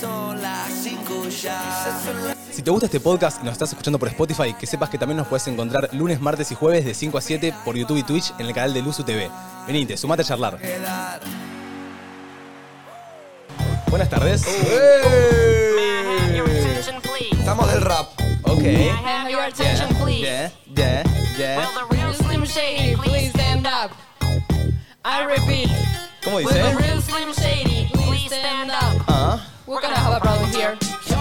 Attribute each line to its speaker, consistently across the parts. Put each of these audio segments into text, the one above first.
Speaker 1: son las 5 ya.
Speaker 2: Si te gusta este podcast y nos estás escuchando por Spotify, que sepas que también nos puedes encontrar lunes, martes y jueves de 5 a 7 por YouTube y Twitch en el canal de Luzu TV. Venite, sumate a charlar. Buenas tardes.
Speaker 3: Oh. Estamos del rap.
Speaker 2: Ok.
Speaker 4: have your attention, please?
Speaker 2: Yeah, yeah, yeah.
Speaker 4: Will the real Slim Shady please stand up? I repeat.
Speaker 2: ¿Cómo
Speaker 4: Will the
Speaker 2: dice?
Speaker 4: real Slim Shady please stand up?
Speaker 2: Ah.
Speaker 4: We're gonna have a problem here.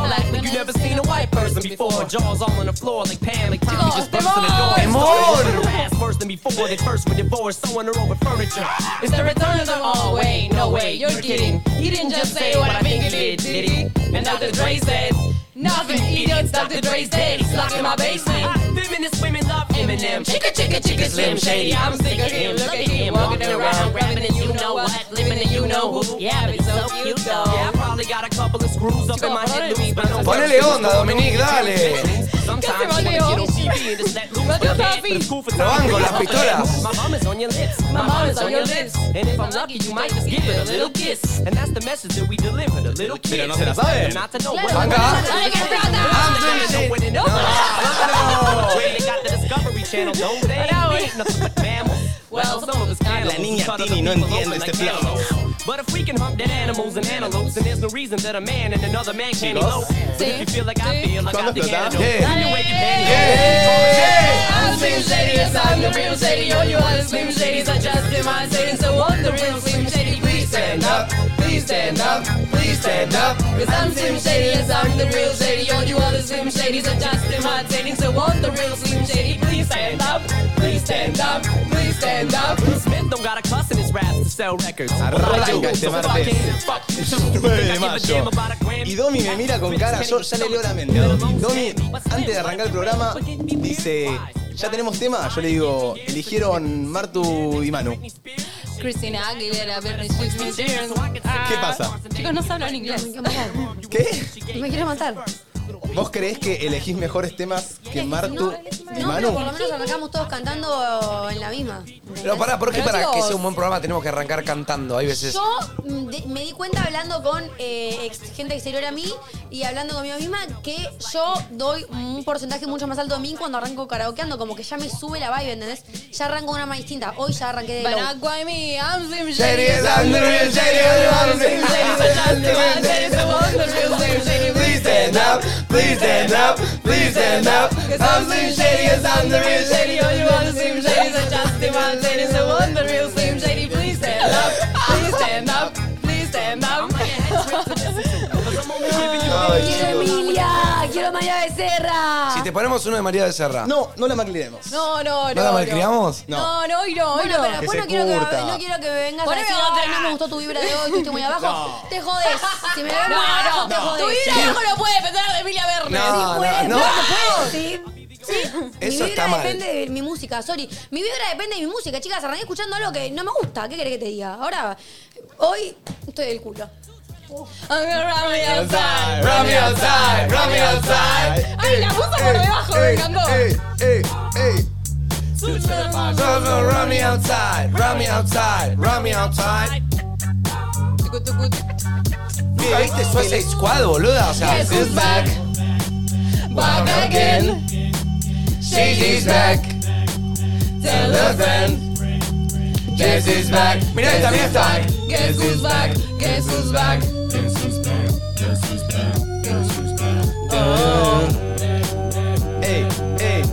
Speaker 4: Like we
Speaker 5: You never seen a white person before. Jaws all on the floor, like panic. Tommy
Speaker 4: Jaws,
Speaker 5: just busting the door.
Speaker 4: Demon!
Speaker 5: Demon! Her ass worse than before. They first were divorced, sewing her over furniture.
Speaker 4: It's the return of the oh wait, no way, you're kidding. He didn't just say what I think he did, did he? And Dr. Dre said, nothing, idiots, Dr. Dre's dead, he's locked in my basement.
Speaker 5: Feminist women love Eminem.
Speaker 4: Chicka chicka chicka slim shady. I'm sick of him. Look at him walking around, grabbing and you know what, living and you know who. Yeah, but it's so cute
Speaker 5: Yeah, I
Speaker 4: though.
Speaker 5: probably got a couple of screws up in my head, Louis, but I'm
Speaker 3: Ponele onda, Dominique, dale.
Speaker 5: Sometimes you
Speaker 4: ¿Qué se
Speaker 5: wanna
Speaker 4: volvió?
Speaker 5: get on TV and just let loose, but
Speaker 4: Volvió Papi.
Speaker 5: it's cool for
Speaker 3: Lo van con las pistolas.
Speaker 5: My mom is on your lips. My mom is on your lips. And if I'm lucky, you might just give it a little kiss. And that's the message that we deliver to little kids.
Speaker 2: Pero no se la saben.
Speaker 5: Not to know
Speaker 4: Claro.
Speaker 5: what
Speaker 3: Manga.
Speaker 5: They got the Discovery Channel, no, they ain't eating nothing but mammals. Well, some of us kind
Speaker 6: La niña Tini no entiende este plan.
Speaker 5: But if we can hump dead animals and antelopes, then there's no reason that a man and another man can't elope. If you feel like I feel, like I think I know.
Speaker 3: Yeah.
Speaker 5: You ain't depending.
Speaker 4: I'm Slim Shady, yes, I'm the real Shady. All you other Slim Shadys are just in my Shady. So want the real Slim Shady, please stand up. Please stand up. Please stand up. Cause I'm Slim Shady, yes, I'm the real Shady. All you other Slim Shadys are just imitating. So want the real Slim Shady, please stand up. Please stand up. Please stand up.
Speaker 5: Smith don't got a cuss in his raps to sell records.
Speaker 2: Arranca este martes.
Speaker 5: de
Speaker 2: 9 de mayo.
Speaker 6: Y Domi me mira con cara, yo ya le leo la mente a Domi. Domi, antes de arrancar el programa,
Speaker 2: Dice, ¿ya tenemos tema? Yo le digo, eligieron Martu y Manu.
Speaker 4: Cristina Aguilera, Bernie Swift,
Speaker 2: ¿Qué pasa?
Speaker 4: Chicos, no se hablan inglés.
Speaker 2: ¿Qué?
Speaker 7: Me quiero matar.
Speaker 2: ¿Vos creés que elegís mejores temas que Martu y
Speaker 7: No, pero por lo
Speaker 2: Manu?
Speaker 7: menos arrancamos todos cantando en la misma.
Speaker 3: Pero pará, porque
Speaker 7: Pero
Speaker 3: para que
Speaker 7: chicos,
Speaker 3: sea un buen programa tenemos que arrancar cantando. Hay veces.
Speaker 7: Yo mm, de- me di cuenta hablando con eh, ex- gente exterior a mí y hablando conmigo misma que yo doy un porcentaje mucho más alto a mí cuando arranco karaokeando, como que ya me sube la vibe, ¿entendés? Ya arranco de una manera distinta. Hoy ya arranqué de low.
Speaker 4: Banagua y mi, I'm Slim
Speaker 3: Shady,
Speaker 4: Shady.
Speaker 3: yes, I'm the real Shady, I'm the real Shady. Please stand up, please stand up, please stand up. I'm Slim Shady, yes, I'm the real Shady.
Speaker 4: All you other Slim Shadys are just imitating. So want the real Slim Shady, please stand up. Please stand up. Please stand up.
Speaker 7: ¡Quiero Emilia! ¡Quiero María Becerra!
Speaker 3: Si te ponemos uno de María Becerra, ¿no
Speaker 2: No, no la maquilemos.
Speaker 4: No, no, no.
Speaker 3: la malcriamos?
Speaker 4: No, no, hoy no, hoy
Speaker 7: Bueno,
Speaker 4: no.
Speaker 7: pero
Speaker 2: Que
Speaker 7: después
Speaker 2: se
Speaker 7: no quiero, que,
Speaker 2: curta.
Speaker 7: no quiero que me vengas a
Speaker 4: Poneme
Speaker 7: decir, "Ay,
Speaker 4: otra".
Speaker 7: no me gustó tu vibra de hoy, estuviste muy abajo.
Speaker 2: No.
Speaker 7: Te jodes. Si me ven muy abajo, te jodes.
Speaker 4: Tu vida abajo no puede pensar de Emilia Verne.
Speaker 3: No, no, no.
Speaker 7: pues. puedo decir.
Speaker 3: Eso
Speaker 7: mi
Speaker 3: está
Speaker 7: vibra
Speaker 3: mal.
Speaker 7: depende de mi música, sorry. Mi vibra depende de mi música, chicas. Arranqué escuchando algo que no me gusta. ¿Qué querés que te diga? Ahora, hoy estoy del culo.
Speaker 4: I'm gonna run me outside.
Speaker 3: Run me outside, run me outside.
Speaker 4: Ay, la puso por debajo, me encantó.
Speaker 3: Ey,
Speaker 7: Eh,
Speaker 3: ey, ey. So, so, Run me outside, run me outside, run me outside.
Speaker 4: Tucu, tucu, tucu.
Speaker 3: ¿Nunca
Speaker 2: este
Speaker 3: viste Suicide Squad, boluda? O sea,
Speaker 4: Guess who's back? Back again.
Speaker 3: She's back,
Speaker 4: Tell a friend.
Speaker 3: Jess is back. Mirá esta, mirá esta.
Speaker 4: Guess who's back? Guess who's back?
Speaker 2: Ey, ey, ey,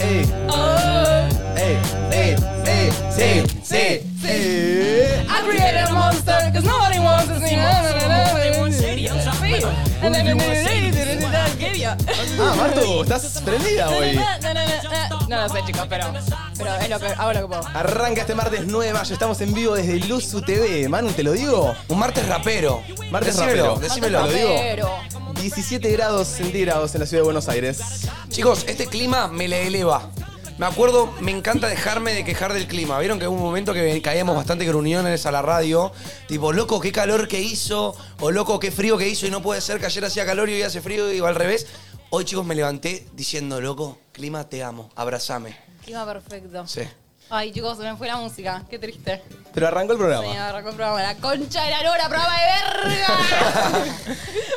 Speaker 2: ey,
Speaker 4: Oh,
Speaker 2: ey, ey, ey, sí, sí, sí.
Speaker 4: I created a monster because nobody wants to see. Na, na, na, na, na, na. And then and then- and then- and then- and then- give you.
Speaker 2: Ah, Martu, estás prendida hoy.
Speaker 4: No, no, no, no. No lo sé, chicos, pero, pero es lo que, hago lo que puedo.
Speaker 2: Arranca este martes 9 de mayo, estamos en vivo desde Luzu TV. Manu, ¿te lo digo?
Speaker 3: Un martes rapero.
Speaker 2: Martes
Speaker 3: Decímelo,
Speaker 2: rapero.
Speaker 3: Decímelo,
Speaker 2: Martes
Speaker 3: lo digo.
Speaker 4: Pero,
Speaker 2: 17 grados centígrados en la ciudad de Buenos Aires.
Speaker 3: Chicos, este clima me le eleva. Me acuerdo, me encanta dejarme de quejar del clima. Vieron que hubo un momento que caíamos bastante gruñones a la radio. Tipo, loco, qué calor que hizo. O loco, qué frío que hizo. Y no puede ser que ayer hacía calor y hoy hace frío y va al revés. Hoy, chicos, me levanté diciendo, loco, clima, te amo. Abrazame.
Speaker 4: clima perfecto.
Speaker 3: Sí.
Speaker 8: Ay, chicos, se me fue la música. Qué triste.
Speaker 2: Pero arrancó el
Speaker 8: Se me
Speaker 2: programa.
Speaker 8: arrancó el programa. La concha de la lora, programa de verga.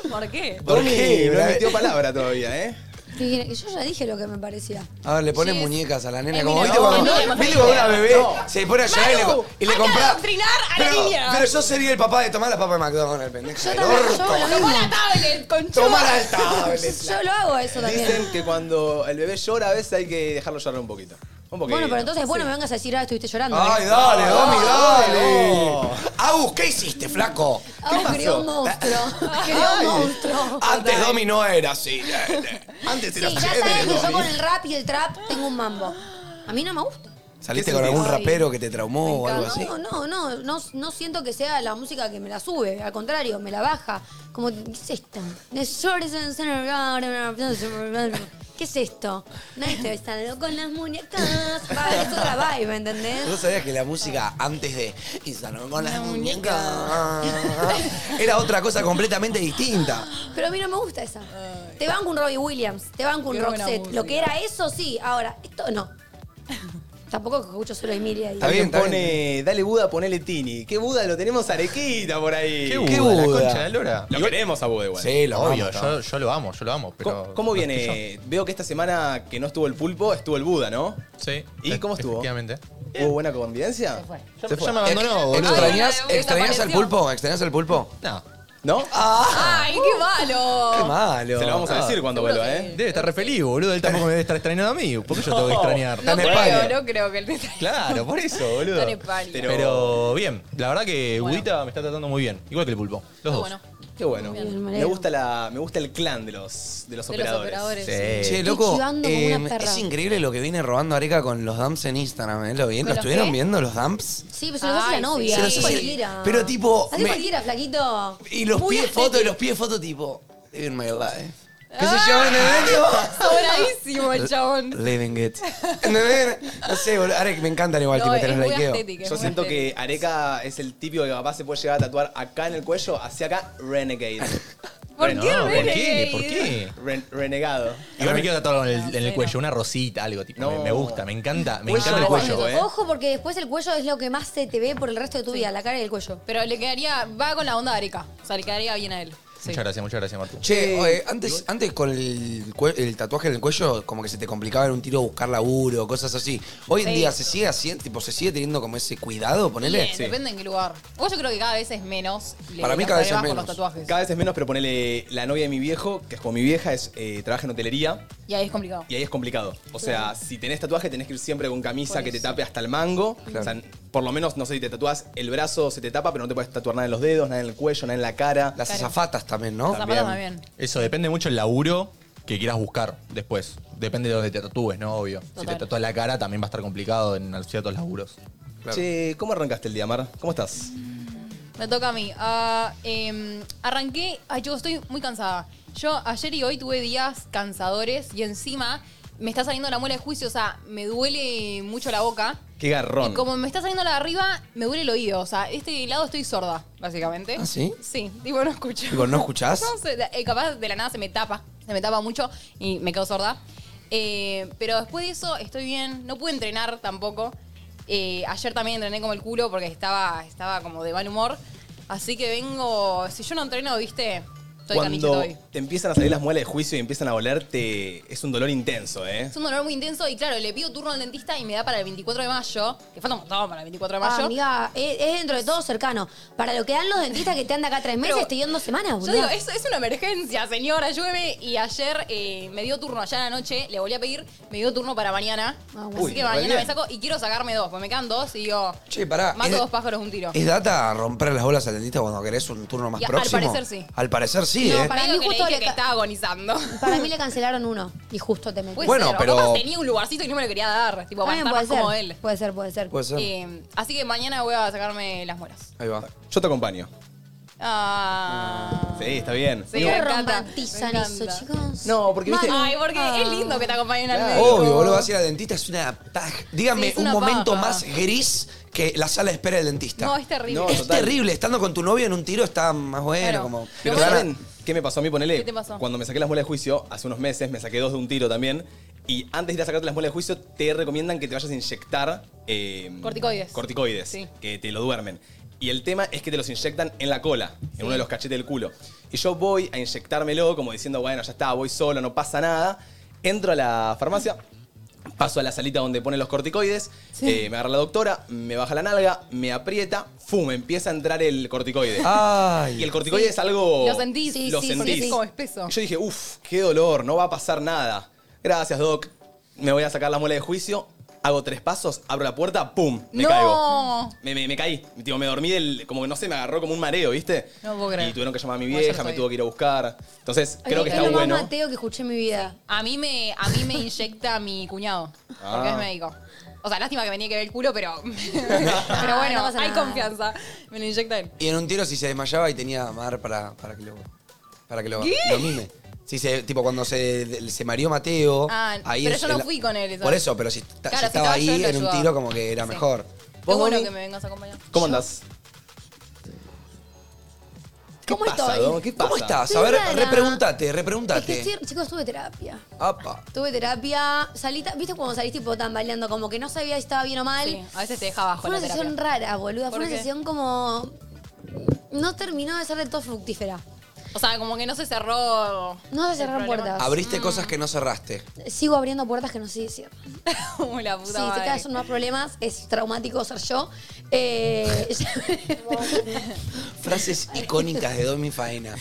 Speaker 8: ¿Por qué?
Speaker 2: ¿Por
Speaker 3: ¿Por qué?
Speaker 2: qué? No metió palabra todavía, ¿eh?
Speaker 7: Dije, Yo ya dije lo que me parecía.
Speaker 3: A ver, le pones
Speaker 8: Sí, es-
Speaker 3: muñecas a la nena.
Speaker 8: es
Speaker 3: Como,
Speaker 8: mi
Speaker 3: ¿viste
Speaker 8: novia.
Speaker 3: cuando,
Speaker 8: No, no,
Speaker 3: ¿viste
Speaker 8: no,
Speaker 3: cuando una
Speaker 8: no.
Speaker 3: bebé se pone a llorar y le,
Speaker 8: Manu,
Speaker 3: co- y le
Speaker 8: hay que
Speaker 3: compra-
Speaker 8: adoctrinar a la
Speaker 3: pero,
Speaker 8: niña.
Speaker 3: pero yo sería el papá de tomar la papa de McDonald's, pendeja.
Speaker 7: Yo
Speaker 3: del
Speaker 7: también, yo
Speaker 3: orto.
Speaker 7: hago lo
Speaker 8: Tomá
Speaker 7: mismo.
Speaker 8: la tablet, conchuda.
Speaker 3: Tomar al tablet.
Speaker 7: Yo lo hago eso también.
Speaker 2: Dicen que cuando el bebé llora a veces hay que dejarlo llorar un poquito. Un poquito.
Speaker 7: bueno, pero entonces, bueno, me vengas a decir, ah, estuviste llorando.
Speaker 3: Ay, dale, Domi,
Speaker 2: no.
Speaker 3: dale. Agus, ¿qué hiciste, Este flaco?
Speaker 7: Ah, creó un monstruo. creó un monstruo.
Speaker 3: Antes Domi no era así. Eh, Antes
Speaker 7: Sí,
Speaker 3: era
Speaker 7: ya
Speaker 3: así.
Speaker 7: sabes que yo con el rap y el trap tengo un mambo. A mí no me gusta.
Speaker 3: ¿Saliste con algún rapero que te traumó o algo así?
Speaker 7: No, no, no, no, no siento que sea la música que me la sube, al contrario, me la baja. Como, ¿qué es esto? ¿Qué es esto? Nadie te está loco con las muñecas. Va, es otra vibe,
Speaker 3: ¿Vos
Speaker 7: ¿entendés?
Speaker 3: sabías que la música antes de Y salón con las muñecas era otra cosa completamente distinta?
Speaker 7: Pero a mí no me gusta esa. Te banco un Robbie Williams, te banco un
Speaker 8: Qué buena
Speaker 7: Roxette. Lo
Speaker 8: música.
Speaker 7: que era eso, sí. Ahora, esto no. Tampoco que escucho solo a Emilia y...
Speaker 3: Está bien,
Speaker 2: Alguien pone, dale Buda, ponele Tini. ¿Qué Buda? Lo tenemos arequita por ahí.
Speaker 3: Buda?
Speaker 2: La
Speaker 3: Buda?
Speaker 2: concha de la lora. Lo queremos a Buda igual.
Speaker 3: Sí, lo
Speaker 9: Obvio,
Speaker 3: amo,
Speaker 9: yo, yo lo amo, yo lo amo. Pero
Speaker 2: ¿Cómo, cómo
Speaker 9: no
Speaker 2: viene? Veo que esta semana que no estuvo el pulpo, estuvo el Buda, ¿no?
Speaker 9: estoy yo. Sí.
Speaker 2: ¿Y
Speaker 9: e-
Speaker 2: cómo estuvo?
Speaker 9: Efectivamente.
Speaker 2: ¿Hubo buena convivencia? Se fue.
Speaker 9: Ya- ya me abandonó,
Speaker 3: Ex-
Speaker 9: boludo.
Speaker 3: ¿Extrañas,
Speaker 8: Ay, me
Speaker 3: extrañas al
Speaker 8: desapareció.
Speaker 3: pulpo? ¿Extrañas al pulpo?
Speaker 9: No.
Speaker 2: ¿No?
Speaker 8: Ay, qué
Speaker 4: Oh.
Speaker 3: Qué
Speaker 8: malo.
Speaker 3: malo.
Speaker 2: Se lo vamos a
Speaker 9: Ah.
Speaker 2: decir cuando vuelva, ¿eh?
Speaker 9: Debe estar re feliz, boludo. Él tampoco me debe estar extrañando a mí. ¿Por qué yo tengo que extrañar?
Speaker 8: No
Speaker 3: Está en
Speaker 8: creo,
Speaker 3: España.
Speaker 8: no creo que él te traiga.
Speaker 9: Claro, por eso, boludo.
Speaker 8: Está en España.
Speaker 9: Pero, bien, la verdad que
Speaker 8: Bueno.
Speaker 9: Budita me está tratando muy bien. Igual que el pulpo. Los
Speaker 8: Pero
Speaker 9: dos.
Speaker 8: bueno,
Speaker 2: Qué bueno.
Speaker 7: Bien, me
Speaker 2: Me
Speaker 7: alegro.
Speaker 2: gusta, la, me gusta el clan de los, de los
Speaker 8: de los
Speaker 2: operadores.
Speaker 8: operadores.
Speaker 9: Sí.
Speaker 3: Che, loco,
Speaker 7: chivando como
Speaker 3: eh,
Speaker 7: una perra.
Speaker 3: es increíble lo que viene robando Areca con los dumps en Instagram. ¿eh? ¿Lo, vi-
Speaker 8: ¿Con
Speaker 3: ¿Lo
Speaker 8: los
Speaker 3: estuvieron
Speaker 8: qué?
Speaker 3: viendo los dumps?
Speaker 7: Sí, pues, pero se lo hace
Speaker 8: Ay,
Speaker 7: la novia.
Speaker 8: sí.
Speaker 7: Así
Speaker 3: Se lo hace-
Speaker 7: cualquiera.
Speaker 3: pero tipo,
Speaker 7: Así
Speaker 3: me-
Speaker 7: cualquiera, flaquito.
Speaker 3: Y los
Speaker 7: Ah. Muy
Speaker 3: pies
Speaker 7: estético.
Speaker 3: foto y los pies foto tipo. Living my life. ¿Qué
Speaker 7: Ah.
Speaker 3: se llama en el medio?
Speaker 8: Sobradísimo el chabón.
Speaker 3: Living it. ¿Entendés? No sé, boludo. Arek, me encantan igual,
Speaker 8: No,
Speaker 3: tipo, te
Speaker 8: es
Speaker 3: los
Speaker 8: muy
Speaker 3: likeo.
Speaker 8: estética. es
Speaker 2: Yo
Speaker 8: muy
Speaker 2: siento
Speaker 8: estética.
Speaker 2: que Areca es el típico que capaz se puede llegar a tatuar acá en el cuello, hacia acá, Renegade.
Speaker 8: ¿Por
Speaker 2: Bueno,
Speaker 8: qué
Speaker 9: No, ¿Por qué?
Speaker 8: Renegade?
Speaker 9: ¿Por qué?
Speaker 2: Ren- renegado.
Speaker 9: Igual me quiero tatuar en el, en el cuello, una rosita, algo tipo.
Speaker 2: No.
Speaker 9: Me, me gusta, me encanta, me
Speaker 2: Cuello
Speaker 9: encanta el
Speaker 2: no,
Speaker 9: cuello,
Speaker 2: bonito.
Speaker 9: eh.
Speaker 7: Ojo, porque después el cuello es lo que más se te ve por el resto de tu vida, la cara y el cuello.
Speaker 8: Pero le quedaría, va con la onda de Areca. O sea, le quedaría bien a él. Sí.
Speaker 9: Muchas gracias, muchas gracias, Martu.
Speaker 3: Che, oye, antes, antes con el, cue- el tatuaje en el cuello, como que se te complicaba en un tiro buscar laburo, cosas así. Hoy en
Speaker 8: Sí.
Speaker 3: día se sigue haciendo, tipo, se sigue teniendo como ese cuidado, ponele.
Speaker 8: Bien, Depende en qué lugar. O yo creo que cada vez es menos. le-
Speaker 3: Para mí
Speaker 8: las
Speaker 3: cada
Speaker 8: problemas
Speaker 3: vez es
Speaker 8: con
Speaker 3: menos.
Speaker 8: los tatuajes.
Speaker 2: Cada vez es menos, pero ponele la novia de mi viejo, que es como mi vieja, es, eh, trabaja en hotelería.
Speaker 8: Y ahí es complicado.
Speaker 2: Y ahí es complicado. O sea, si tenés tatuaje, tenés que ir siempre con camisa
Speaker 8: Por
Speaker 2: que te
Speaker 8: eso.
Speaker 2: tape hasta el mango. O sea, por lo menos, no sé si te tatuás, el brazo se te tapa, pero no te puedes tatuar nada en los dedos, nada en el cuello, nada en la cara.
Speaker 3: Las azafatas también, ¿no?
Speaker 8: Los zapatos también.
Speaker 9: Eso depende mucho el laburo que quieras buscar después. Depende de donde te tatúes, ¿no? Obvio. Si te
Speaker 8: Total.
Speaker 9: tatúas la cara también va a estar complicado en ciertos laburos.
Speaker 3: Claro.
Speaker 2: Che, ¿cómo arrancaste el día, Mar? ¿Cómo estás?
Speaker 8: Me toca a mí. Ah, em, arranqué. Ay, yo estoy muy cansada. Yo ayer y hoy tuve días cansadores y encima me está saliendo la muela de juicio. O sea, me duele mucho la boca.
Speaker 2: Qué garrón.
Speaker 8: Y como me está saliendo la de arriba, me duele el oído. O sea, este lado estoy sorda, básicamente.
Speaker 3: ¿Ah, sí?
Speaker 8: Sí, digo, no escucho.
Speaker 3: Digo, ¿no escuchás?
Speaker 8: No sé, eh, capaz de la nada se me tapa. Se me tapa mucho y me quedo sorda. Eh, pero después de eso estoy bien. No pude entrenar tampoco. Eh, ayer también entrené como el culo porque estaba, estaba como de mal humor. Así que vengo. Si yo no entreno, viste, estoy canillito
Speaker 2: Cuando
Speaker 8: hoy.
Speaker 2: te empiezan a salir las muelas de juicio y empiezan a doler, te- es un dolor intenso, ¿eh?
Speaker 8: Es un dolor muy intenso y claro, le pido turno al dentista y me da para el 24 de mayo, que falta un montón para el 24 de
Speaker 7: Ah,
Speaker 8: mayo.
Speaker 7: amiga, es, es dentro de todo cercano. Para lo que dan los dentistas que te anda acá tres meses,
Speaker 8: Pero-
Speaker 7: te dieron dos semanas,
Speaker 8: Yo
Speaker 7: boludo.
Speaker 8: digo, es, es una emergencia, señora, llueve. Y ayer eh, me dio turno, ayer a la noche, le volví a pedir, me dio turno para mañana.
Speaker 7: Ah, bueno.
Speaker 8: Así
Speaker 2: Uy,
Speaker 8: que
Speaker 2: re
Speaker 8: mañana
Speaker 2: bien.
Speaker 8: me saco y quiero sacarme dos, porque me quedan dos y digo,
Speaker 3: Che, pará.
Speaker 8: mato
Speaker 3: Ah, es-
Speaker 8: dos pájaros de un tiro.
Speaker 3: ¿Es data romper las bolas al dentista cuando querés un turno más
Speaker 8: Y al
Speaker 3: próximo?
Speaker 8: parecer sí.
Speaker 3: Al parecer sí,
Speaker 8: No,
Speaker 3: ¿eh?
Speaker 8: para mí justo que
Speaker 7: le
Speaker 8: que
Speaker 7: ca-
Speaker 8: estaba agonizando.
Speaker 7: Para mí le cancelaron uno y justo te metí.
Speaker 8: Puede
Speaker 3: Bueno,
Speaker 8: ser, o
Speaker 3: pero-
Speaker 8: capaz tenía un lugarcito y no me lo quería dar, tipo, para
Speaker 7: También
Speaker 8: estar
Speaker 7: puede
Speaker 8: más
Speaker 7: ser.
Speaker 8: como él.
Speaker 7: Puede ser, puede ser.
Speaker 3: Puede ser.
Speaker 8: Eh, así que mañana voy a sacarme las muelas.
Speaker 3: Ahí va.
Speaker 2: Yo te acompaño.
Speaker 8: Ah.
Speaker 2: Sí, está bien.
Speaker 8: Sí,
Speaker 7: No
Speaker 8: me encanta,
Speaker 7: romantizan
Speaker 8: me
Speaker 7: eso,
Speaker 8: encanta.
Speaker 7: chicos? Ah.
Speaker 2: No, porque viste-
Speaker 8: Ay, porque es lindo que te acompañen al médico.
Speaker 3: Obvio, boludo, vas a ir al dentista, es una paja.
Speaker 8: Sí,
Speaker 3: Dígame
Speaker 8: es una
Speaker 3: un momento
Speaker 8: paja.
Speaker 3: más gris que la sala de espera del dentista.
Speaker 8: No, es terrible.
Speaker 2: No,
Speaker 3: Es
Speaker 2: total.
Speaker 3: terrible, estando con tu novio en un tiro está más bueno,
Speaker 8: Claro.
Speaker 3: como...
Speaker 2: Pero
Speaker 3: Te van a-
Speaker 2: ¿saben qué me pasó a mí? Ponele,
Speaker 8: ¿Qué te pasó?
Speaker 2: cuando me saqué las muelas de juicio, hace unos meses, me saqué dos de un tiro también. Y antes de ir a sacarte las muelas de juicio, te recomiendan que te vayas a inyectar. eh,
Speaker 8: Corticoides.
Speaker 2: Corticoides.
Speaker 8: Sí.
Speaker 2: Que te lo duermen. Y el tema es que te los inyectan en la cola, en uno de los cachetes del culo. Y yo voy a inyectármelo, como diciendo, bueno, ya está, voy solo, no pasa nada. Entro a la farmacia, paso a la salita donde ponen los corticoides, eh, me agarra la doctora, me baja la nalga, me aprieta, fum, empieza a entrar el corticoide.
Speaker 3: Ay.
Speaker 2: Y el corticoide es algo.
Speaker 8: Lo sentís.
Speaker 7: Sí,
Speaker 2: lo
Speaker 7: sí,
Speaker 8: Porque
Speaker 2: sentís.
Speaker 8: es como espeso.
Speaker 2: Yo dije, uff, qué dolor, no va a pasar nada. Gracias, Doc. Me voy a sacar la muela de juicio, hago tres pasos, abro la puerta, ¡pum! Me
Speaker 8: No.
Speaker 2: caigo. Me, me- me caí. Tipo, me dormí del. Como que no sé, me agarró como un mareo, ¿viste?
Speaker 8: No puedo creer.
Speaker 2: Y tuvieron que llamar a mi
Speaker 8: Bueno, ya
Speaker 2: vieja,
Speaker 8: lo
Speaker 2: me
Speaker 8: sabía.
Speaker 2: tuvo que ir a buscar. Entonces, creo que
Speaker 7: es
Speaker 2: está
Speaker 7: lo más
Speaker 2: bueno.
Speaker 7: mateo que escuché en mi vida.
Speaker 8: A mí me, a mí me inyecta mi cuñado, porque
Speaker 2: Ah.
Speaker 8: es médico. O sea, lástima que venía que ver el culo, pero, pero bueno,
Speaker 7: Ah, no pasa
Speaker 8: hay
Speaker 7: nada.
Speaker 8: confianza. Me lo inyecta él.
Speaker 3: Y en un tiro si se desmayaba y tenía a Mar para, para que lo. Para que lo, lo mime. Si se, tipo cuando se, se mareó Mateo.
Speaker 8: Ah,
Speaker 3: ahí
Speaker 8: pero
Speaker 3: es-
Speaker 8: yo no
Speaker 3: es la-
Speaker 8: fui con él, ¿sabes?
Speaker 3: Por eso, pero si,
Speaker 8: Claro,
Speaker 3: ta- si
Speaker 8: si
Speaker 3: estaba
Speaker 8: estaba
Speaker 3: ahí
Speaker 8: yo, él lo
Speaker 3: en un
Speaker 8: ayudaba.
Speaker 3: tiro, como que era
Speaker 8: Sí.
Speaker 3: mejor.
Speaker 8: Qué
Speaker 3: ¿Vos,
Speaker 8: bueno
Speaker 3: Domi?
Speaker 8: que me vengas a acompañar.
Speaker 2: ¿Cómo andás?
Speaker 7: ¿Cómo
Speaker 2: pasa,
Speaker 7: estoy?
Speaker 2: Dom? ¿Qué pasa?
Speaker 3: ¿Cómo estás? A
Speaker 7: Estoy
Speaker 3: ver,
Speaker 7: rara.
Speaker 3: repregúntate,
Speaker 7: Es
Speaker 3: repregúntate.
Speaker 7: que, estoy- chicos, tuve terapia.
Speaker 3: Apa.
Speaker 7: Tuve terapia, salí, ta- ¿viste cuando salís tipo tambaleando? Como que no sabía si estaba bien o mal.
Speaker 8: Sí, a veces te deja abajo
Speaker 7: Fue una
Speaker 8: la terapia.
Speaker 7: sesión rara, boluda. Fue
Speaker 8: ¿Por
Speaker 7: una
Speaker 8: qué?
Speaker 7: sesión como... No terminó de ser del todo fructífera.
Speaker 8: O sea, como que no se cerró.
Speaker 7: No se
Speaker 8: el
Speaker 7: cerraron
Speaker 8: problema.
Speaker 7: puertas.
Speaker 3: Abriste cosas que no cerraste.
Speaker 7: Sigo abriendo puertas que no sé cierran.
Speaker 8: Como la
Speaker 7: Sí,
Speaker 8: puta
Speaker 7: te
Speaker 8: madre.
Speaker 7: cada vez son más problemas. Es traumático ser yo. Eh,
Speaker 3: Frases icónicas de Domi Faena.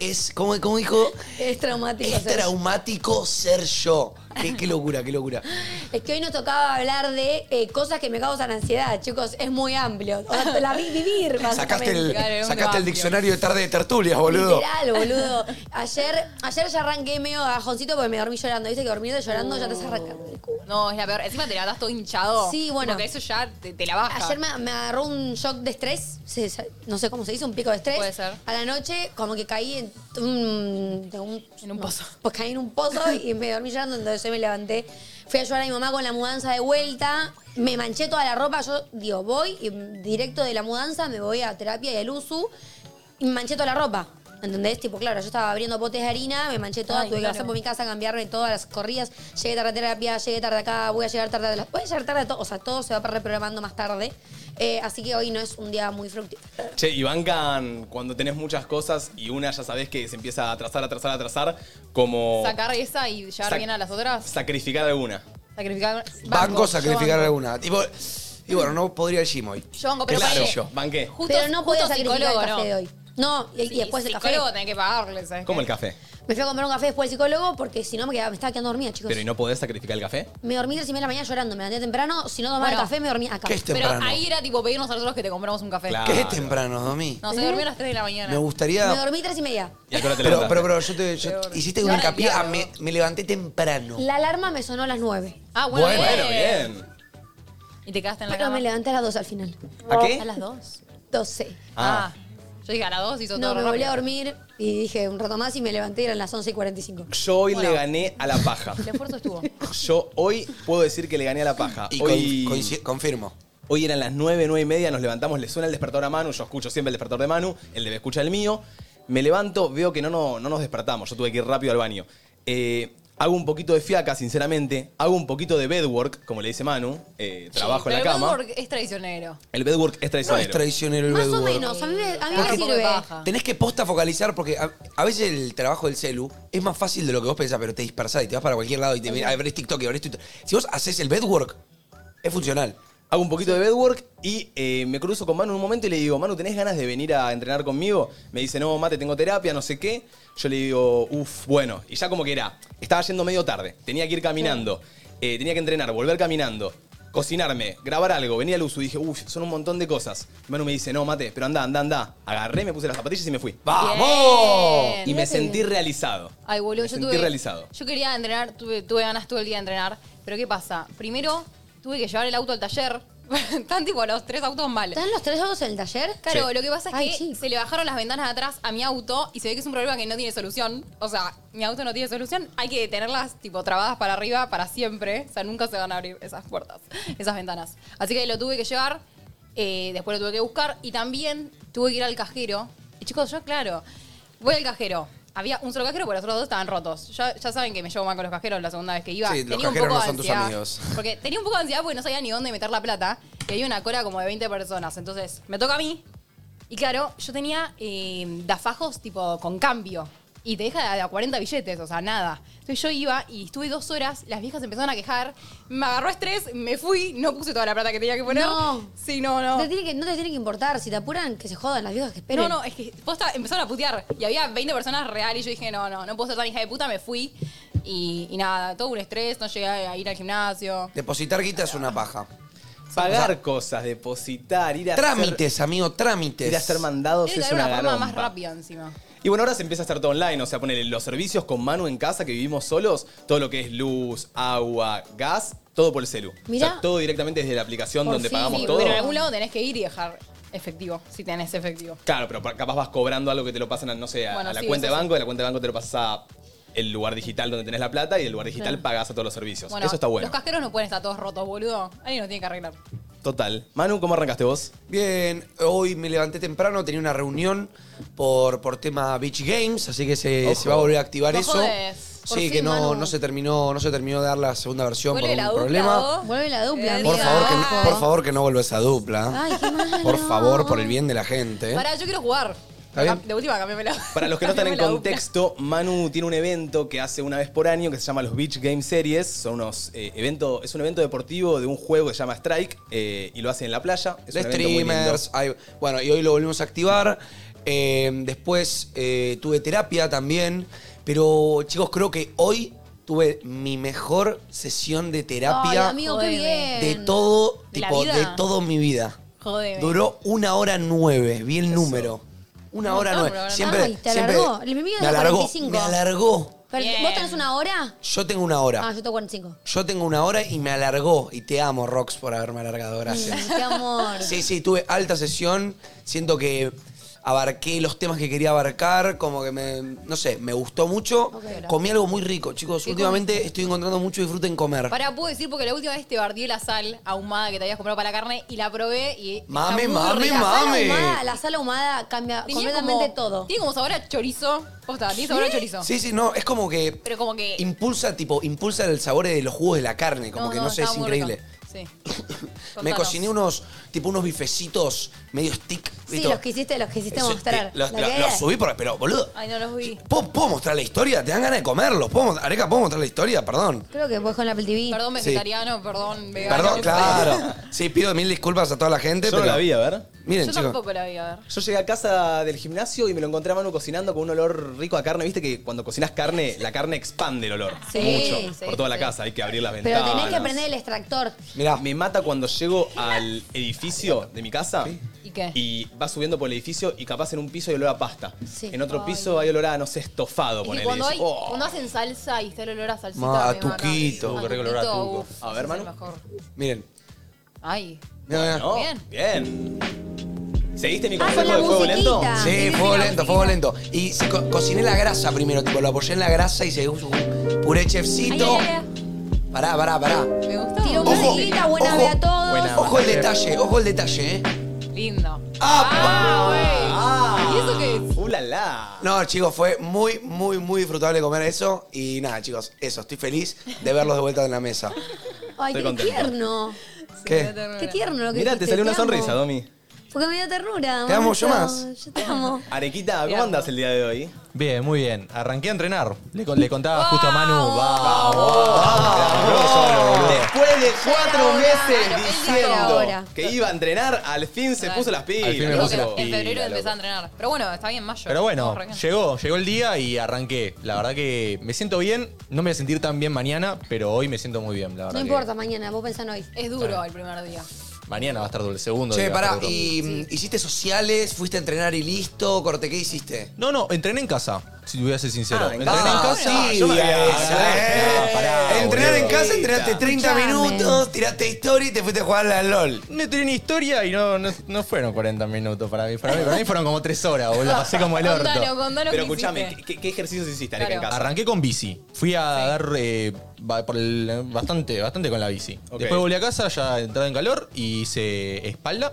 Speaker 3: Es, como, como dijo,
Speaker 7: es traumático
Speaker 3: es
Speaker 7: ser yo.
Speaker 3: traumático ser yo. Qué, qué locura, qué locura.
Speaker 7: Es que hoy nos tocaba hablar de eh, cosas que me causan ansiedad, chicos. Es muy amplio. O sea, te la vi vivir,
Speaker 3: Sacaste
Speaker 7: básicamente.
Speaker 3: el,
Speaker 8: Claro, es un
Speaker 3: sacaste el
Speaker 8: amplio.
Speaker 3: diccionario de tarde de tertulias, boludo.
Speaker 7: Literal, boludo. Ayer, ayer ya arranqué medio bajoncito porque me dormí llorando. Viste que dormirte llorando ya te estás arrancando el culo.
Speaker 8: No, es la peor. Encima te la das todo hinchado.
Speaker 7: Sí, bueno.
Speaker 8: Porque eso ya te, te la baja.
Speaker 7: Ayer me, me agarró un shock de estrés, se- se- no sé cómo se dice, un pico de estrés.
Speaker 8: Puede ser.
Speaker 7: A la noche como que caí en un, de un-
Speaker 8: En un pozo.
Speaker 7: Pues caí en un pozo y me dormí llorando, entonces yo me levanté. Fui a ayudar a mi mamá con la mudanza de vuelta, me manché toda la ropa, yo digo, voy y directo de la mudanza me voy a terapia y al USU y me manché toda la ropa. ¿Entendés? Tipo, claro, yo estaba abriendo botes de harina, me manché toda,
Speaker 8: Ay,
Speaker 7: tuve
Speaker 8: claro.
Speaker 7: que pasar por mi casa, cambiarme todas las corridas, llegué tarde a terapia, llegué tarde acá, voy a llegar tarde a las... Voy a llegar tarde a todo, o sea, todo se va reprogramando más tarde. Eh, así que hoy no es un día muy fructífero.
Speaker 2: Che, y bancan cuando tenés muchas cosas y una ya sabés que se empieza a atrasar, atrasar, atrasar, como
Speaker 8: Sacar esa y llevar
Speaker 2: Oh. Sac-
Speaker 8: bien a las otras.
Speaker 2: sacrificar alguna.
Speaker 8: Sacrificar.
Speaker 3: Banco,
Speaker 8: yo
Speaker 3: sacrificar
Speaker 8: banco.
Speaker 3: alguna. Tipo, y bueno, no podría ir al gym hoy.
Speaker 8: Yo banco, pero
Speaker 2: claro,
Speaker 8: ponele,
Speaker 2: yo. banqué.
Speaker 8: Justo,
Speaker 7: Pero no podía
Speaker 8: justo
Speaker 7: sacrificar el
Speaker 8: psicólogo,
Speaker 7: café
Speaker 8: no.
Speaker 7: de hoy. No, y, y
Speaker 8: Sí,
Speaker 7: después el café.
Speaker 8: psicólogo tenés que pagarle, ¿sabes?
Speaker 2: ¿Cómo
Speaker 8: qué?
Speaker 2: el café?
Speaker 7: Me fui a comprar un café después del psicólogo porque si no me, quedaba, me estaba quedando dormida, chicos.
Speaker 2: ¿Pero y no podés sacrificar el café?
Speaker 7: Me dormí a las 6 de la mañana llorando, me levanté temprano, si no tomaba el
Speaker 8: Bueno.
Speaker 7: café me dormía acá.
Speaker 3: ¿Qué es
Speaker 8: Pero
Speaker 3: temprano?
Speaker 8: ahí era tipo pedirnos a nosotros que te compramos un café.
Speaker 2: Claro.
Speaker 3: ¿Qué es temprano, Domi?
Speaker 8: No, se durmió a las 3 de la mañana.
Speaker 3: Me
Speaker 7: Me
Speaker 3: gustaría.
Speaker 7: dormí 3 y media.
Speaker 2: ¿Y a qué hora te
Speaker 3: Pero,
Speaker 2: levantaste?
Speaker 3: pero, pero, yo te. yo- hiciste un
Speaker 8: Ahora
Speaker 3: hincapié.
Speaker 8: ya,
Speaker 3: a me, me levanté temprano.
Speaker 7: La alarma me sonó a las 9.
Speaker 8: Ah, bueno,
Speaker 3: Bueno,
Speaker 2: Bueno, bien.
Speaker 8: Y te quedaste en la
Speaker 7: Pero
Speaker 8: cama.
Speaker 7: me levanté a las 2 al final.
Speaker 3: ¿A qué?
Speaker 8: A las 2.
Speaker 7: 12.
Speaker 2: Ah.
Speaker 8: Ah. Yo dije a las 2 hizo
Speaker 7: No,
Speaker 8: todo
Speaker 7: me
Speaker 8: rápido.
Speaker 7: volví a dormir y dije un rato más y me levanté y eran las 11 y 45.
Speaker 2: Yo hoy
Speaker 8: Bueno.
Speaker 2: le gané a la paja.
Speaker 8: El esfuerzo estuvo.
Speaker 2: Yo hoy puedo decir que le gané a la paja.
Speaker 3: Y con-
Speaker 2: Hoy,
Speaker 3: coinci- confirmo.
Speaker 2: hoy eran las 9, 9 y media, nos levantamos, le suena el despertador a Manu, yo escucho siempre el despertador de Manu, él debe escuchar el mío. Me levanto, veo que no, no, no nos despertamos, yo tuve que ir rápido al baño. Eh, hago un poquito de fiaca, sinceramente, hago un poquito de bedwork, como le dice Manu, eh, trabajo
Speaker 8: Pero
Speaker 2: en
Speaker 8: el
Speaker 2: la cama.
Speaker 8: Bedwork es traicionero.
Speaker 2: El bedwork es
Speaker 3: No
Speaker 2: traicionero.
Speaker 3: es traicionero el
Speaker 7: Más o
Speaker 3: bedwork.
Speaker 7: menos, a mí me, a mí me
Speaker 8: Porque-
Speaker 7: sirve.
Speaker 8: eh. Baja.
Speaker 3: Tenés que posta focalizar porque a, a veces el trabajo del celu es más fácil de lo que vos pensás, pero te dispersás y te vas para cualquier lado y te mirás, abrís TikTok y abrís Twitter. Si vos haces el bedwork, es funcional.
Speaker 2: Hago un poquito de bedwork y eh, me cruzo con Manu en un momento y le digo, Manu, ¿tenés ganas de venir a entrenar conmigo? Me dice, no, mate, tengo terapia, no sé qué. Yo le digo, uff, bueno. Y ya como que era, estaba yendo medio tarde, tenía que ir caminando, eh, tenía que entrenar, volver caminando, cocinarme, grabar algo, venía al uso y dije, uff, son un montón de cosas. Manu me dice, no, mate, pero anda, anda, anda. Agarré, me puse las zapatillas y me fui.
Speaker 3: ¡Vamos!
Speaker 8: Bien.
Speaker 2: Y me sentí realizado.
Speaker 8: Ay, boludo,
Speaker 2: me
Speaker 8: yo
Speaker 2: sentí
Speaker 8: tuve.
Speaker 2: realizado.
Speaker 8: Yo quería entrenar, tuve, tuve ganas todo el día de entrenar. Pero ¿qué pasa? Primero tuve que llevar el auto al taller. Están tipo los tres autos mal.
Speaker 7: ¿Están los tres autos en el taller?
Speaker 8: Claro, lo que pasa es
Speaker 7: Ay,
Speaker 8: que
Speaker 7: sí.
Speaker 8: se le bajaron las ventanas de atrás a mi auto y se ve que es un problema que no tiene solución. O sea, mi auto no tiene solución. Hay que tenerlas tipo trabadas para arriba para siempre. O sea, nunca se van a abrir esas puertas, esas ventanas. Así que lo tuve que llevar, eh, después lo tuve que buscar y también tuve que ir al cajero. Y chicos, yo claro, voy al cajero. había un solo cajero porque los otros dos estaban rotos. Ya, ya saben que me llevo mal con los cajeros la segunda vez que iba.
Speaker 3: Sí, los
Speaker 8: Tenía un
Speaker 3: cajeros
Speaker 8: poco
Speaker 3: no
Speaker 8: de
Speaker 3: son tus
Speaker 8: ansiedad,
Speaker 3: amigos.
Speaker 8: Porque tenía un poco de ansiedad porque no sabía ni dónde meter la plata. Y había una cola como de 20 personas. Entonces, me toca a mí. Y claro, yo tenía eh, dafajos tipo con cambio. Y te deja de a 40 billetes, o sea, nada. Entonces yo iba y estuve dos horas, las viejas empezaron a quejar, me agarró estrés, me fui, no puse toda la plata que tenía que poner.
Speaker 7: No.
Speaker 8: Sí, no, no.
Speaker 7: Te tiene que- no te tiene que importar. Si te apuran, que se jodan las viejas que esperen.
Speaker 8: No, no, es que posta, empezaron a putear y había 20 personas reales y yo dije, no, no, no puedo ser tan hija de puta, me fui y, y nada, todo un estrés, no llegué a ir al gimnasio.
Speaker 3: Depositar guita es una paja.
Speaker 2: Pagar cosas, depositar, ir a hacer-
Speaker 3: Trámites, amigo, trámites.
Speaker 2: ir a ser mandados
Speaker 8: Tiene que
Speaker 2: es
Speaker 8: haber
Speaker 2: una
Speaker 8: una forma más
Speaker 2: garompa.
Speaker 8: rápida encima.
Speaker 2: Y bueno, ahora se empieza a hacer todo online, o sea, poner los servicios con Manu en casa que vivimos solos, todo lo que es luz, agua, gas, todo por el celu.
Speaker 7: Mirá.
Speaker 2: O sea, todo directamente desde la aplicación
Speaker 7: Por
Speaker 2: donde
Speaker 7: fin.
Speaker 2: pagamos
Speaker 8: Sí,
Speaker 2: todo.
Speaker 8: pero en algún lado tenés que ir y dejar efectivo, si tenés efectivo.
Speaker 2: Claro, pero capaz vas cobrando algo que te lo pasan, a, no sé, a,
Speaker 8: Bueno,
Speaker 2: a la
Speaker 8: sí,
Speaker 2: cuenta de
Speaker 8: eso sí.
Speaker 2: banco, de la cuenta de banco te lo pasas a el lugar digital donde tenés la plata y del lugar digital
Speaker 7: Claro.
Speaker 2: pagás a todos los servicios. Eso está bueno.
Speaker 8: Los casqueros no pueden estar todos rotos, boludo. Alguien los tiene que arreglar.
Speaker 2: Total. Manu, ¿cómo arrancaste vos?
Speaker 3: Bien, hoy me levanté temprano, tenía una reunión por, por tema Beach Games, así que se,
Speaker 2: Ojo.
Speaker 3: se va a volver a activar
Speaker 8: No
Speaker 3: eso.
Speaker 8: jodés. Por
Speaker 3: Sí,
Speaker 8: fin,
Speaker 3: que no,
Speaker 8: Manu.
Speaker 3: no se terminó, no se terminó de dar la segunda versión por
Speaker 8: Vuelve
Speaker 3: un
Speaker 8: la dupla,
Speaker 3: problema.
Speaker 8: vos.
Speaker 7: Vuelve la dupla,
Speaker 8: Eh,
Speaker 3: Por
Speaker 7: amiga.
Speaker 3: favor, que, por favor que no vuelva esa
Speaker 8: Ah,
Speaker 3: dupla.
Speaker 7: Ah. Ay, qué malo.
Speaker 3: Por favor, por el bien de la gente.
Speaker 8: Pará, yo quiero jugar.
Speaker 3: Está bien.
Speaker 8: De última, cambiamela.
Speaker 2: Para los que no están en
Speaker 8: Cambiame la dupla.
Speaker 2: contexto, Manu tiene un evento que hace una vez por año que se llama los Beach Game Series. Son unos eh, evento, es un evento deportivo de un juego que se llama Strike eh, y lo hace en la playa. Es
Speaker 3: de
Speaker 2: un evento muy lindo.
Speaker 3: streamers. hay- bueno, y hoy lo volvimos a activar. Eh, después eh, tuve terapia también. Pero, chicos, creo que hoy tuve mi mejor sesión de
Speaker 7: Ay,
Speaker 3: terapia
Speaker 7: amigo, qué bien.
Speaker 3: de todo,
Speaker 8: ¿De la
Speaker 3: tipo,
Speaker 8: vida?
Speaker 3: de todo mi vida.
Speaker 8: Jodeme.
Speaker 3: Duró una hora nueve, vi el número. Una hora
Speaker 8: montón,
Speaker 3: nueve.
Speaker 8: pero
Speaker 3: Siempre,
Speaker 7: Ay, te
Speaker 3: siempre-
Speaker 7: alargó. El mío
Speaker 3: me
Speaker 7: era
Speaker 3: alargó.
Speaker 7: 45.
Speaker 3: Me alargó.
Speaker 7: Pero,
Speaker 8: Bien.
Speaker 7: ¿Vos tenés una hora?
Speaker 3: Yo tengo una hora.
Speaker 7: Ah, yo tengo 45.
Speaker 3: Yo tengo una hora y me alargó. Y te amo, Rox, por haberme alargado. Gracias.
Speaker 7: Qué amor.
Speaker 3: Sí, sí, tuve alta sesión. Siento que abarqué los temas que quería abarcar, como que me, no sé, me gustó mucho. Comí algo muy rico, chicos.
Speaker 8: ¿Qué
Speaker 3: Últimamente estoy encontrando mucho disfrute en comer.
Speaker 8: Pará, puedo decir porque la última vez te bardié la sal ahumada que te habías comprado para la carne y la probé y.
Speaker 3: Mame,
Speaker 8: está muy
Speaker 3: mame,
Speaker 8: rica.
Speaker 7: La sal
Speaker 3: mame.
Speaker 7: ahumada, Ah, la sal ahumada cambia
Speaker 8: Tenía como-
Speaker 7: completamente todo.
Speaker 8: Tiene como sabor a chorizo. Posta, tiene sabor a chorizo.
Speaker 3: Sí, sí, no, es como que
Speaker 8: Pero como que.
Speaker 3: impulsa, tipo, impulsa el sabor de los jugos de la carne, como
Speaker 8: no,
Speaker 3: que
Speaker 8: no,
Speaker 3: no, sé, es
Speaker 8: estaba muy rico.
Speaker 3: increíble.
Speaker 8: Sí.
Speaker 3: Me
Speaker 8: Contanos.
Speaker 3: cociné unos, tipo, unos bifecitos medio stick.
Speaker 7: Sí,
Speaker 3: ¿viste?
Speaker 7: los que hiciste, los que hiciste
Speaker 3: Eso,
Speaker 7: mostrar.
Speaker 3: eh, Los,
Speaker 7: La
Speaker 3: los-
Speaker 7: que-
Speaker 3: los subí, por- pero, boludo.
Speaker 8: Ay, no los vi.
Speaker 3: ¿Puedo, puedo mostrar la historia? ¿Te dan ganas de comerlos? ¿Puedo, mos- Areca, ¿puedo mostrar la historia? Perdón.
Speaker 7: Creo que vos con la Apple TV.
Speaker 8: Perdón, vegetariano, perdón, vegano.
Speaker 3: Perdón, claro. Sí, pido mil disculpas a toda la gente,
Speaker 2: Yo no
Speaker 3: pero.
Speaker 2: la vi, a ver.
Speaker 3: Miren,
Speaker 8: Yo
Speaker 3: chicos.
Speaker 8: tampoco la vi, a ver.
Speaker 2: Yo llegué a casa del gimnasio y me lo encontré a Manu cocinando con un olor rico a carne. Viste que cuando cocinas carne, la carne expande el olor.
Speaker 7: Sí,
Speaker 2: mucho.
Speaker 7: sí,
Speaker 2: por toda la
Speaker 8: sí.
Speaker 2: casa, hay que abrir las
Speaker 7: Pero
Speaker 2: ventanas.
Speaker 7: tenés que aprender el extractor.
Speaker 3: Mirá,
Speaker 2: Me mata cuando llego al edificio de mi casa.
Speaker 8: ¿Y qué?
Speaker 2: Y vas subiendo por el edificio y capaz en un piso hay olor a pasta.
Speaker 7: Sí.
Speaker 2: En otro piso hay olor a, no sé, estofado,
Speaker 8: Es que
Speaker 2: ponele.
Speaker 8: cuando,
Speaker 2: Y
Speaker 8: hay,
Speaker 2: dices, "Oh".
Speaker 8: cuando hacen salsa y está el olor a salsita.
Speaker 3: Ma, a
Speaker 8: me mata.
Speaker 3: tuquito.
Speaker 8: A
Speaker 9: Qué rico el olor a
Speaker 8: tuquito,
Speaker 9: tuco.
Speaker 8: uf,
Speaker 2: A ver,
Speaker 8: es el
Speaker 2: Manu.
Speaker 8: mejor.
Speaker 3: miren.
Speaker 8: Ay.
Speaker 3: Mirá, mirá.
Speaker 2: No,
Speaker 8: Bien.
Speaker 2: Bien. ¿Seguiste mi
Speaker 7: Ah, con
Speaker 2: consejo
Speaker 7: la
Speaker 2: de fuego lento?
Speaker 7: musiquita.
Speaker 3: Sí,
Speaker 8: Mirá,
Speaker 3: fuego
Speaker 8: mirá,
Speaker 3: lento,
Speaker 8: mirá.
Speaker 3: fuego lento. Y se co- cociné la grasa primero, tipo, lo apoyé en la grasa y se puso un puré
Speaker 8: Ay,
Speaker 3: chefcito.
Speaker 8: ay, ay,
Speaker 3: Pará, pará, pará.
Speaker 8: ay. Me gustó.
Speaker 7: Tira una
Speaker 3: Ojo,
Speaker 7: musiquita, buena
Speaker 3: ojo.
Speaker 7: ve a todos.
Speaker 3: Ojo el detalle, ojo el detalle, ¿eh?
Speaker 8: Lindo.
Speaker 3: ¡Ah!
Speaker 8: Ah, güey. ¿Y eso qué es?
Speaker 2: ¡Uh, la, la!
Speaker 3: No, chicos, fue muy, muy, muy disfrutable comer eso. Y nada, chicos, eso, estoy feliz de verlos de vuelta en la mesa.
Speaker 2: Estoy
Speaker 7: Ay, qué
Speaker 2: contento.
Speaker 7: tierno.
Speaker 3: ¿Qué?
Speaker 7: Qué tierno lo que
Speaker 2: Mirá,
Speaker 7: hiciste,
Speaker 2: te salió una
Speaker 7: amo.
Speaker 2: sonrisa, Domi.
Speaker 7: Porque me dio ternura.
Speaker 3: Te amo yo
Speaker 7: manito.
Speaker 3: más.
Speaker 7: Yo te amo.
Speaker 2: Arequita, ¿cómo
Speaker 8: Mirá.
Speaker 2: andas el día de hoy?
Speaker 9: Bien, muy bien. Arranqué a entrenar. Le, con- le contaba justo a Manu. ¡Vamos!
Speaker 2: Después de cuatro
Speaker 7: hora,
Speaker 2: meses
Speaker 7: claro, él dijo la hora.
Speaker 2: diciendo que iba a entrenar, al fin se
Speaker 8: Claro.
Speaker 2: puso las pilas.
Speaker 9: Al fin me
Speaker 8: Dijo
Speaker 9: puse
Speaker 8: que
Speaker 9: las
Speaker 8: en febrero
Speaker 2: Pila,
Speaker 8: empezó a
Speaker 2: loco.
Speaker 8: entrenar. Pero bueno, está bien, mayo.
Speaker 9: Pero bueno,
Speaker 8: Estamos arrancando.
Speaker 9: llegó, llegó el día y arranqué. La verdad que me siento bien. No me voy a sentir tan bien mañana, pero hoy me siento muy bien, la verdad.
Speaker 7: No
Speaker 9: que-
Speaker 7: importa mañana, vos pensás en hoy.
Speaker 8: Es duro el primer día.
Speaker 9: Mañana va a estar duro, el segundo.
Speaker 3: Che,
Speaker 9: día va a
Speaker 3: pará,
Speaker 9: estar duro.
Speaker 3: ¿y mm, hiciste sociales? ¿Fuiste a entrenar y listo? Corte, ¿qué hiciste?
Speaker 9: No, no, entrené en casa, si te voy a ser sincero.
Speaker 2: Ah, en
Speaker 9: entrené
Speaker 2: casa.
Speaker 9: en
Speaker 2: Ah,
Speaker 9: casa.
Speaker 2: sí, yo me había-
Speaker 3: esa, eh.
Speaker 9: No, pará,
Speaker 3: Entrenar en
Speaker 9: boludo.
Speaker 3: casa, entrenaste 30
Speaker 7: Escuchame.
Speaker 3: minutos, tiraste historia y te fuiste a jugar a la LOL.
Speaker 9: No tenía ni historia y no, no, no fueron 40 minutos para mí. Para mí, para mí fueron como 3 horas, boludo. Pasé como el
Speaker 8: Contalo,
Speaker 9: orto.
Speaker 8: contalo
Speaker 2: Pero
Speaker 8: qué
Speaker 2: escúchame,
Speaker 8: hiciste.
Speaker 2: ¿qué, qué ejercicios hiciste, Areca,
Speaker 8: Claro.
Speaker 2: en casa?
Speaker 9: Arranqué con bici. Fui a dar eh, ba- por el- bastante, bastante con la bici.
Speaker 2: Ok.
Speaker 9: Después volví a casa, ya entrada en calor y hice espalda.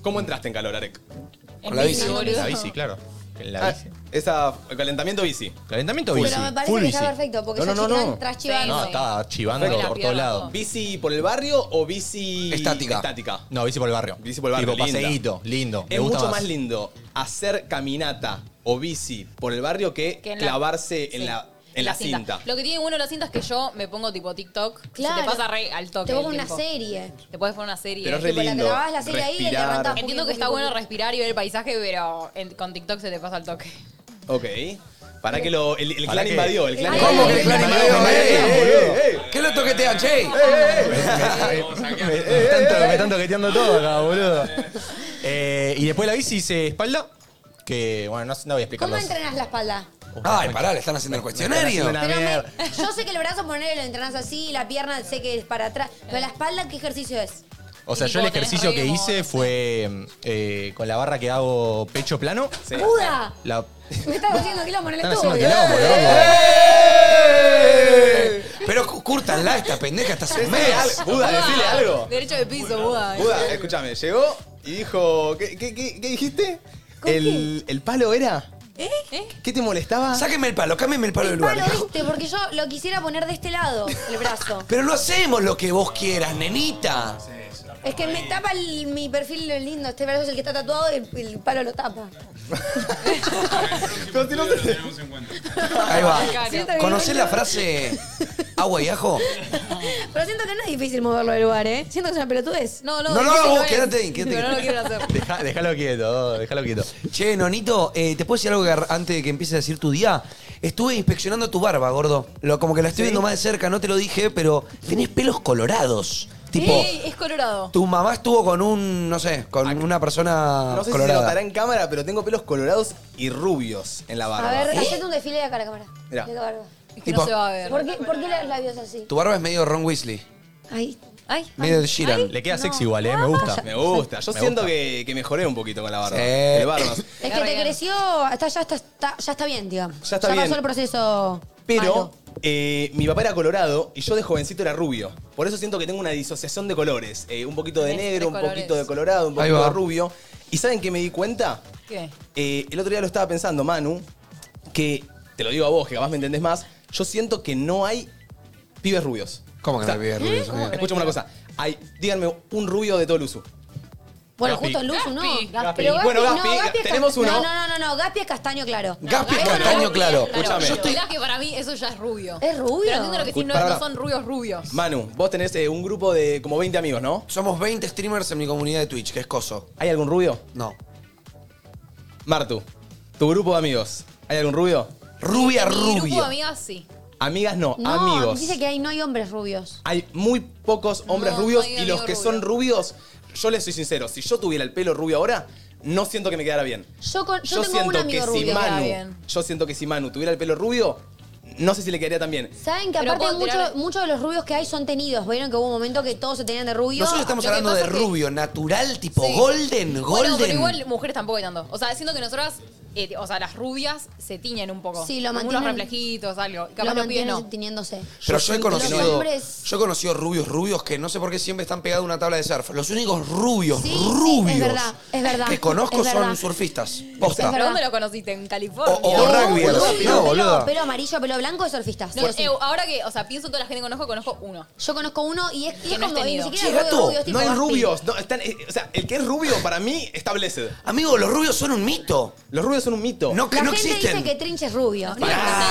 Speaker 2: ¿Cómo entraste en calor, Arek? Ah,
Speaker 8: En
Speaker 3: Con la bici.
Speaker 8: boludo.
Speaker 9: La bici, claro. en la bici.
Speaker 2: Esa, calentamiento bici.
Speaker 9: Calentamiento
Speaker 7: Pero
Speaker 9: bici.
Speaker 7: me parece
Speaker 9: full
Speaker 7: que
Speaker 9: bici.
Speaker 7: está perfecto, porque
Speaker 2: No,
Speaker 7: ya
Speaker 2: no, no,
Speaker 7: chiquitán
Speaker 2: no.
Speaker 7: tras chivando.
Speaker 9: No, está chivando
Speaker 7: Perfecto.
Speaker 9: por todos lados.
Speaker 2: ¿Bici por el barrio o bici
Speaker 3: Estática.
Speaker 2: estática?
Speaker 9: No, bici por el barrio.
Speaker 2: Bici por el barrio,
Speaker 9: Tipo
Speaker 2: linda.
Speaker 9: paseíto, lindo. Me
Speaker 2: Es
Speaker 9: gusta
Speaker 2: mucho más.
Speaker 9: más
Speaker 2: lindo hacer caminata o bici por el barrio que,
Speaker 8: Que en la-
Speaker 2: clavarse
Speaker 8: sí.
Speaker 2: en la, en la cinta.
Speaker 8: Lo que tiene bueno la cinta es que yo me pongo tipo TikTok.
Speaker 7: Claro.
Speaker 8: Claro. te pasa re al toque.
Speaker 7: Te pongo
Speaker 8: el
Speaker 7: una
Speaker 8: tiempo.
Speaker 7: serie.
Speaker 8: Te puedes poner una serie.
Speaker 2: Pero es re
Speaker 7: Tipo, la
Speaker 2: lindo.
Speaker 7: clavás la serie ahí y te
Speaker 2: respirar.
Speaker 7: levantás.
Speaker 8: Entiendo que está bueno respirar y ver el paisaje, pero en- con TikTok se te pasa al toque.
Speaker 2: Ok. Para que lo. El, el
Speaker 9: Para
Speaker 2: clan
Speaker 9: que-
Speaker 2: invadió. El clan
Speaker 3: ¿Cómo que el clan invadió?
Speaker 2: Me-
Speaker 3: ¡Ey,
Speaker 2: me-
Speaker 3: ey,
Speaker 2: boludo.
Speaker 3: ey! ¿Qué lo toquetean, che?
Speaker 2: Eh,
Speaker 9: Me, me están to- me están toqueteando todo acá, boludo. Eh, y después la bici hice espalda. Que, bueno, no, no voy a
Speaker 7: ¿Cómo
Speaker 9: explicarlo.
Speaker 7: entrenas la espalda?
Speaker 3: Ay, pará, le están haciendo el cuestionario.
Speaker 9: Una
Speaker 7: Pero me-
Speaker 9: mierda.
Speaker 7: yo sé que el brazo ponerlo lo entrenás así, la pierna sé que es para atrás. Pero la espalda, ¿qué ejercicio es?
Speaker 9: O sea,
Speaker 8: Y
Speaker 9: yo el
Speaker 8: tipo, tenés
Speaker 9: ejercicio que
Speaker 8: remos,
Speaker 9: hice
Speaker 8: sí.
Speaker 9: fue eh, con la barra que hago pecho plano.
Speaker 2: Sí.
Speaker 7: ¡Buda!
Speaker 9: La,
Speaker 7: Me estás haciendo quilombo en el
Speaker 9: están
Speaker 7: estudio.
Speaker 9: haciendo
Speaker 7: Eh,
Speaker 9: quilombo, loco.
Speaker 3: Pero cu- cúrtanla esta pendeja, estás un mes.
Speaker 2: Al- Buda, decile
Speaker 8: Ah.
Speaker 2: algo.
Speaker 8: Derecho de piso, Buda.
Speaker 2: Buda, escúchame, llegó y dijo. ¿Qué, qué, qué- qué dijiste?
Speaker 7: ¿Con
Speaker 2: El, ¿El palo era?
Speaker 8: ¿Eh?
Speaker 2: ¿Qué te molestaba?
Speaker 3: Sáquenme el palo, cámbienme el palo del
Speaker 7: El
Speaker 3: lugar.
Speaker 7: palo
Speaker 3: viejo.
Speaker 7: este, porque yo lo quisiera poner de este lado, el brazo.
Speaker 3: Pero no hacemos lo que vos quieras, nenita.
Speaker 7: Es que me tapa el- mi perfil lindo. Este brazo es el que está tatuado y el, el palo lo tapa.
Speaker 2: Pero si no se-
Speaker 3: Ahí va.
Speaker 8: Claro.
Speaker 3: ¿Conocés la frase agua y ajo?
Speaker 7: Pero siento que no es difícil moverlo del lugar, ¿eh? Siento que es una pelotudez.
Speaker 8: No, no,
Speaker 3: No, no,
Speaker 8: dije que
Speaker 3: vos
Speaker 8: es.
Speaker 3: quédate ahí, quédate
Speaker 8: Pero
Speaker 3: ahí.
Speaker 8: no lo quiero hacer.
Speaker 9: Deja- Déjalo quieto, oh, déjalo quieto.
Speaker 3: Che, Nonito, eh, ¿te puedo decir algo que ar- antes de que empieces a decir tu día? Estuve inspeccionando tu barba, gordo. Lo, como que la estoy viendo más de cerca, no te lo dije, pero tenés pelos colorados. Tipo,
Speaker 8: Ey, es colorado.
Speaker 3: tu mamá estuvo con un, no sé, con una persona
Speaker 2: No sé si se
Speaker 3: colorada.
Speaker 2: notará en cámara, pero tengo pelos colorados y rubios en la barba.
Speaker 7: A ver, hacete un desfile de acá a la cámara.
Speaker 2: Mirá.
Speaker 7: De tu barba.
Speaker 8: Es que
Speaker 3: ¿Eh? tipo-
Speaker 8: no se va a ver.
Speaker 7: ¿Por qué, ¿Por qué los labios así?
Speaker 3: tu barba es medio Ron Weasley,
Speaker 7: Ahí.
Speaker 8: Ay,
Speaker 3: medio de Sheeran.
Speaker 9: Le queda sexy igual,
Speaker 8: Ah,
Speaker 9: eh, me gusta.
Speaker 2: Me gusta. Yo siento
Speaker 9: gusta.
Speaker 2: Que, que mejoré un poquito con la barba.
Speaker 3: Sí.
Speaker 2: El barba.
Speaker 7: Es que
Speaker 8: Está
Speaker 7: te
Speaker 8: bien.
Speaker 7: creció, está, ya, está, está- ya está bien, digamos.
Speaker 2: Ya está bien.
Speaker 7: pasó el proceso.
Speaker 2: Pero
Speaker 7: malo.
Speaker 2: eh, mi papá era colorado y yo de jovencito era rubio. Por eso siento que tengo una disociación de colores. Eh, un poquito de
Speaker 8: Tenés
Speaker 2: negro, un
Speaker 8: tres colores.
Speaker 2: poquito de colorado, un
Speaker 3: Ahí
Speaker 2: poquito
Speaker 3: va.
Speaker 2: de rubio. ¿Y saben qué me di cuenta?
Speaker 8: ¿Qué?
Speaker 2: Eh, el otro día lo estaba pensando, Manu, que te lo digo a vos, que capaz me entendés más. Yo siento que no hay pibes rubios.
Speaker 3: ¿Cómo que
Speaker 2: O sea,
Speaker 3: no le pide rubios?
Speaker 8: ¿Eh? ¿Cómo que no?
Speaker 2: Escúchame una cosa. Hay, díganme un rubio de todo Luzu.
Speaker 7: Bueno,
Speaker 9: Gaspi.
Speaker 7: justo Luzu, no.
Speaker 8: Gaspi.
Speaker 2: Gaspi.
Speaker 7: Pero
Speaker 2: Bueno, Gaspi,
Speaker 7: no, es
Speaker 2: tenemos
Speaker 7: cas-
Speaker 2: uno.
Speaker 7: No, no, no, no, Gaspi es castaño claro.
Speaker 3: Gaspi es
Speaker 8: Ay, bueno,
Speaker 3: castaño
Speaker 8: Gaspi,
Speaker 3: claro.
Speaker 8: claro.
Speaker 2: Escúchame.
Speaker 8: Yo estoy... que para mí eso ya es rubio.
Speaker 7: ¿Es rubio?
Speaker 8: Pero entiendo lo que sí, no,
Speaker 2: Pará,
Speaker 8: no
Speaker 2: pará.
Speaker 8: son rubios rubios.
Speaker 2: Manu, vos tenés eh, un grupo de como 20 amigos, ¿no?
Speaker 3: Somos 20 streamers en mi comunidad de Twitch, que es coso.
Speaker 2: ¿Hay algún rubio?
Speaker 3: No.
Speaker 2: Martu, tu grupo de amigos. ¿Hay algún rubio?
Speaker 3: Rubia,
Speaker 8: Mi grupo de
Speaker 3: rubia.
Speaker 8: amigas sí.
Speaker 2: Amigas no,
Speaker 7: No,
Speaker 2: amigos.
Speaker 7: dice que ahí no hay hombres rubios.
Speaker 2: Hay muy pocos hombres
Speaker 8: No,
Speaker 2: rubios
Speaker 8: no hay
Speaker 2: y los
Speaker 8: amigo
Speaker 2: que
Speaker 8: rubio.
Speaker 2: son rubios, yo les soy sincero, si yo tuviera el pelo rubio ahora, no siento que me quedara bien.
Speaker 7: Yo, con- yo
Speaker 2: Yo,
Speaker 7: tengo un
Speaker 2: siento que
Speaker 7: amigo
Speaker 2: si
Speaker 7: rubio.
Speaker 8: queda
Speaker 2: Manu,
Speaker 8: bien.
Speaker 2: yo siento que si Manu tuviera el pelo rubio, no sé si le quedaría tan bien.
Speaker 7: Saben que
Speaker 8: Pero
Speaker 7: aparte
Speaker 8: puedo
Speaker 7: mucho-
Speaker 8: tirar-
Speaker 7: muchos de los rubios que hay son tenidos. Vieron que hubo un momento que todos se tenían de rubio.
Speaker 3: Nosotros estamos
Speaker 8: Lo que
Speaker 3: hablando de
Speaker 8: pasa es que-
Speaker 3: rubio, natural, tipo
Speaker 8: Sí.
Speaker 3: golden,
Speaker 8: Bueno, pero
Speaker 3: golden.
Speaker 8: igual mujeres tampoco hay tanto. O sea, siento que nosotras, eh, o sea, las rubias se tiñen un poco.
Speaker 7: Sí, lo
Speaker 8: Como
Speaker 7: mantienen-
Speaker 8: Unos reflejitos, algo. Y
Speaker 7: Lo
Speaker 8: capaz los pibes
Speaker 7: mantienen
Speaker 8: no.
Speaker 7: teniéndose.
Speaker 3: Pero yo,
Speaker 2: Yo
Speaker 3: he
Speaker 2: siento que
Speaker 7: los
Speaker 3: conocido,
Speaker 7: hombres-
Speaker 3: yo he conocido rubios, rubios que no sé por qué siempre están pegados a una tabla de surf. Los únicos rubios,
Speaker 7: Sí, sí,
Speaker 3: rubios
Speaker 7: es verdad, es verdad,
Speaker 3: que conozco
Speaker 7: es verdad.
Speaker 3: son surfistas. Posta.
Speaker 7: Es verdad.
Speaker 8: ¿Pero dónde lo conociste? ¿En California?
Speaker 3: O- o rugby,
Speaker 7: boludo,
Speaker 3: los-
Speaker 7: pelo-
Speaker 3: no,
Speaker 7: pelo-
Speaker 3: boluda.
Speaker 7: Pelo amarillo, pelo blanco es surfista. sí
Speaker 8: No,
Speaker 7: o sí.
Speaker 8: eh, ahora que, o sea, pienso en toda la gente que conozco, conozco uno.
Speaker 7: Yo conozco uno y es, y es
Speaker 8: Que no es
Speaker 7: como- y ni
Speaker 8: tenido.
Speaker 7: siquiera
Speaker 3: Che,
Speaker 7: es rubio,
Speaker 3: gato,
Speaker 7: rubio, es tipo
Speaker 2: no hay
Speaker 7: Gaspi.
Speaker 2: rubios, no, están, eh, o sea, el que es rubio para mí está blessed.
Speaker 3: Amigo, los rubios son un mito.
Speaker 2: Los rubios son un mito.
Speaker 3: No, que
Speaker 7: La
Speaker 3: no
Speaker 7: gente
Speaker 3: existen.
Speaker 7: dice que Trinche es rubio.
Speaker 8: No,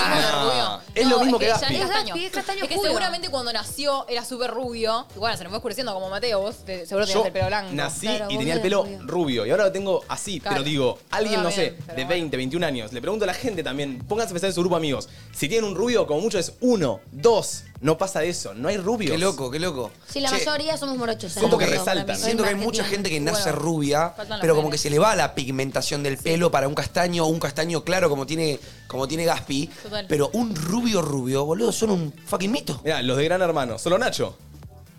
Speaker 2: Ah,
Speaker 8: no,
Speaker 2: es lo mismo que
Speaker 8: ya
Speaker 2: Gaspi.
Speaker 8: Es
Speaker 7: Es
Speaker 8: castaño.
Speaker 7: Gaspi, es castaño
Speaker 8: Es que
Speaker 7: oscuro.
Speaker 8: seguramente cuando nació era súper rubio. Y bueno, se nos fue oscureciendo como Mateo, vos te- seguro tenías
Speaker 2: Yo
Speaker 8: el pelo blanco.
Speaker 2: nací
Speaker 7: Claro,
Speaker 2: y
Speaker 7: vos
Speaker 2: tenía el
Speaker 7: eras
Speaker 2: pelo
Speaker 7: rubio.
Speaker 2: rubio. y ahora lo tengo así,
Speaker 8: Claro.
Speaker 2: pero digo, alguien,
Speaker 8: Yo
Speaker 2: no
Speaker 8: también,
Speaker 2: sé,
Speaker 8: pero
Speaker 2: de
Speaker 8: bueno.
Speaker 2: 20, 21 años, le pregunto a la gente también, pónganse a pensar en su grupo de amigos, si tienen un rubio como mucho es uno, dos, no pasa de eso, no hay rubios.
Speaker 3: Qué loco, qué loco.
Speaker 7: Sí, la
Speaker 3: Che,
Speaker 7: mayoría somos morochos. ¿eh?
Speaker 2: Siento que
Speaker 7: Perdón,
Speaker 2: resaltan.
Speaker 7: para mí.
Speaker 3: Siento que hay
Speaker 7: Soy
Speaker 3: mucha
Speaker 7: marketing.
Speaker 3: gente que nace
Speaker 8: Bueno,
Speaker 3: rubia,
Speaker 8: faltan las
Speaker 3: pero como que
Speaker 8: mujeres.
Speaker 3: se le va la pigmentación del pelo para un castaño o un castaño claro como tiene, como tiene Gaspi.
Speaker 8: Total.
Speaker 3: Pero un rubio rubio, boludo, son un fucking mito.
Speaker 2: Mirá, los de Gran Hermano, solo Nacho.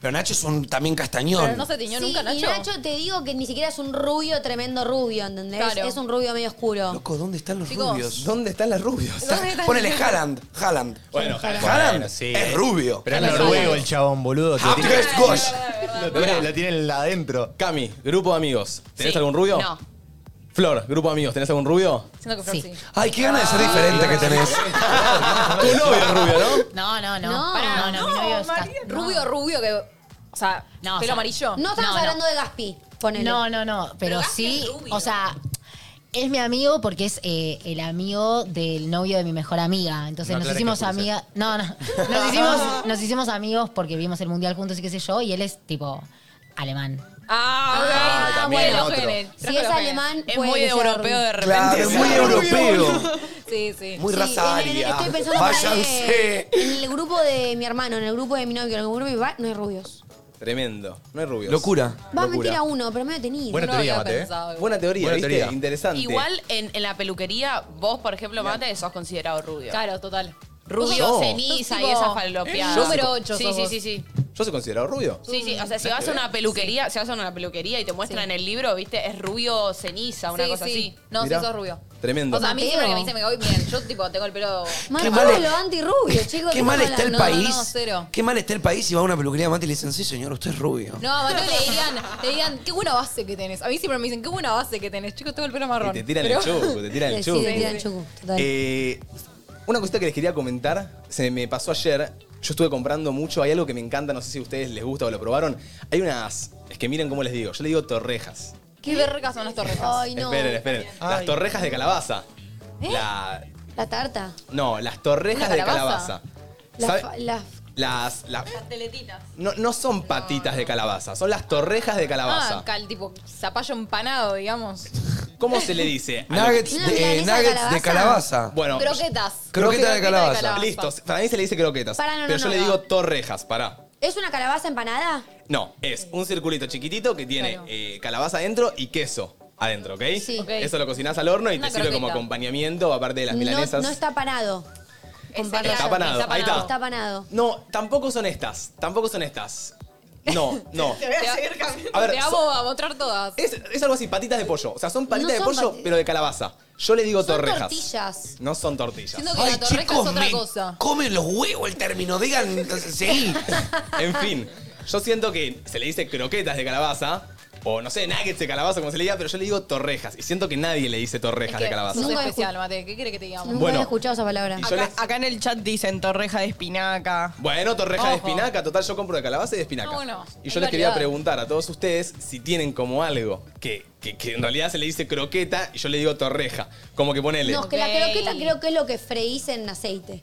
Speaker 3: Pero Nacho es un también castañón.
Speaker 8: Pero no se tiñó
Speaker 7: Sí,
Speaker 8: nunca, Nacho.
Speaker 7: Y Nacho te digo que ni siquiera es un rubio tremendo rubio, ¿entendés?
Speaker 8: Claro.
Speaker 7: Es un rubio medio oscuro.
Speaker 3: Loco, ¿dónde están los
Speaker 8: Chicos.
Speaker 3: rubios?
Speaker 2: ¿Dónde están las rubios?
Speaker 3: Ponele Haaland, Haaland.
Speaker 2: Bueno,
Speaker 3: Haaland
Speaker 9: Bueno, sí.
Speaker 3: es rubio.
Speaker 9: Pero es noruego el chabón, boludo. te tiene-
Speaker 3: Hamburger Gosh.
Speaker 9: Lo tiene- lo tienen adentro.
Speaker 2: Cami, grupo de amigos, ¿tenés
Speaker 8: Sí.
Speaker 2: algún rubio?
Speaker 8: No.
Speaker 2: Flor, grupo de amigos, ¿tenés algún rubio?
Speaker 8: Siento que Flor sí.
Speaker 2: Ay, qué ganas de ser diferente que tenés. tu novio es rubio, ¿no?
Speaker 10: No, no, no.
Speaker 8: No,
Speaker 10: Pará, no, no, mi novio es ca-
Speaker 8: Rubio, rubio, que. O sea,
Speaker 10: No, o
Speaker 8: pelo
Speaker 10: sea,
Speaker 8: amarillo.
Speaker 7: No estamos hablando de Gaspi. Ponele.
Speaker 10: No, no, no. Pero,
Speaker 7: Pero Gaspi
Speaker 10: sí,
Speaker 7: es rubio.
Speaker 10: o sea, es mi amigo porque es eh, el amigo del novio de mi mejor amiga. Entonces
Speaker 9: No
Speaker 10: nos
Speaker 9: aclares
Speaker 10: hicimos
Speaker 9: que es
Speaker 10: amigas. No, no. Nos hicimos, nos hicimos amigos porque vimos el mundial juntos y qué sé yo. Y él es tipo alemán.
Speaker 8: Ah, ok.
Speaker 7: también,
Speaker 8: Bueno,
Speaker 2: otro.
Speaker 8: genes.
Speaker 7: Si es alemán,
Speaker 8: Es
Speaker 7: puede
Speaker 8: muy
Speaker 7: que sea
Speaker 8: europeo
Speaker 7: rubio.
Speaker 8: de repente.
Speaker 3: Claro, es muy europeo.
Speaker 8: Sí, sí.
Speaker 3: Muy
Speaker 7: Sí,
Speaker 3: raza
Speaker 7: en el-
Speaker 3: aria.
Speaker 7: Estoy pensando
Speaker 3: Váyanse.
Speaker 7: En el grupo de mi hermano, en el grupo de mi novio, en el grupo de mi papá, no hay rubios.
Speaker 2: Tremendo. No hay rubios.
Speaker 3: Locura.
Speaker 7: Va a
Speaker 2: Locura.
Speaker 7: mentir a uno, pero medio tenido.
Speaker 9: Bueno,
Speaker 8: No
Speaker 9: teoría,
Speaker 8: había
Speaker 9: Mate, ¿eh?
Speaker 8: pensado igual.
Speaker 2: Buena teoría,
Speaker 9: Buena
Speaker 2: ¿viste?
Speaker 9: teoría.
Speaker 2: Interesante.
Speaker 11: Igual en, en la peluquería, vos, por ejemplo, Mate, sos considerado rubio.
Speaker 8: Claro, total.
Speaker 11: Rubio,
Speaker 2: No.
Speaker 11: ceniza
Speaker 8: Tipo,
Speaker 11: y esa falopeada.
Speaker 8: yo Número ocho
Speaker 11: Sí,
Speaker 8: sos
Speaker 11: sí,
Speaker 8: vos.
Speaker 11: sí, sí.
Speaker 2: ¿Yo soy considerado rubio?
Speaker 11: Sí, sí, o sea, si vas a una peluquería, si vas a una peluquería y te muestran el libro, viste, es rubio ceniza, una
Speaker 8: sí,
Speaker 11: cosa
Speaker 8: sí.
Speaker 11: así.
Speaker 8: No,
Speaker 2: Mirá.
Speaker 8: sí, sos rubio.
Speaker 2: Tremendo.
Speaker 8: O sea, a mí
Speaker 7: Mateo.
Speaker 8: siempre que me dicen me voy, miren, yo tipo tengo el pelo.
Speaker 7: Mal,
Speaker 3: Qué mal es-
Speaker 7: lo anti-rubio, chicos.
Speaker 3: Qué mal está el
Speaker 8: no,
Speaker 3: país.
Speaker 8: no, cero.
Speaker 3: Qué mal está el país si va a una peluquería de Mate y le dicen, sí, señor, usted es rubio.
Speaker 8: No, a Mateo le dirían, le dirían, qué buena base que tenés. A mí siempre me dicen, qué buena base que tenés. Chicos, tengo el pelo marrón.
Speaker 2: Y te tiran
Speaker 8: Pero-
Speaker 2: el chucu, te tiran el
Speaker 7: Sí,
Speaker 2: chucu.
Speaker 7: te tiran el chucu, total.
Speaker 2: Eh, una cosita que les quería comentar, se me pasó ayer. Yo estuve comprando mucho, hay algo que me encanta, no sé si a ustedes les gusta o lo probaron. Hay unas, es que miren cómo les digo, yo le digo torrejas.
Speaker 8: Qué vergas son las torrejas.
Speaker 7: Ay, no.
Speaker 2: Esperen, esperen. Las
Speaker 9: Ay.
Speaker 2: torrejas de calabaza. La,
Speaker 7: La tarta.
Speaker 2: no, las torrejas
Speaker 8: ¿Una
Speaker 2: de
Speaker 8: calabaza?
Speaker 2: calabaza.
Speaker 7: La,
Speaker 2: ¿Sabe?
Speaker 7: fa- la-
Speaker 2: Las,
Speaker 3: Ah.
Speaker 2: la-
Speaker 8: Teletitas.
Speaker 2: no, no son patitas de calabaza, son las torrejas de
Speaker 8: Ah,
Speaker 2: calabaza.
Speaker 8: cal, tipo zapallo empanado, digamos.
Speaker 2: ¿Cómo se le dice? a lo-
Speaker 3: Nuggets,
Speaker 7: Una
Speaker 3: de, eh,
Speaker 7: milanesa de
Speaker 3: nuggets de
Speaker 7: calabaza.
Speaker 3: calabaza.
Speaker 2: Bueno,
Speaker 8: Croquetas.
Speaker 3: Croqueta de calabaza.
Speaker 2: listo, para mí se le dice croquetas.
Speaker 7: Pará, no, no,
Speaker 2: pero yo
Speaker 7: no,
Speaker 2: le
Speaker 7: no.
Speaker 2: digo torrejas, pará.
Speaker 7: ¿Es una calabaza empanada?
Speaker 2: No, es un circulito chiquitito que tiene
Speaker 8: Claro.
Speaker 2: eh, calabaza adentro y queso adentro, ¿ok?
Speaker 7: Sí.
Speaker 8: Ok.
Speaker 2: Eso lo cocinás al horno y
Speaker 8: Una
Speaker 2: te sirve como
Speaker 8: croqueta.
Speaker 2: acompañamiento, aparte de las
Speaker 7: No,
Speaker 2: milanesas.
Speaker 7: no está parado.
Speaker 2: Está apanado, ahí está.
Speaker 7: Está panado.
Speaker 2: No, tampoco son estas, tampoco son estas. No, no.
Speaker 11: Te va-
Speaker 2: A ver,
Speaker 8: Te
Speaker 2: so-
Speaker 8: amo a mostrar todas.
Speaker 2: es, es algo así, patitas de pollo. O sea, son patitas
Speaker 7: No
Speaker 2: de
Speaker 7: son
Speaker 2: pollo,
Speaker 7: pati-
Speaker 2: pero de calabaza. Yo le digo
Speaker 7: Son
Speaker 2: torrejas.
Speaker 7: tortillas.
Speaker 2: No son tortillas.
Speaker 8: Siento que la torreja es otra
Speaker 3: me
Speaker 8: cosa.
Speaker 3: comen los huevos el término. Digan, entonces, sí.
Speaker 2: En fin, yo siento que se le dice croquetas de calabaza. O no sé, nuggets de calabaza, como se le diga, pero yo le digo torrejas. Y siento que nadie le dice torrejas de calabaza.
Speaker 8: Sos
Speaker 7: Nunca
Speaker 8: especial, Mate. ¿Qué querés que te digamos?
Speaker 7: Nunca
Speaker 2: Bueno.
Speaker 7: había escuchado esa palabra.
Speaker 2: Y yo
Speaker 11: Acá,
Speaker 2: les-
Speaker 11: acá en el chat dicen torreja de espinaca.
Speaker 2: Bueno, torreja de
Speaker 8: Ojo.
Speaker 2: espinaca, total, yo compro de calabaza y de espinaca.
Speaker 8: Ah, bueno,
Speaker 2: y
Speaker 8: hay
Speaker 2: yo les quería
Speaker 8: variedad.
Speaker 2: preguntar a todos ustedes si tienen como algo que, que- que en realidad se le dice croqueta y yo le digo torreja. Como que ponele.
Speaker 7: No,
Speaker 2: No,
Speaker 7: es que la
Speaker 8: Ok.
Speaker 7: croqueta creo que es lo que freís en aceite.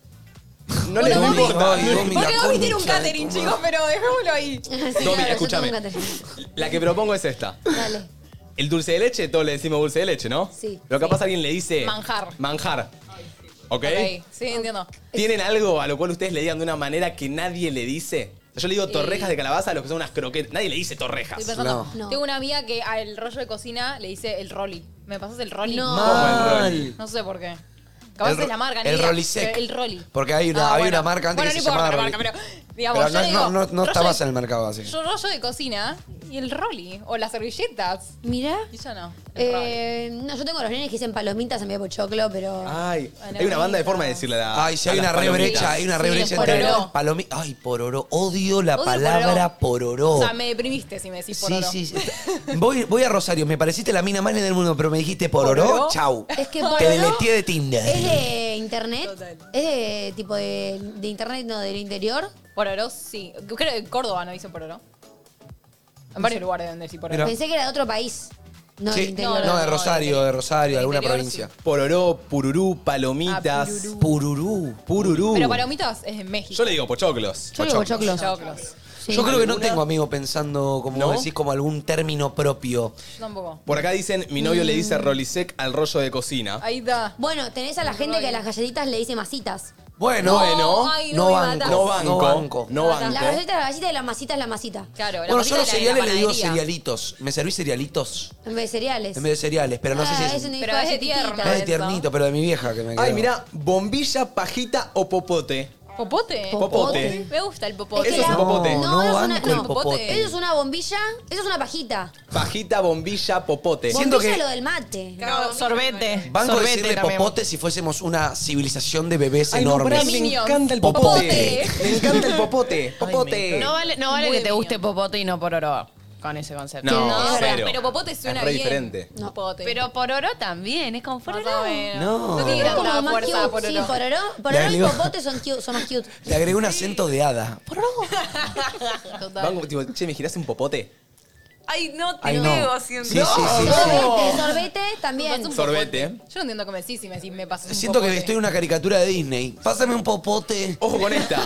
Speaker 2: les
Speaker 3: Domi,
Speaker 2: importa.
Speaker 3: ay, Domi, la
Speaker 8: Porque Domi tiene un
Speaker 3: concha de
Speaker 8: catering,
Speaker 3: tu madre.
Speaker 8: chicos, pero dejémoslo ahí.
Speaker 7: Sí,
Speaker 2: Domi,
Speaker 7: claro, yo
Speaker 2: escúchame.
Speaker 7: tengo un
Speaker 2: La que propongo es esta.
Speaker 7: Dale.
Speaker 2: El dulce de leche, todos le decimos dulce de leche, ¿no?
Speaker 7: Sí.
Speaker 2: Lo que pasa alguien le dice.
Speaker 8: Manjar.
Speaker 2: Manjar. ¿Ok?
Speaker 8: Ok, sí, entiendo.
Speaker 2: ¿Tienen algo a lo cual ustedes le digan de una manera que nadie le dice? O sea, Yo le digo torrejas de calabaza a los que son unas croquetas. Nadie le dice torrejas.
Speaker 8: Estoy pensando.
Speaker 7: No.
Speaker 8: Tengo una amiga que al rollo de cocina le dice el rolly. ¿Me pasas el rolly?
Speaker 7: No.
Speaker 3: Mal.
Speaker 8: No sé por qué. Capaz
Speaker 3: El ro-
Speaker 8: es la marca, ni
Speaker 3: el
Speaker 8: idea,
Speaker 3: Rolisec.
Speaker 8: pero El rolly.
Speaker 3: Porque hay una- había una marca antes
Speaker 8: Ah, bueno,
Speaker 3: que
Speaker 8: no
Speaker 3: se
Speaker 8: importa
Speaker 3: llamaba
Speaker 8: la marca,
Speaker 3: Rolly.
Speaker 8: pero digamos,
Speaker 3: Pero
Speaker 8: yo
Speaker 3: no,
Speaker 8: digo,
Speaker 3: no, no, no
Speaker 8: rollo
Speaker 3: estabas
Speaker 8: de-
Speaker 3: en el mercado así.
Speaker 8: Yo rollo de cocina y el rolly. O las servilletas.
Speaker 7: Mirá.
Speaker 8: Y yo no. el rolly.
Speaker 7: Eh, no, yo tengo los nenes que dicen palomitas en mi pochoclo, pero.
Speaker 2: Ay,
Speaker 8: Bueno,
Speaker 2: hay una banda de
Speaker 8: bonito.
Speaker 2: forma de decirle a la.
Speaker 3: Ay, si hay
Speaker 2: a
Speaker 3: una
Speaker 2: las
Speaker 3: re
Speaker 2: palomitas.
Speaker 3: brecha, hay una re
Speaker 8: Sí,
Speaker 3: brecha
Speaker 8: pororó.
Speaker 3: entre palomi- Ay, pororó. Odio la
Speaker 8: Odio
Speaker 3: palabra pororó.
Speaker 8: O sea, me deprimiste si me decís por
Speaker 3: Sí, sí, sí. Voy, voy a Rosario, me pareciste la mina más linda del mundo, pero me dijiste pororó,
Speaker 8: Pororó.
Speaker 3: chau.
Speaker 7: Es que
Speaker 3: Te
Speaker 7: pororó
Speaker 3: deleteé de Tinder.
Speaker 7: ¿Es de internet?
Speaker 8: Total.
Speaker 7: ¿Es de tipo de, de internet, no, del interior?
Speaker 8: Pororó, sí. Creo que en Córdoba no dicen pororó. En varios lugares donde sí pororó.
Speaker 7: Pensé que era de otro país. No, del
Speaker 3: Sí,
Speaker 7: interior.
Speaker 3: no, de Rosario, de Rosario, de alguna
Speaker 8: Interior,
Speaker 3: provincia.
Speaker 2: Pororó, pururú, palomitas.
Speaker 8: Ah, pururú.
Speaker 3: Pururú.
Speaker 2: Pururú.
Speaker 8: Pero palomitas es en México.
Speaker 2: Yo le digo pochoclos.
Speaker 7: Yo digo pochoclos.
Speaker 8: Choclos.
Speaker 7: Sí.
Speaker 3: Yo creo que no
Speaker 2: ¿Alguna?
Speaker 3: tengo amigos pensando, como
Speaker 2: ¿No?
Speaker 3: decís, como algún término propio.
Speaker 8: Yo tampoco.
Speaker 2: Por acá dicen, mi novio le
Speaker 8: Mm.
Speaker 2: dice rolisec al rollo de cocina.
Speaker 8: Ahí da.
Speaker 7: Bueno, tenés a la gente que a las galletitas le dice masitas.
Speaker 3: Bueno,
Speaker 8: Bueno. ay, no
Speaker 3: no,
Speaker 8: me
Speaker 3: banco,
Speaker 8: matás.
Speaker 2: No banco.
Speaker 3: no banco.
Speaker 2: No
Speaker 7: La
Speaker 2: banco.
Speaker 7: galleta es la galleta y la masita es la masita.
Speaker 8: Claro, la
Speaker 3: Bueno,
Speaker 8: masita
Speaker 3: yo a los
Speaker 8: de la- de
Speaker 3: cereales
Speaker 8: la
Speaker 3: le digo
Speaker 8: panadería.
Speaker 3: cerealitos. Me serví cerealitos
Speaker 7: En vez de cereales.
Speaker 3: en vez de cereales, pero no sé si
Speaker 7: Ah,
Speaker 3: es...
Speaker 7: ese
Speaker 8: Pero es de tierno.
Speaker 3: No es de
Speaker 8: eso.
Speaker 3: tiernito, pero de mi vieja que me
Speaker 2: Ay,
Speaker 3: quedó.
Speaker 2: mira, bombilla, pajita o popote.
Speaker 8: ¿Popote?
Speaker 2: Popote.
Speaker 8: Me gusta el
Speaker 7: Es que
Speaker 8: popote.
Speaker 2: Eso es un
Speaker 7: la-
Speaker 2: popote.
Speaker 7: No,
Speaker 3: No
Speaker 7: eso es una-
Speaker 3: banco
Speaker 7: no.
Speaker 3: el popote.
Speaker 7: Eso es una bombilla, eso es una pajita.
Speaker 2: Pajita, bombilla, popote.
Speaker 3: Siento
Speaker 7: bombilla
Speaker 3: que-
Speaker 7: es lo del mate.
Speaker 11: No, sorbete.
Speaker 3: Banco
Speaker 11: sorbete
Speaker 3: decirle
Speaker 11: también.
Speaker 3: popote si fuésemos una civilización de bebés
Speaker 2: Ay, no, pará,
Speaker 3: enormes.
Speaker 2: me
Speaker 8: Minions.
Speaker 2: encanta el popote.
Speaker 3: Eh,
Speaker 8: Popote.
Speaker 2: Me encanta el popote. Popote.
Speaker 11: Este, No vale, no vale
Speaker 8: Eh, Muy
Speaker 11: que te
Speaker 8: mío.
Speaker 11: guste popote y no pororó. con ese concepto.
Speaker 2: No, No, cero.
Speaker 11: pero Popote suena
Speaker 2: Es re
Speaker 11: bien.
Speaker 2: diferente.
Speaker 11: Popote.
Speaker 12: Pero Pororo también, es con Pororo.
Speaker 3: No.
Speaker 7: No tiene
Speaker 12: No.
Speaker 7: como más
Speaker 12: Fuerza,
Speaker 7: cute.
Speaker 12: Pororó.
Speaker 7: Sí, pororó,
Speaker 3: Le
Speaker 7: pororó y
Speaker 3: digo-
Speaker 7: popote son, cute, son más cute.
Speaker 3: Le agregué un acento de hada.
Speaker 2: Van como, tipo, che, ¿me giraste un popote?
Speaker 11: Ay, no
Speaker 2: Ay, no.
Speaker 11: siento.
Speaker 2: Sí, sí, sí, sí.
Speaker 8: Oh.
Speaker 7: Sorbete, sorbete también.
Speaker 2: Sorbete. ¿eh?
Speaker 8: Yo no entiendo qué me decís si me decís me pasas un
Speaker 3: Siento que
Speaker 8: popote.
Speaker 3: estoy en una caricatura de Disney. Pásame un popote.
Speaker 2: Ojo con esta.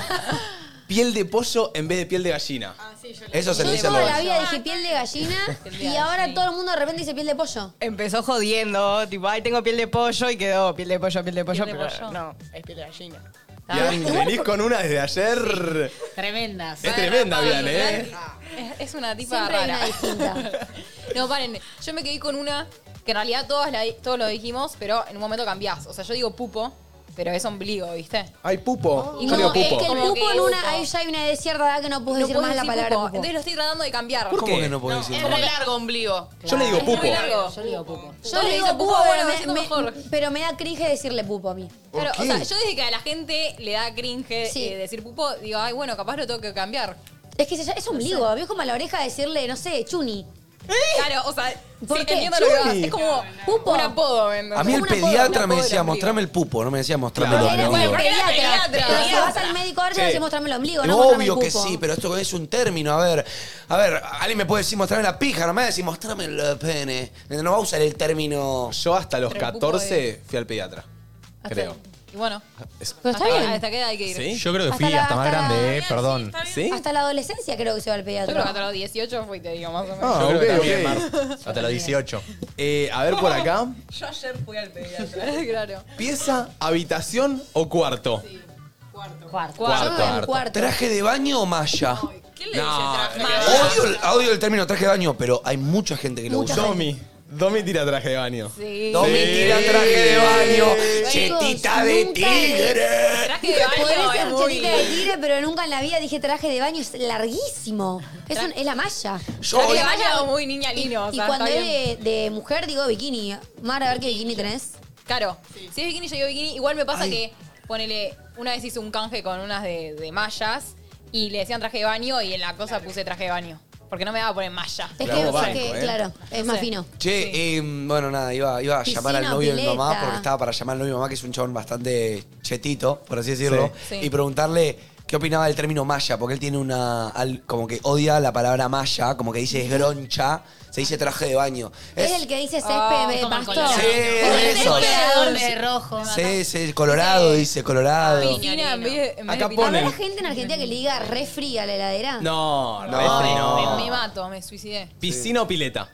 Speaker 2: Piel de pollo en vez de piel de gallina.
Speaker 8: Ah,
Speaker 3: Eso se
Speaker 7: Yo
Speaker 3: le dice a
Speaker 7: toda
Speaker 3: los...
Speaker 7: la vida dije piel de gallina y ahora todo el mundo de repente dice piel de pollo.
Speaker 13: Empezó jodiendo, tipo, ay, tengo piel de pollo y quedó piel de pollo, piel de pollo, pero no.
Speaker 11: es piel de gallina.
Speaker 13: Ah.
Speaker 2: Bian, venís con una desde ayer.
Speaker 8: Tremendas.
Speaker 2: Es tremenda, Bian, ¿eh?
Speaker 8: Es- Es una tipa
Speaker 7: Siempre hay
Speaker 8: rara.
Speaker 7: una
Speaker 8: no, paren. Yo me quedé con una que en realidad todas la- todos lo dijimos, pero en un momento cambiás. O sea, yo digo pupo, pero es ombligo, ¿viste?
Speaker 2: Ay, pupo.
Speaker 8: Y
Speaker 2: Yo digo
Speaker 8: como- es
Speaker 2: pupo.
Speaker 7: Que el
Speaker 8: Como
Speaker 7: pupo
Speaker 8: que
Speaker 7: en
Speaker 8: pupo.
Speaker 7: una, ahí ya hay una de cierta edad que no puedo
Speaker 8: No
Speaker 7: decir
Speaker 8: puedo
Speaker 7: más la
Speaker 8: decir
Speaker 7: palabra
Speaker 8: pupo.
Speaker 7: pupo.
Speaker 8: Entonces lo estoy tratando de cambiar.
Speaker 3: ¿Por ¿Cómo que no puedo decir?
Speaker 11: Es re largo ombligo.
Speaker 2: Yo le digo
Speaker 11: Es
Speaker 2: pupo.
Speaker 11: muy largo.
Speaker 8: Yo digo pupo.
Speaker 7: Yo le digo pupo, pero, me, me- pero me da cringe decirle pupo a mí.
Speaker 8: Claro, o sea, yo desde que a la gente le da cringe eh, decir pupo, digo, ay, bueno, capaz lo tengo que cambiar.
Speaker 7: Es que se- es ombligo, a mí es como a la oreja decirle, no sé, chuni.
Speaker 8: Claro, o sea,
Speaker 7: ¿Por
Speaker 8: sí,
Speaker 7: qué?
Speaker 8: entiendo lo que vas.
Speaker 7: Chuni.
Speaker 8: Es como
Speaker 7: Pupo.
Speaker 8: un apodo. ¿me entendés?
Speaker 3: A mí el
Speaker 8: Un apodo, un
Speaker 3: pediatra
Speaker 8: apodo
Speaker 3: me
Speaker 8: del
Speaker 3: decía,
Speaker 8: ombligo.
Speaker 3: mostrame el pupo, no me decía, mostrame
Speaker 8: Claro,
Speaker 3: el
Speaker 8: era
Speaker 3: ombligo.
Speaker 8: como el
Speaker 7: Pediatra.
Speaker 8: Pediatra.
Speaker 7: Pero si vas al médico ahora,
Speaker 3: Sí.
Speaker 7: te decís mostrarme el ombligo, no mostrame el
Speaker 3: Obvio
Speaker 7: pupo.
Speaker 3: que sí, pero esto es un término. A ver, a ver, alguien me puede decir mostrame la pija, no me va a decir mostrame el pene. No va a usar el término.
Speaker 2: Yo hasta los
Speaker 8: Pero el pupo
Speaker 2: 14 fui al pediatra.
Speaker 8: Hasta
Speaker 2: Creo. Ah,
Speaker 8: Y bueno,
Speaker 2: Es-
Speaker 7: Pero está
Speaker 8: hasta-
Speaker 7: bien.
Speaker 8: Hasta qué edad hay que ir.
Speaker 2: ¿Sí?
Speaker 9: Yo creo que
Speaker 7: Hasta
Speaker 9: fui
Speaker 7: la-
Speaker 9: hasta más
Speaker 7: hasta la-
Speaker 9: grande, eh, perdón.
Speaker 2: ¿Sí?
Speaker 7: Hasta la adolescencia creo que se va al
Speaker 8: Yo creo que
Speaker 7: pediatra.
Speaker 8: hasta los 18 fui, te digo, más o menos.
Speaker 2: Ah,
Speaker 9: Yo
Speaker 2: ok,
Speaker 9: creo que también,
Speaker 2: ok.
Speaker 9: Hasta los 18.
Speaker 2: Eh, a ver por acá.
Speaker 8: Yo ayer fui al pediatra. claro.
Speaker 2: ¿Pieza, habitación o cuarto?
Speaker 10: Cuarto.
Speaker 2: Cuarto.
Speaker 7: Yo me voy a un cuarto.
Speaker 3: ¿Traje de baño o malla?
Speaker 2: No,
Speaker 3: Odio el, odio el término traje de baño, pero hay mucha gente que lo
Speaker 2: Mucha
Speaker 3: usa.
Speaker 2: gente. Domi. Domi tira traje de baño.
Speaker 8: Sí.
Speaker 3: Domi tira traje de baño. Chetita de
Speaker 7: nunca-
Speaker 3: tigre.
Speaker 11: Traje de
Speaker 7: Podés
Speaker 11: baño es
Speaker 7: ser
Speaker 11: muy...
Speaker 7: chetita de tigre, pero nunca en la vida dije traje de baño, es larguísimo. Es, un- es la malla.
Speaker 3: Yo
Speaker 11: Traje
Speaker 3: hoy-
Speaker 11: de baño es muy niña
Speaker 7: Y,
Speaker 11: lino, o
Speaker 7: y
Speaker 11: sea,
Speaker 7: cuando
Speaker 11: está bien.
Speaker 7: es de, de mujer, digo bikini. Mar, a ver qué bikini tenés.
Speaker 8: Claro. Si es bikini, yo digo bikini. Igual me pasa
Speaker 3: Ay.
Speaker 8: que, ponele, una vez hice un canje con unas de, de mallas y le decían traje de baño y en la cosa puse traje de baño. Porque no me daba a poner malla.
Speaker 7: Es
Speaker 2: Claro,
Speaker 7: que,
Speaker 2: banco,
Speaker 7: es que,
Speaker 2: eh.
Speaker 7: claro, es
Speaker 8: No
Speaker 7: más
Speaker 8: sé.
Speaker 7: fino.
Speaker 3: Che, eh, bueno, nada, iba, iba a
Speaker 7: Piscina,
Speaker 3: llamar al novio de mi mamá
Speaker 7: pileta.
Speaker 3: porque estaba para llamar al novio de mi mamá, que es un chabón bastante chetito, por así decirlo,
Speaker 8: Sí. Sí.
Speaker 3: y preguntarle qué opinaba del término malla, porque él tiene una. al- como que odia la palabra malla, como que dice es groncha, se dice traje de baño.
Speaker 7: Es, el que dice césped,
Speaker 12: Ah,
Speaker 7: eh,
Speaker 12: como el
Speaker 7: bastón.
Speaker 12: colorado.
Speaker 3: Sí,
Speaker 7: Es el
Speaker 3: eso.
Speaker 7: colorado.
Speaker 10: de rojo.
Speaker 3: Sí, sí, colorado, dice colorado.
Speaker 8: Piscina en vez de- en vez de
Speaker 2: Acá
Speaker 8: piscina.
Speaker 2: ponen.
Speaker 7: ¿Habrá gente en Argentina que le diga re fría la heladera?
Speaker 2: No, no,
Speaker 3: No.
Speaker 2: refri
Speaker 8: Me, me
Speaker 2: no.
Speaker 8: mato, me suicidé.
Speaker 2: Piscina o pileta.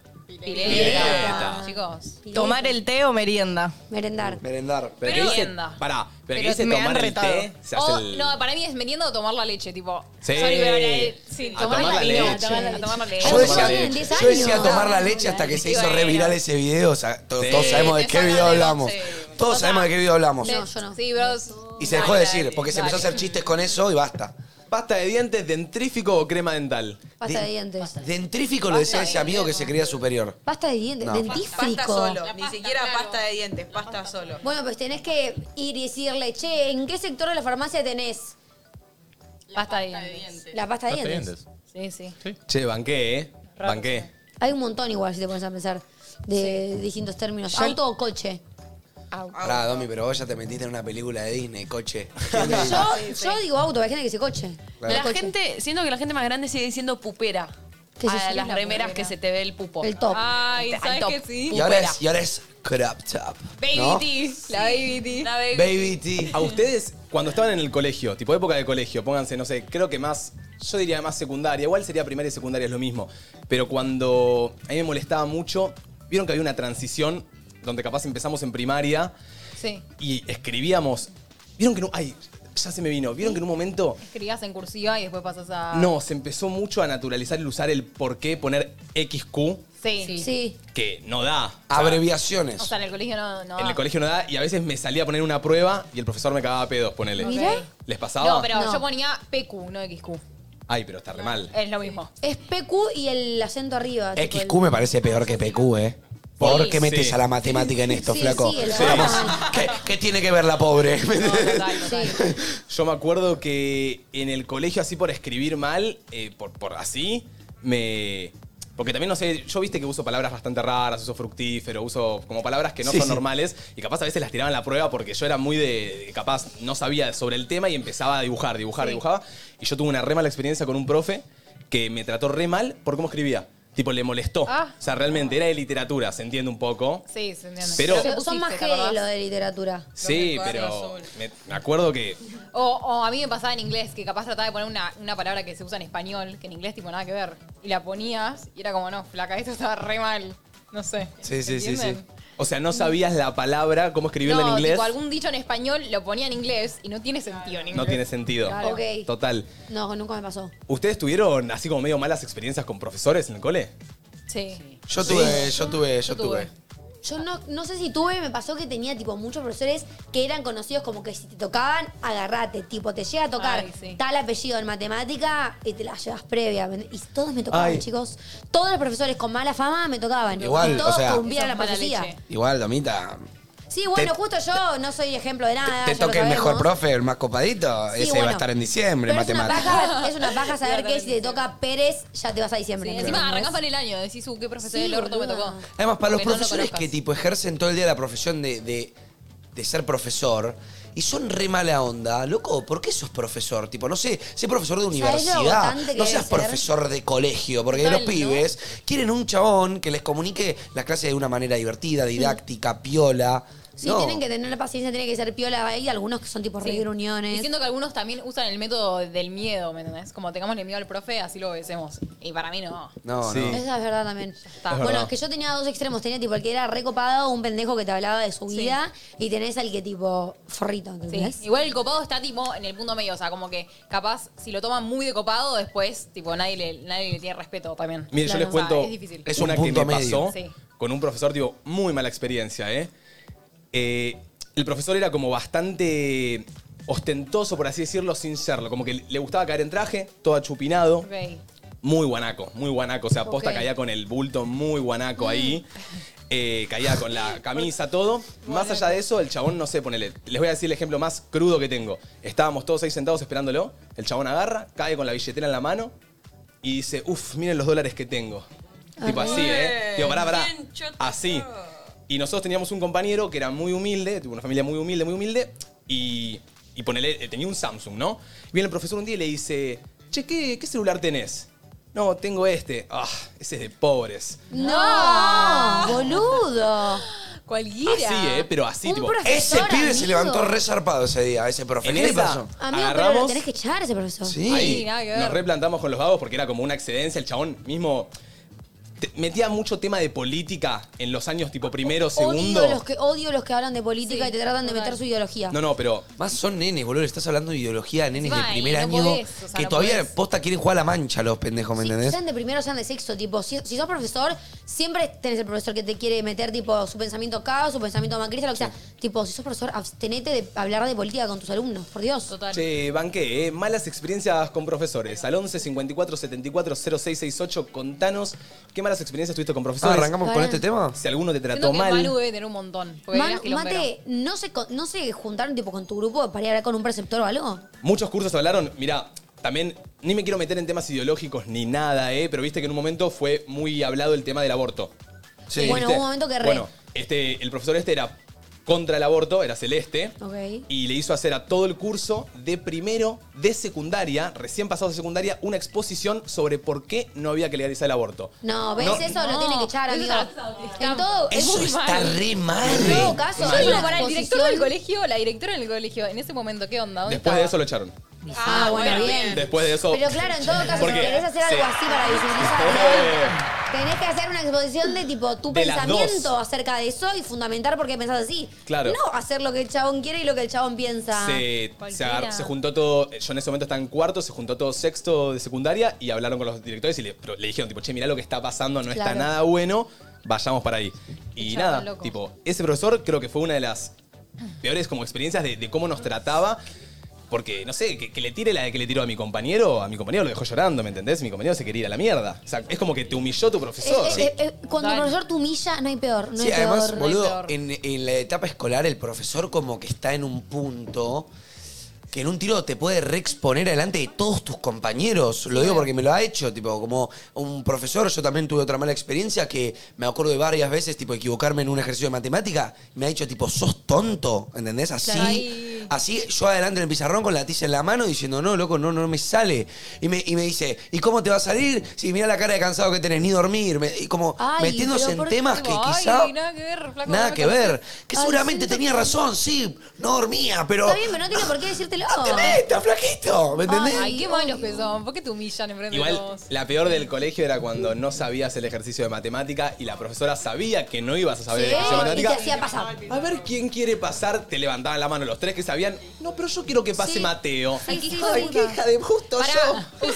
Speaker 8: Pileta. Chicos.
Speaker 13: ¿Tomar el té o merienda?
Speaker 7: Merendar.
Speaker 3: Merendar.
Speaker 2: Pero, que
Speaker 8: Pero-
Speaker 2: dice,
Speaker 8: Merienda.
Speaker 2: pará, pero, que
Speaker 13: Pero
Speaker 2: dice
Speaker 13: me han
Speaker 2: tomar el
Speaker 13: retado.
Speaker 2: té, se hace
Speaker 8: O,
Speaker 2: el...
Speaker 8: Oh, no, para mí es metiendo o tomar la leche, tipo.
Speaker 2: Sí.
Speaker 8: sorry, pero la- sí,
Speaker 2: A tomar la
Speaker 8: leche.
Speaker 2: leche.
Speaker 8: A tomar la- a tomar la leche.
Speaker 3: Yo decía,
Speaker 7: tienen 10
Speaker 3: yo decía
Speaker 7: años.
Speaker 3: tomar la leche hasta que se hizo
Speaker 8: Bueno.
Speaker 3: reviral ese video. o sea, to-
Speaker 2: Sí.
Speaker 3: todos sabemos de
Speaker 11: Esa
Speaker 3: qué
Speaker 11: la
Speaker 3: video
Speaker 11: de-
Speaker 3: hablamos.
Speaker 11: sí.
Speaker 3: Todos sabemos de qué video hablamos.
Speaker 7: No, yo no.
Speaker 8: Sí, bro.
Speaker 3: Y se dejó de decir, porque se empezó a hacer chistes con eso y basta.
Speaker 2: ¿Pasta de dientes, dentrífico o crema dental?
Speaker 7: Pasta
Speaker 3: De-
Speaker 7: de dientes.
Speaker 3: Dentrífico lo decía ese amigo que se creía superior.
Speaker 7: Pasta de dientes.
Speaker 3: No.
Speaker 7: Dentífrico.
Speaker 12: Pasta solo, ni siquiera pasta de dientes, pasta solo.
Speaker 7: Bueno, pues tenés que ir y decirle, che, ¿en qué sector de la farmacia tenés
Speaker 8: Pasta de dientes.
Speaker 7: la pasta de dientes?
Speaker 8: Sí, sí.
Speaker 2: Che, banqué, ¿eh? Banqué.
Speaker 7: Hay un montón igual, si te pones a pensar, de distintos términos.
Speaker 13: Yo-
Speaker 7: Auto o coche.
Speaker 3: Pará, Domi, pero vos ya te metiste en una película de Disney, coche.
Speaker 7: Yo, yo digo auto, hay gente que dice coche.
Speaker 3: Claro.
Speaker 11: La
Speaker 7: Coche.
Speaker 11: gente, siento que la gente más grande sigue diciendo pupera.
Speaker 7: ¿Qué es
Speaker 11: a
Speaker 7: eso?
Speaker 11: las
Speaker 7: La
Speaker 11: remeras
Speaker 7: pupera.
Speaker 11: que se te ve el pupo.
Speaker 7: El top.
Speaker 8: Ay,
Speaker 11: Al
Speaker 8: ¿sabes
Speaker 11: top.
Speaker 8: que sí?
Speaker 3: Y ahora
Speaker 11: Pupera.
Speaker 3: es, y ahora es crop top.
Speaker 8: Baby
Speaker 3: ¿no?
Speaker 8: tea. La baby tea.
Speaker 11: La baby-
Speaker 3: Baby tea.
Speaker 2: A ustedes, cuando estaban en el colegio, tipo época de colegio, pónganse, no sé, creo que más, yo diría más secundaria, igual sería primaria y secundaria es lo mismo, pero cuando a mí me molestaba mucho, vieron que había una transición donde capaz empezamos en primaria
Speaker 8: Sí.
Speaker 2: y escribíamos, vieron que no, ay, ya se me vino, vieron que en un momento,
Speaker 8: Escribías en cursiva y después pasas a.
Speaker 2: no, se empezó mucho a naturalizar el usar el por qué poner XQ,
Speaker 8: Sí.
Speaker 7: Sí.
Speaker 2: que no da. O sea,
Speaker 3: Abreviaciones.
Speaker 8: O sea, ah. en el colegio no. no
Speaker 2: En el
Speaker 8: va.
Speaker 2: colegio no da y a veces me salía a poner una prueba y el profesor me cagaba a pedos, ponele.
Speaker 7: Mirá.
Speaker 2: ¿Les pasaba?
Speaker 8: No, pero
Speaker 7: No.
Speaker 8: yo ponía PQ, no XQ.
Speaker 2: Ay, pero está re mal.
Speaker 8: Es lo mismo.
Speaker 7: Es PQ y el acento arriba. tipo el-
Speaker 3: XQ me parece peor que PQ, ¿eh? ¿Por
Speaker 2: Sí.
Speaker 3: qué metes
Speaker 2: Sí.
Speaker 3: a la matemática en esto,
Speaker 7: Sí,
Speaker 3: flaco?
Speaker 7: sí, el-
Speaker 3: Vamos, ¿qué, qué tiene que ver la pobre?
Speaker 7: Sí.
Speaker 2: Yo me acuerdo que en el colegio, así por escribir mal, eh, por, por así, me, Porque también, no sé, yo viste que uso palabras bastante raras, uso fructífero, uso como palabras que no
Speaker 9: Sí,
Speaker 2: son
Speaker 9: sí.
Speaker 2: normales. Y capaz a veces las tiraban a la prueba porque yo era muy de, de- capaz no sabía sobre el tema y empezaba a dibujar, dibujar, dibujaba. Y yo tuve una re mala experiencia con un profe que me trató re mal por cómo escribía. Tipo, le molestó.
Speaker 7: Ah.
Speaker 2: O sea, realmente era de literatura, se entiende un poco.
Speaker 7: Sí, se
Speaker 2: entiende. Pero-
Speaker 7: son más
Speaker 8: ¿Te
Speaker 7: que
Speaker 8: acordás?
Speaker 7: lo de literatura.
Speaker 2: Sí, pero me, me acuerdo que
Speaker 8: O, o a mí me pasaba en inglés, que capaz trataba de poner una, una palabra que se usa en español, que en inglés tipo nada que ver. Y la ponías y era como, no, flaca, esto estaba re mal. No sé.
Speaker 2: Sí, sí, sí, sí.
Speaker 8: ¿Entienden?
Speaker 2: O sea, no sabías la palabra, cómo escribirla
Speaker 8: no,
Speaker 2: en inglés.
Speaker 8: tipo algún dicho en español lo ponía en inglés y no tiene sentido en inglés.
Speaker 2: No tiene sentido.
Speaker 8: Claro. Ok.
Speaker 2: Total.
Speaker 7: No, nunca me pasó.
Speaker 2: ¿Ustedes tuvieron así como medio malas experiencias con profesores en el cole?
Speaker 8: Sí.
Speaker 3: Yo tuve, yo tuve, yo tuve.
Speaker 7: Yo no, no sé si tuve, me pasó que tenía tipo muchos profesores que eran conocidos como que si te tocaban, agarrate. Tipo, te llega a tocar
Speaker 8: Ay, sí.
Speaker 7: tal apellido en matemática y te la llevas previa. ¿me entendés? Y todos me tocaban,
Speaker 3: Ay.
Speaker 7: chicos. Todos los profesores con mala fama me tocaban.
Speaker 3: Igual,
Speaker 7: y todos
Speaker 3: o sea-
Speaker 7: cumplían la
Speaker 8: Son mala
Speaker 7: profecía.
Speaker 8: leche.
Speaker 3: Igual, Domita.
Speaker 7: Sí, bueno,
Speaker 3: Te-
Speaker 7: justo yo no soy ejemplo de nada.
Speaker 3: Te
Speaker 7: Ah, ya lo
Speaker 3: toque el mejor
Speaker 7: sabemos.
Speaker 3: profe, el más copadito.
Speaker 7: Sí,
Speaker 3: Ese va
Speaker 7: bueno.
Speaker 3: a estar en diciembre,
Speaker 7: Pero es una,
Speaker 3: matemáticas.
Speaker 7: paja, es una paja saber que si te toca Pérez, ya te vas a diciembre.
Speaker 8: Encima arrancás mal el año, decís, uh, qué
Speaker 7: Pues
Speaker 8: profesor del orto me tocó.
Speaker 3: Además, para los
Speaker 8: Porque no lo
Speaker 3: profesores que
Speaker 8: conozcas.
Speaker 3: tipo ejercen todo el día la profesión de, de- de ser profesor y son re mala onda, loco, ¿por qué sos profesor? Tipo, no sé, sé profesor de
Speaker 9: lo
Speaker 3: universidad,
Speaker 9: agotante que
Speaker 3: no seas
Speaker 9: debe ser?
Speaker 3: profesor de colegio, porque
Speaker 9: Total,
Speaker 3: los
Speaker 9: ¿no?
Speaker 3: pibes quieren un chabón que les comunique las clases de una manera divertida, didáctica, piola.
Speaker 7: Sí,
Speaker 3: no.
Speaker 7: tienen que tener la paciencia, tienen que ser piola. Hay algunos que son tipo
Speaker 8: Sí.
Speaker 7: reuniones.
Speaker 8: Y siento que algunos también usan el método del miedo, ¿me entendés? Como tengámosle miedo al profe, así lo obedecemos. Y para mí no.
Speaker 3: No,
Speaker 2: Sí.
Speaker 3: no.
Speaker 7: Esa es verdad también.
Speaker 8: está. Es
Speaker 7: Bueno,
Speaker 8: verdad.
Speaker 7: es que yo tenía dos extremos. Tenía tipo el que era recopado, un pendejo que te hablaba de su vida, y tenés al que tipo forrito, ¿entendés?
Speaker 8: Sí. Igual el copado está tipo en el punto medio, o sea, como que capaz si lo toman muy de copado, después tipo nadie le, nadie le tiene respeto también.
Speaker 2: Miren, yo les
Speaker 8: O sea,
Speaker 2: cuento
Speaker 8: es difícil.
Speaker 2: una que me pasó
Speaker 8: Sí.
Speaker 2: con un profesor, digo, muy mala experiencia, ¿eh? Eh, El profesor era como bastante ostentoso, por así decirlo, sin serlo. Como que le gustaba caer en traje, todo achupinado. Muy guanaco, muy guanaco. O sea, posta
Speaker 9: Ok.
Speaker 2: caía con el bulto muy guanaco ahí. Eh, caía con la camisa, todo. Más allá de eso, el chabón, no sé, ponele. Les voy a decir el ejemplo más crudo que tengo. Estábamos todos ahí sentados esperándolo. El chabón agarra, cae con la billetera en la mano y dice, uff, miren los dólares que tengo.
Speaker 14: Ah.
Speaker 2: Tipo así, ¿eh? Tipo, pará, pará. Así. Y nosotros teníamos un compañero que era muy humilde, tuvo una familia muy humilde, muy humilde, y, y ponele, eh, tenía un Samsung, ¿no? Y viene el profesor un día y le dice, che, ¿qué, qué celular tenés? No, tengo este. Ah, ese es de pobres.
Speaker 7: ¡No! ¡Boludo!
Speaker 8: Cualquiera.
Speaker 2: Así, ¿eh? Pero así,
Speaker 7: Un
Speaker 2: tipo...
Speaker 7: profesor,
Speaker 3: Ese pibe se
Speaker 7: amigo.
Speaker 3: levantó re zarpado ese día, ese profe.
Speaker 2: En
Speaker 3: ¿Qué le
Speaker 2: esa-
Speaker 3: pasó?
Speaker 7: Amigo, pero lo
Speaker 2: Agarramos-
Speaker 7: tenés que echar a ese profesor.
Speaker 2: Ahí nos replantamos con los vagos porque era como una excedencia. El chabón mismo te- metía mucho tema de política en los años tipo primero, segundo.
Speaker 7: Odio los, que, odio los que hablan de política y te tratan de meter su ideología.
Speaker 2: No, no, pero.
Speaker 3: Más son nenes, boludo. Le estás hablando de ideología de nenes
Speaker 7: Encima,
Speaker 3: de primer
Speaker 7: y no
Speaker 3: año.
Speaker 7: podés, o sea,
Speaker 3: que
Speaker 7: no
Speaker 3: todavía
Speaker 7: podés.
Speaker 3: posta quieren jugar a la mancha los pendejos, ¿me entendés?
Speaker 7: Sean de primero, sean de sexto, tipo, si, si sos profesor, siempre tenés el profesor que te quiere meter, tipo, su pensamiento acá, su pensamiento macrista, lo que sea. Tipo, si sos profesor, abstenete de hablar de política con tus alumnos, por Dios. Total.
Speaker 2: Che, banqué, ¿eh? malas experiencias con profesores. Al 11 54 74 0668, contanos qué malas experiencias tuviste con profesores.
Speaker 3: Ah, ¿arrancamos con este tema?
Speaker 2: Si alguno te
Speaker 8: Siento
Speaker 2: trató
Speaker 8: que Manu
Speaker 2: mal.
Speaker 8: debe tener un montón. porque era quilombero.
Speaker 7: mate, ¿no se, co- ¿no se juntaron, tipo, con tu grupo para ir a hablar con un preceptor o algo?
Speaker 2: Muchos cursos hablaron, mirá, también ni me quiero meter en temas ideológicos ni nada, ¿eh? pero viste que en un momento fue muy hablado el tema del aborto.
Speaker 7: Sí.
Speaker 2: ¿Viste?
Speaker 7: Bueno, hubo un momento que re-
Speaker 2: Bueno, este, el profesor este era contra el aborto, era celeste.
Speaker 7: Ok.
Speaker 2: y le hizo hacer a todo el curso de primero de secundaria, recién pasado de secundaria, una exposición sobre por qué no había que legalizar el aborto.
Speaker 7: No, ¿ves?
Speaker 2: No.
Speaker 7: eso lo tiene que echar,
Speaker 8: eso
Speaker 7: amigo.
Speaker 8: está-
Speaker 7: en todo,
Speaker 3: Eso
Speaker 7: es muy
Speaker 3: está
Speaker 7: mal.
Speaker 3: re mal.
Speaker 7: En todo caso,
Speaker 8: Yo
Speaker 7: hay
Speaker 8: digo,
Speaker 7: una
Speaker 8: para el director
Speaker 7: exposición-
Speaker 8: del colegio, la directora del colegio, en ese momento, ¿qué onda? ¿Dónde
Speaker 2: Después de eso lo echaron.
Speaker 7: Ah, bueno, bien.
Speaker 2: Después de eso.
Speaker 7: Pero claro, en todo caso, si
Speaker 2: Porque
Speaker 7: querés hacer algo
Speaker 2: se-
Speaker 7: así para visibilizar,
Speaker 2: Eh,
Speaker 7: tenés que hacer una exposición de tipo tu
Speaker 2: De las
Speaker 7: pensamiento
Speaker 2: dos.
Speaker 7: acerca de eso y fundamentar por qué pensás así.
Speaker 2: Claro.
Speaker 7: No hacer lo que el chabón quiere y lo que el chabón piensa.
Speaker 2: Se, se,
Speaker 7: Cualquiera.
Speaker 2: agarró- se juntó todo, yo en ese momento estaba en cuarto, se juntó todo sexto de secundaria y hablaron con los directores y le, pero le dijeron, tipo, che, mirá lo que está pasando, no está
Speaker 9: Claro.
Speaker 2: nada bueno, vayamos para ahí. Y
Speaker 9: Echaron
Speaker 2: nada,
Speaker 9: locos.
Speaker 2: tipo, ese profesor creo que fue una de las peores como experiencias de, de cómo nos trataba. Porque, no sé, que, que le tire la de que le tiró a mi compañero, a mi compañero lo dejó llorando, ¿me entendés? Mi compañero se quería ir a la mierda. O sea, es como que te humilló tu profesor.
Speaker 7: Eh, eh, eh, cuando el profesor te humilla, no hay peor. No
Speaker 3: Sí,
Speaker 7: hay peor.
Speaker 3: además, boludo, en, en la etapa escolar el profesor como que está en un punto que en un tiro te puede reexponer adelante de todos tus compañeros. Lo digo porque me lo ha hecho, tipo, como un profesor, yo también tuve otra mala experiencia que me acuerdo de varias veces, tipo, equivocarme en un ejercicio de matemática. Me ha dicho, tipo, sos tonto, ¿entendés? Así,
Speaker 15: Claro, ahí-
Speaker 3: así, yo adelante en el pizarrón con la tiza en la mano diciendo, no, loco, no, no me sale. Y me, y me dice, ¿y cómo te va a salir? Si mira la cara de cansado que tenés, ni dormir. Me- y como
Speaker 8: Ay,
Speaker 3: metiéndose
Speaker 8: pero
Speaker 3: en
Speaker 8: ¿por
Speaker 3: temas
Speaker 8: qué?
Speaker 3: que
Speaker 8: Tipo, ay,
Speaker 3: quizá...
Speaker 8: nada que ver, flaco,
Speaker 3: Nada
Speaker 8: no
Speaker 3: que
Speaker 8: me
Speaker 3: ver.
Speaker 8: contés.
Speaker 3: Que
Speaker 8: Ay,
Speaker 3: seguramente tenía razón, sí, no dormía, pero.
Speaker 7: Está bien, pero no tiene por qué decírtelo.
Speaker 3: ¡Está flaquito!
Speaker 2: ¿Me entendés?
Speaker 8: Ay, qué malos que son. ¿Por qué te humillan enfrente de
Speaker 2: Igual,
Speaker 8: todos?
Speaker 2: la peor del colegio era cuando no sabías el ejercicio de matemática y la profesora sabía que no ibas a saber el ejercicio de
Speaker 7: y te
Speaker 2: matemática.
Speaker 7: hacía pasar.
Speaker 2: A ver quién quiere pasar, te levantaban la mano los tres que sabían, no, pero yo quiero que pase Mateo. Ay, qué hija de justo
Speaker 11: yo.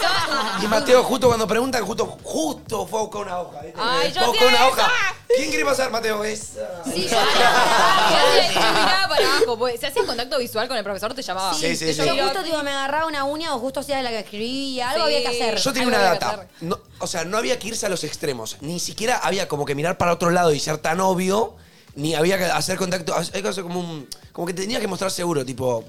Speaker 3: Y Mateo, justo cuando preguntan, justo, justo fue a buscar una hoja. ¿viste?
Speaker 11: Ay, yo
Speaker 3: Fue a buscar
Speaker 11: hacía
Speaker 3: una
Speaker 11: eso.
Speaker 3: hoja. ¿Quién quiere pasar, Mateo? Esa.
Speaker 8: Sí, yo miraba yo miraba para abajo. pues, Si hacías contacto visual con el profesor, te llamaba.
Speaker 3: Sí, sí,
Speaker 8: Te
Speaker 3: sí.
Speaker 7: Yo
Speaker 8: llamaba.
Speaker 7: justo tipo, me agarraba una uña o justo hacía la que escribía, algo
Speaker 8: Sí.
Speaker 7: había que hacer.
Speaker 3: Yo tenía una data. No, o sea, no había que irse a los extremos. Ni siquiera había como que mirar para otro lado y ser tan obvio. Ni había que hacer contacto. Hay que hacer como un. Como que te tenías que mostrar seguro, tipo.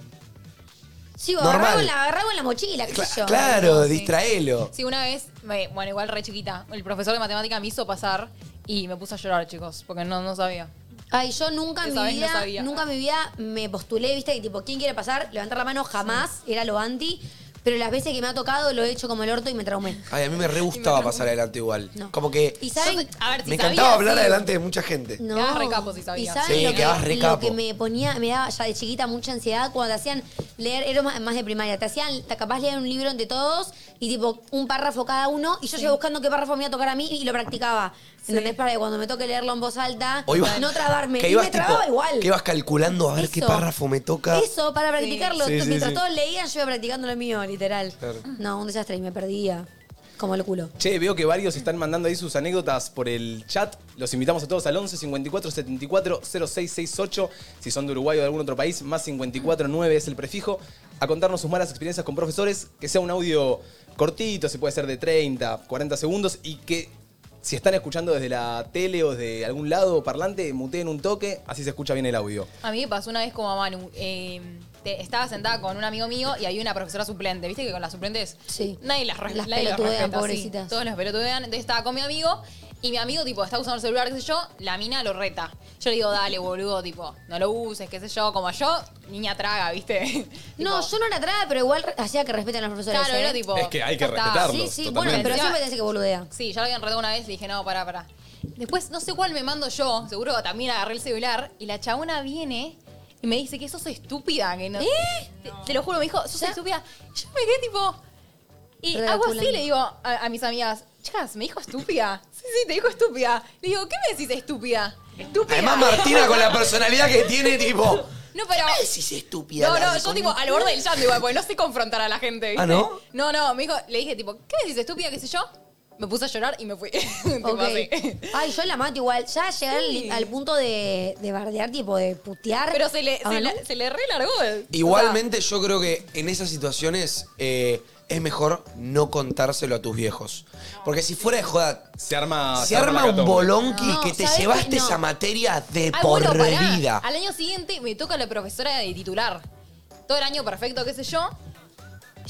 Speaker 7: Sí, o
Speaker 3: Normal.
Speaker 7: agarraba con la, agarraba con la mochila, qué sé yo.
Speaker 3: Claro,
Speaker 8: sí.
Speaker 3: distraelo.
Speaker 8: Sí, una vez, me- bueno, igual re chiquita, el profesor de matemática me hizo pasar y me puse a llorar, chicos, porque no, no sabía.
Speaker 7: Ay, yo nunca en
Speaker 8: Esa
Speaker 7: mi
Speaker 8: vez no
Speaker 7: vida,
Speaker 8: sabía.
Speaker 7: nunca en mi vida me postulé, viste, que tipo, ¿quién quiere pasar? Levantar la mano jamás, era lo anti, pero las veces que me ha tocado lo he hecho como el orto y me traumé.
Speaker 3: Ay, a mí me re gustaba pasar adelante igual. Como que.
Speaker 7: Y saben,
Speaker 8: a ver,
Speaker 3: me encantaba hablar adelante de mucha gente.
Speaker 7: No.
Speaker 8: Quedabas re capo si sabías.
Speaker 7: Y saben
Speaker 3: Sí,
Speaker 7: lo, que,
Speaker 3: quedabas re
Speaker 7: lo
Speaker 3: capo.
Speaker 7: que me ponía, me daba ya de chiquita mucha ansiedad cuando te hacían leer, era más, más de primaria, te hacían, te capaz leer un libro entre todos y tipo un párrafo cada uno y yo iba buscando qué párrafo me iba a tocar a mí y lo practicaba. ¿Entendés? Para que cuando me toque leerlo en voz alta,
Speaker 3: O ibas-
Speaker 7: no trabarme.
Speaker 3: que
Speaker 7: y me
Speaker 3: ibas, tipo,
Speaker 7: trababa igual.
Speaker 3: Que ibas calculando a ver qué
Speaker 7: Eso.
Speaker 3: párrafo me toca.
Speaker 7: Eso, para practicarlo.
Speaker 3: Sí, sí,
Speaker 7: Mientras
Speaker 3: sí.
Speaker 7: todos leían, yo iba practicando lo mío, literal.
Speaker 2: Claro.
Speaker 7: No, un desastre y me perdía. Como el culo.
Speaker 2: Che, veo que varios están mandando ahí sus anécdotas por el chat. Los invitamos a todos al 11 54 74 0668. Si son de Uruguay o de algún otro país, más 54 9 es el prefijo. A contarnos sus malas experiencias con profesores. Que sea un audio cortito, si puede ser de 30, 40 segundos. Y que si están escuchando desde la tele o desde algún lado parlante, muteen un toque. Así se escucha bien el audio.
Speaker 8: A mí me pasó una vez como a Manu. eh, te- estaba sentada con un amigo mío y había una profesora suplente. ¿Viste que con las suplentes nadie las, res-
Speaker 7: Las
Speaker 8: nadie las
Speaker 7: pelotudean,
Speaker 8: respeta, sí.
Speaker 7: pobrecitas.
Speaker 8: Todos las pelotudean. Entonces estaba con mi amigo y mi amigo, tipo, está usando el celular, qué sé yo. La mina lo reta. Yo le digo, dale, boludo, tipo, no lo uses, qué sé yo. Como yo, niña traga, ¿viste?
Speaker 7: No, yo no la traba, pero igual hacía que respeten a los profesores.
Speaker 8: Claro,
Speaker 7: ¿eh?
Speaker 8: era tipo.
Speaker 2: Es que hay que
Speaker 8: ya está.
Speaker 2: respetarlos,
Speaker 7: Sí, sí, bueno, totalmente. pero siempre tenés que boludea.
Speaker 8: Sí, ya lo había enredado una vez y dije, no, pará, pará. Después, no sé cuál me mando yo, seguro también agarré el celular y la chabona viene y me dice que sos estúpida. Que no,
Speaker 7: ¿Eh?
Speaker 8: Te, te lo juro, me dijo, sos estúpida. Yo me quedé tipo. Y
Speaker 7: Re
Speaker 8: hago así,
Speaker 7: atulando.
Speaker 8: le digo a, a mis amigas, chicas, me dijo estúpida. Sí, sí, te dijo estúpida. Le digo, ¿qué me decís estúpida? Estúpida.
Speaker 3: Además, Martina con la personalidad que tiene, tipo.
Speaker 8: No, pero.
Speaker 3: ¿Qué me decís estúpida?
Speaker 8: No,
Speaker 3: la
Speaker 8: no,
Speaker 3: de
Speaker 8: yo
Speaker 3: con-
Speaker 8: tipo al borde del llanto igual, porque no sé confrontar a la gente, ¿viste?
Speaker 3: Ah, ¿no?
Speaker 8: No, no, me dijo, le dije tipo, ¿qué decís estúpida, qué sé yo? Me puse a llorar y me fui. tipo
Speaker 7: Ok.
Speaker 8: así.
Speaker 7: Ay, yo la mato igual. Ya llegar al, al punto de, de bardear, tipo, de putear.
Speaker 8: Pero se le,
Speaker 7: Ah,
Speaker 8: se
Speaker 7: ¿no?
Speaker 8: le, se le re largó.
Speaker 3: Igualmente, yo creo que en esas situaciones eh, es mejor no contárselo a tus viejos. Porque si fuera de joda.
Speaker 2: Se arma.
Speaker 3: Se arma un bolonqui
Speaker 8: No,
Speaker 3: que te
Speaker 8: ¿sabés qué?
Speaker 3: llevaste
Speaker 8: No.
Speaker 3: esa materia de
Speaker 8: Ay,
Speaker 3: por
Speaker 8: Ah, bueno, pará.
Speaker 3: vida.
Speaker 8: Al año siguiente me toca la profesora de titular. Todo el año perfecto, qué sé yo.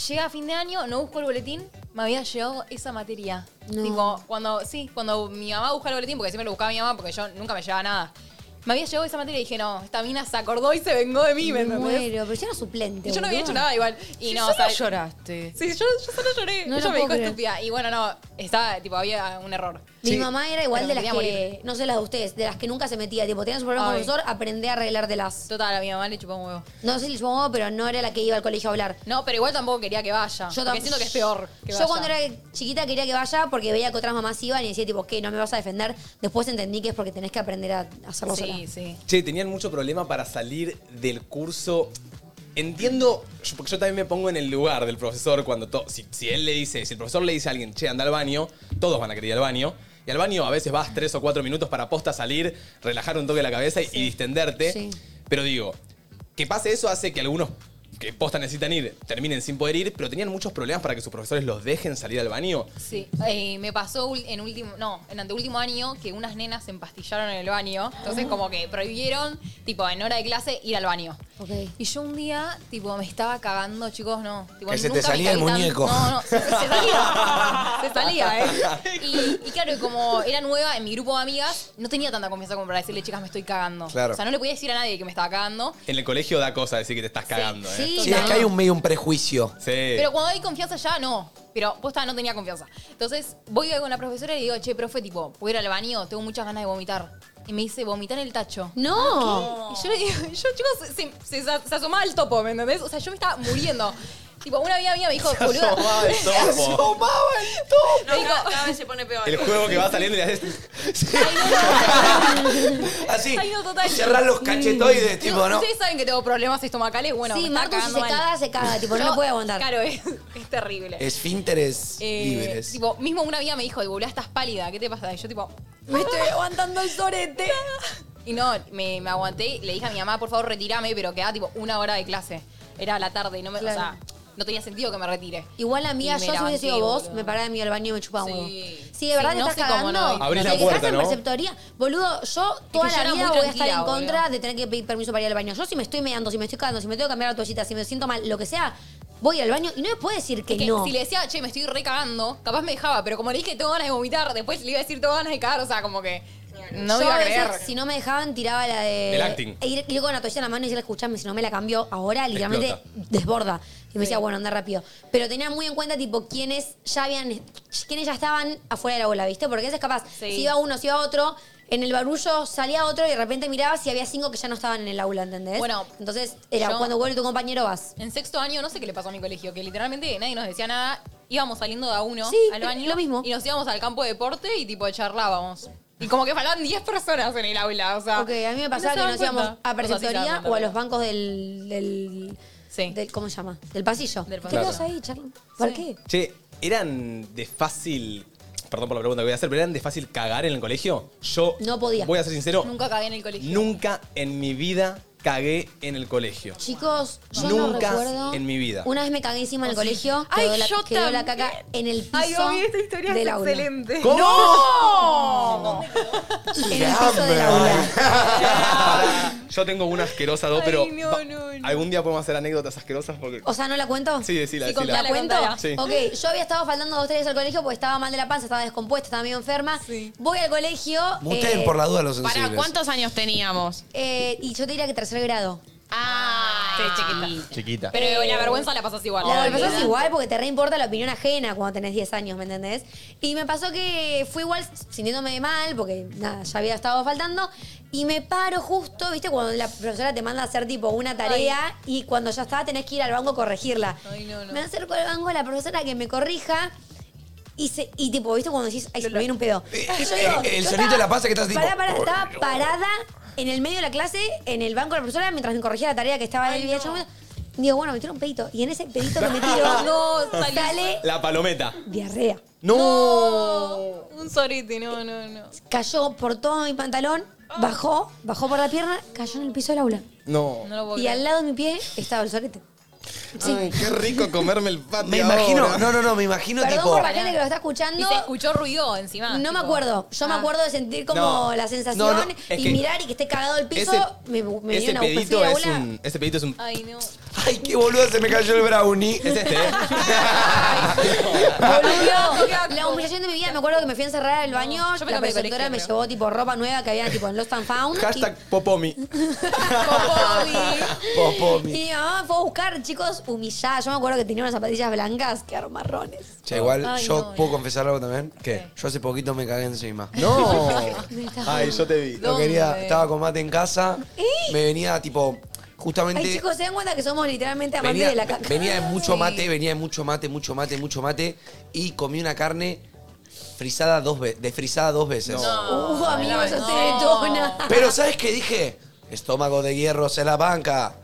Speaker 8: Llega a fin de año, no busco el boletín, me había llegado esa materia. Tipo, cuando, sí, cuando mi mamá busca el boletín, porque siempre lo buscaba mi mamá, porque yo nunca me llevaba nada. Me había llegado esa materia y dije, no, esta mina se acordó y se vengó de mí, ¿me
Speaker 7: Me
Speaker 8: entendés?
Speaker 7: muero, pero yo era suplente.
Speaker 8: Y yo no había
Speaker 7: boludo.
Speaker 8: hecho nada igual. Y
Speaker 7: Si
Speaker 8: no,
Speaker 7: solo
Speaker 8: lloraste. Sí, yo, yo solo lloré.
Speaker 7: No
Speaker 8: Ella
Speaker 7: lo
Speaker 8: me
Speaker 7: puedo
Speaker 8: dijo
Speaker 7: creer.
Speaker 8: estúpida. Y bueno, no, estaba, tipo, había un error.
Speaker 7: Mi mamá era igual
Speaker 8: Pero
Speaker 7: de
Speaker 8: me
Speaker 7: las que,
Speaker 8: quería
Speaker 7: no sé las de ustedes, de las que nunca se metía. Tipo, tenías un problema con
Speaker 8: Ay.
Speaker 7: el profesor, aprendé a arreglártelas.
Speaker 8: Total, a mi mamá le chupó un huevo.
Speaker 7: No sé si yo pero no era la que iba al colegio a hablar.
Speaker 8: No, pero igual tampoco quería que vaya.
Speaker 7: Yo
Speaker 8: Yo
Speaker 7: tam-
Speaker 8: también siento que es peor. que
Speaker 7: Yo
Speaker 8: vaya.
Speaker 7: cuando era chiquita quería que vaya porque veía que otras mamás iban y decía, tipo, ¿qué? ¿No me vas a defender? Después entendí que es porque tenés que aprender a hacerlo
Speaker 8: Sí,
Speaker 7: sola.
Speaker 8: sí.
Speaker 2: Che, tenían mucho problema para salir del curso. Entiendo, yo- porque yo también me pongo en el lugar del profesor cuando to- si, si él le dice, si el profesor le dice a alguien, che, anda al baño, todos van a querer ir al baño. Y al baño a veces vas tres o cuatro minutos para posta salir, relajar un toque la cabeza y, y distenderte. Pero digo, que pase eso hace que algunos que posta necesitan ir, terminen sin poder ir, pero tenían muchos problemas para que sus profesores los dejen salir al baño.
Speaker 8: Sí, eh, me pasó ul- en último, no, en anteúltimo año que unas nenas se empastillaron en el baño, entonces como que prohibieron, tipo, en hora de clase ir al baño. Y yo un día, tipo, me estaba cagando, chicos, no. Tipo,
Speaker 3: Que se te
Speaker 8: nunca me
Speaker 3: salía el
Speaker 8: caí tan-
Speaker 3: muñeco.
Speaker 8: No, no, se, se salía. se salía, ¿eh? Y, y claro, y como era nueva en mi grupo de amigas, no tenía tanta confianza como para decirle, chicas, me estoy cagando.
Speaker 2: Claro.
Speaker 8: O sea, no le podía decir a nadie que me estaba cagando.
Speaker 2: En el colegio da cosa decir que te estás cagando, ¿eh?
Speaker 8: sí, Sí, es no. que hay un
Speaker 2: medio un prejuicio. Sí.
Speaker 8: Pero cuando hay confianza ya, no. Pero posta no tenía confianza. Entonces voy con la profesora y le digo, che, profe, tipo, ¿puedo ir al baño? Tengo muchas ganas de vomitar. Y me dice, vomitar en el tacho.
Speaker 7: No.
Speaker 8: Y yo le digo, yo, chicos, se, se- se- se asomaba al topo, ¿me entendés? O sea, yo me estaba muriendo. tipo, una amiga mía me dijo,
Speaker 2: Se
Speaker 8: boludo.
Speaker 2: asomaba al topo.
Speaker 8: Se asomaba al topo.
Speaker 12: No, cada, cada vez se pone peor.
Speaker 2: El juego que va saliendo y haces.
Speaker 3: Así.
Speaker 8: Ay, no, total.
Speaker 3: Cerrar los cachetoides,
Speaker 8: Digo,
Speaker 3: tipo, ¿no?
Speaker 8: Ustedes saben que tengo problemas estomacales, bueno.
Speaker 7: Sí,
Speaker 8: me está
Speaker 7: Martu, si
Speaker 8: cagando
Speaker 7: se
Speaker 8: mal.
Speaker 7: caga, se caga, tipo, no
Speaker 8: Yo-
Speaker 7: lo puede aguantar.
Speaker 8: Claro, es, es terrible.
Speaker 3: Esfínteres
Speaker 8: Eh,
Speaker 3: libres.
Speaker 8: Tipo, mismo una amiga me dijo, boludo, estás pálida, ¿qué te pasa? Y yo tipo, me estoy aguantando el sorete. Y no, me, me aguanté, le dije a mi mamá, por favor, retírame, pero quedaba tipo una hora de clase. Era la tarde y no me,
Speaker 7: Claro.
Speaker 8: o sea, no tenía sentido que me retire.
Speaker 7: Igual, amiga,
Speaker 8: Y me
Speaker 7: yo si
Speaker 8: levanté,
Speaker 7: hubiese sido vos,
Speaker 8: boludo.
Speaker 7: me paraba de mí al baño y me chupaba un huevo. Sí, de
Speaker 8: Sí,
Speaker 7: verdad te
Speaker 8: no
Speaker 7: estás
Speaker 8: sé cómo no.
Speaker 7: cagando.
Speaker 2: Abrís
Speaker 7: Te
Speaker 2: la
Speaker 7: quedás
Speaker 2: puerta,
Speaker 7: en
Speaker 2: ¿no?
Speaker 7: preceptoría. Boludo, yo toda
Speaker 8: yo era
Speaker 7: la
Speaker 8: muy
Speaker 7: vida voy a estar
Speaker 8: tranquila,
Speaker 7: en contra
Speaker 8: boludo.
Speaker 7: de tener que pedir permiso para ir al baño. Yo si me estoy meando, si me estoy cagando, si me tengo que cambiar la toallita, si me siento mal, lo que sea, voy al baño y no me puedo decir que,
Speaker 8: Es que
Speaker 7: no.
Speaker 8: si le decía, che, me estoy recagando, capaz me dejaba, pero como le dije, tengo ganas de vomitar, después le iba a decir, tengo ganas de cagar, o sea, como que no
Speaker 7: Yo
Speaker 8: me iba a
Speaker 7: a veces,
Speaker 8: creer.
Speaker 7: si no me dejaban, tiraba la de.
Speaker 8: El acting.
Speaker 7: E ir, ir con la toalla en la mano y decirle, escuchame, si no me la cambió ahora, literalmente
Speaker 8: Explota.
Speaker 7: desborda. Y me decía, bueno, anda rápido. Pero tenía muy en cuenta, tipo, quiénes ya habían. quiénes ya estaban afuera de la bola, ¿viste? Porque a veces capaz, si iba uno, si iba otro, en el barullo salía otro y de repente miraba si había cinco que ya no estaban en el aula, ¿entendés?
Speaker 8: Bueno,
Speaker 7: Entonces, era
Speaker 8: yo-
Speaker 7: cuando vuelve tu compañero vas.
Speaker 8: En sexto año, no sé qué le pasó a mi colegio, que literalmente nadie nos decía nada. Íbamos saliendo de a uno
Speaker 7: Sí,
Speaker 8: al
Speaker 7: pero
Speaker 8: baño.
Speaker 7: lo mismo.
Speaker 8: Y nos íbamos al campo de deporte y tipo charlábamos. Y como que faltaban 10 personas en el aula, o sea.
Speaker 7: Ok, a mí me
Speaker 8: no
Speaker 7: pasaba
Speaker 8: se
Speaker 7: que
Speaker 8: dan
Speaker 7: nos íbamos
Speaker 8: cuenta.
Speaker 7: a
Speaker 8: O sea, sí se
Speaker 7: preceptoría
Speaker 8: dan
Speaker 7: o a
Speaker 8: cuenta.
Speaker 7: los bancos del. del del- ¿Cómo se llama? Del pasillo. Del
Speaker 2: pasillo.
Speaker 7: Te quedas ahí, charlando. ¿Por qué?
Speaker 2: Che, ¿eran de fácil. Perdón por la pregunta que voy a hacer, pero ¿eran de fácil cagar en el colegio? Yo.
Speaker 7: No podía.
Speaker 2: Voy a ser sincero.
Speaker 8: Nunca cagué en el colegio.
Speaker 2: Nunca en mi vida cagué en el colegio.
Speaker 7: Chicos, yo no
Speaker 2: Nunca
Speaker 7: recuerdo.
Speaker 2: en mi vida.
Speaker 7: Una vez me cagué encima en el
Speaker 8: Oh, sí.
Speaker 7: colegio,
Speaker 8: Ay,
Speaker 7: quedó, la,
Speaker 8: yo
Speaker 7: quedó la
Speaker 8: también.
Speaker 7: caca en el piso
Speaker 8: Ay, obvio, esta historia es
Speaker 7: del aula.
Speaker 8: excelente.
Speaker 7: ¿Cómo?
Speaker 8: ¡No!
Speaker 7: En el piso del aula.
Speaker 2: Yo tengo una asquerosa, dos,
Speaker 7: Ay,
Speaker 2: pero.
Speaker 7: no,
Speaker 2: va- Algún día podemos hacer anécdotas asquerosas porque.
Speaker 7: O sea, ¿no la cuento?
Speaker 2: Sí, decila, decila.
Speaker 7: ¿La cuento?
Speaker 2: Sí.
Speaker 7: Ok, yo había estado faltando dos, tres días al colegio porque estaba mal de la panza, estaba descompuesta, estaba medio enferma. Voy al colegio.
Speaker 3: Muteen por la duda los
Speaker 11: Pará,
Speaker 3: sensibles.
Speaker 11: ¿cuántos años teníamos?
Speaker 7: eh, y yo te diría que tercer grado.
Speaker 11: Ay, chiquita.
Speaker 3: Chiquita.
Speaker 8: Pero la vergüenza la pasas igual.
Speaker 7: La verdad es igual porque te reimporta la opinión ajena cuando tenés 10 años, ¿me entendés? Y me pasó que fui igual sintiéndome mal porque nada, ya había estado faltando. Y me paro justo, ¿viste? Cuando la profesora te manda a hacer tipo una tarea y cuando ya está tenés que ir al banco a corregirla. Me acerco al banco a la profesora que me corrija. Y, se- y tipo, ¿viste? Cuando decís, ay, se me viene un pedo. Y yo digo,
Speaker 3: eh, el sonito
Speaker 7: yo estaba-
Speaker 3: de la pasa que estás tipo,
Speaker 7: Pará, pará, estaba parada en el medio de la clase, en el banco de la profesora, mientras me corregía la tarea que estaba él bien hecho. Digo, bueno, me tiro un pedito. Y en ese pedito que me tiro,
Speaker 8: No,
Speaker 7: sale,
Speaker 2: La palometa.
Speaker 7: diarrea.
Speaker 2: ¡No!
Speaker 8: Un sorete, no, no, no.
Speaker 7: Cayó por todo mi pantalón, bajó, bajó por la pierna, cayó en el piso del aula.
Speaker 2: No.
Speaker 8: No lo puedo
Speaker 7: Y
Speaker 8: creer.
Speaker 7: al lado de mi pie estaba el sorete. Sí.
Speaker 2: Ay, qué rico comerme el patio.
Speaker 3: Me imagino,
Speaker 2: ahora.
Speaker 3: no, no, no, me imagino
Speaker 7: Perdón
Speaker 3: tipo.
Speaker 7: por la gente que lo está escuchando.
Speaker 8: Y se escuchó ruido encima.
Speaker 7: No me
Speaker 8: tipo.
Speaker 7: acuerdo. Yo me
Speaker 8: Ah.
Speaker 7: acuerdo de sentir como
Speaker 2: No.
Speaker 7: la sensación
Speaker 2: No, no, es
Speaker 7: y
Speaker 2: que
Speaker 7: mirar y que esté cagado el piso.
Speaker 2: ese-
Speaker 7: me me dio
Speaker 2: Ese
Speaker 7: una
Speaker 2: pedito,
Speaker 7: bufacía,
Speaker 2: es
Speaker 7: abuela.
Speaker 2: un, ese pedito es un.
Speaker 8: Ay, no.
Speaker 3: Ay, qué boludo, se me cayó el brownie.
Speaker 2: Es este, ¿eh?
Speaker 7: Boludo, la humillación de mi vida, me acuerdo que me fui a encerrar al baño,
Speaker 8: me
Speaker 7: la
Speaker 8: cambié de
Speaker 7: preceptora
Speaker 8: colegio,
Speaker 7: me
Speaker 8: creo.
Speaker 7: llevó tipo ropa nueva que había tipo en Lost and Found.
Speaker 2: Hashtag Popomi.
Speaker 7: Y,
Speaker 3: Popomi.
Speaker 7: y mi mamá me fue a buscar, chicos, humillada. Yo me acuerdo que tenía unas zapatillas blancas que eran marrones.
Speaker 3: Che, igual,
Speaker 7: Ay,
Speaker 3: yo
Speaker 7: no,
Speaker 3: puedo confesar algo también.
Speaker 2: ¿Qué?
Speaker 3: Yo hace poquito me cagué encima.
Speaker 2: No.
Speaker 7: Me estás
Speaker 2: Ay, yo te vi.
Speaker 3: No quería, estaba con mate en casa.
Speaker 7: ¿Eh?
Speaker 3: Me venía tipo, justamente.
Speaker 7: Ay, chicos, se dan cuenta que somos literalmente amantes
Speaker 3: venía,
Speaker 7: de la caca.
Speaker 3: venía de mucho mate, venía de mucho mate, mucho mate, mucho mate. Y comí una carne frisada dos veces, desfrisada dos veces.
Speaker 7: Uh, amigo, eso te
Speaker 8: No.
Speaker 7: detona.
Speaker 3: Pero ¿sabes qué dije? Estómago de hierro se la banca.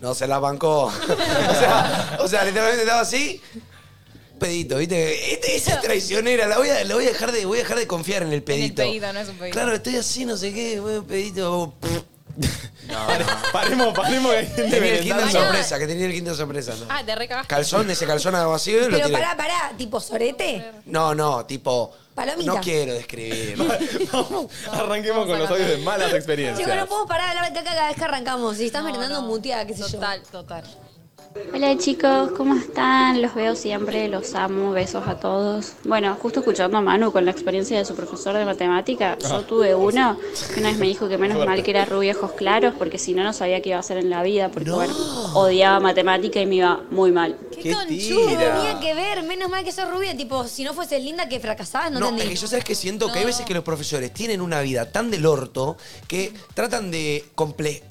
Speaker 3: No se la bancó. o, sea, o sea, literalmente estaba así. Pedito, ¿viste? Este, esa es traicionera. La voy a, la voy a dejar de, voy a dejar de confiar en el pedito.
Speaker 8: Pedito, no es un pedito.
Speaker 3: Claro, estoy así, no sé qué, voy a un pedito. pff,
Speaker 2: Paremos, paremos.
Speaker 3: Tenía el kinder sorpresa, que tenía el kinder sorpresa. ¿no?
Speaker 7: Ah, te recagaste.
Speaker 3: Calzón de ese calzón a vacío y lo
Speaker 7: Pero
Speaker 3: tiré.
Speaker 7: pará, pará, tipo sorete.
Speaker 3: No, no, tipo...
Speaker 7: Palomita.
Speaker 3: No quiero describir.
Speaker 2: Arranquemos con los audios de malas
Speaker 7: Chicos,
Speaker 2: experiencias.
Speaker 7: no podemos parar de hablar de caca cada vez que arrancamos. Si estás merendando muteada, qué sé yo. Total, total.
Speaker 15: Hola chicos, ¿cómo están? Los veo siempre, los amo, besos a todos. Bueno, justo escuchando a Manu con la experiencia de su profesor de matemática, yo
Speaker 16: Ah.
Speaker 15: tuve uno que una vez me dijo que menos
Speaker 16: Fuerte.
Speaker 15: mal que era rubio ojos claros, porque si no, no sabía qué iba a hacer en la vida, porque bueno, odiaba matemática y me iba muy mal.
Speaker 7: ¿Qué tenía que ver? Menos mal que sos rubia. Tipo, si no fueses linda, que fracasabas, no,
Speaker 3: No, es
Speaker 7: entendí.
Speaker 3: que yo sabes que siento que hay veces que los profesores tienen una vida tan del orto que tratan de comple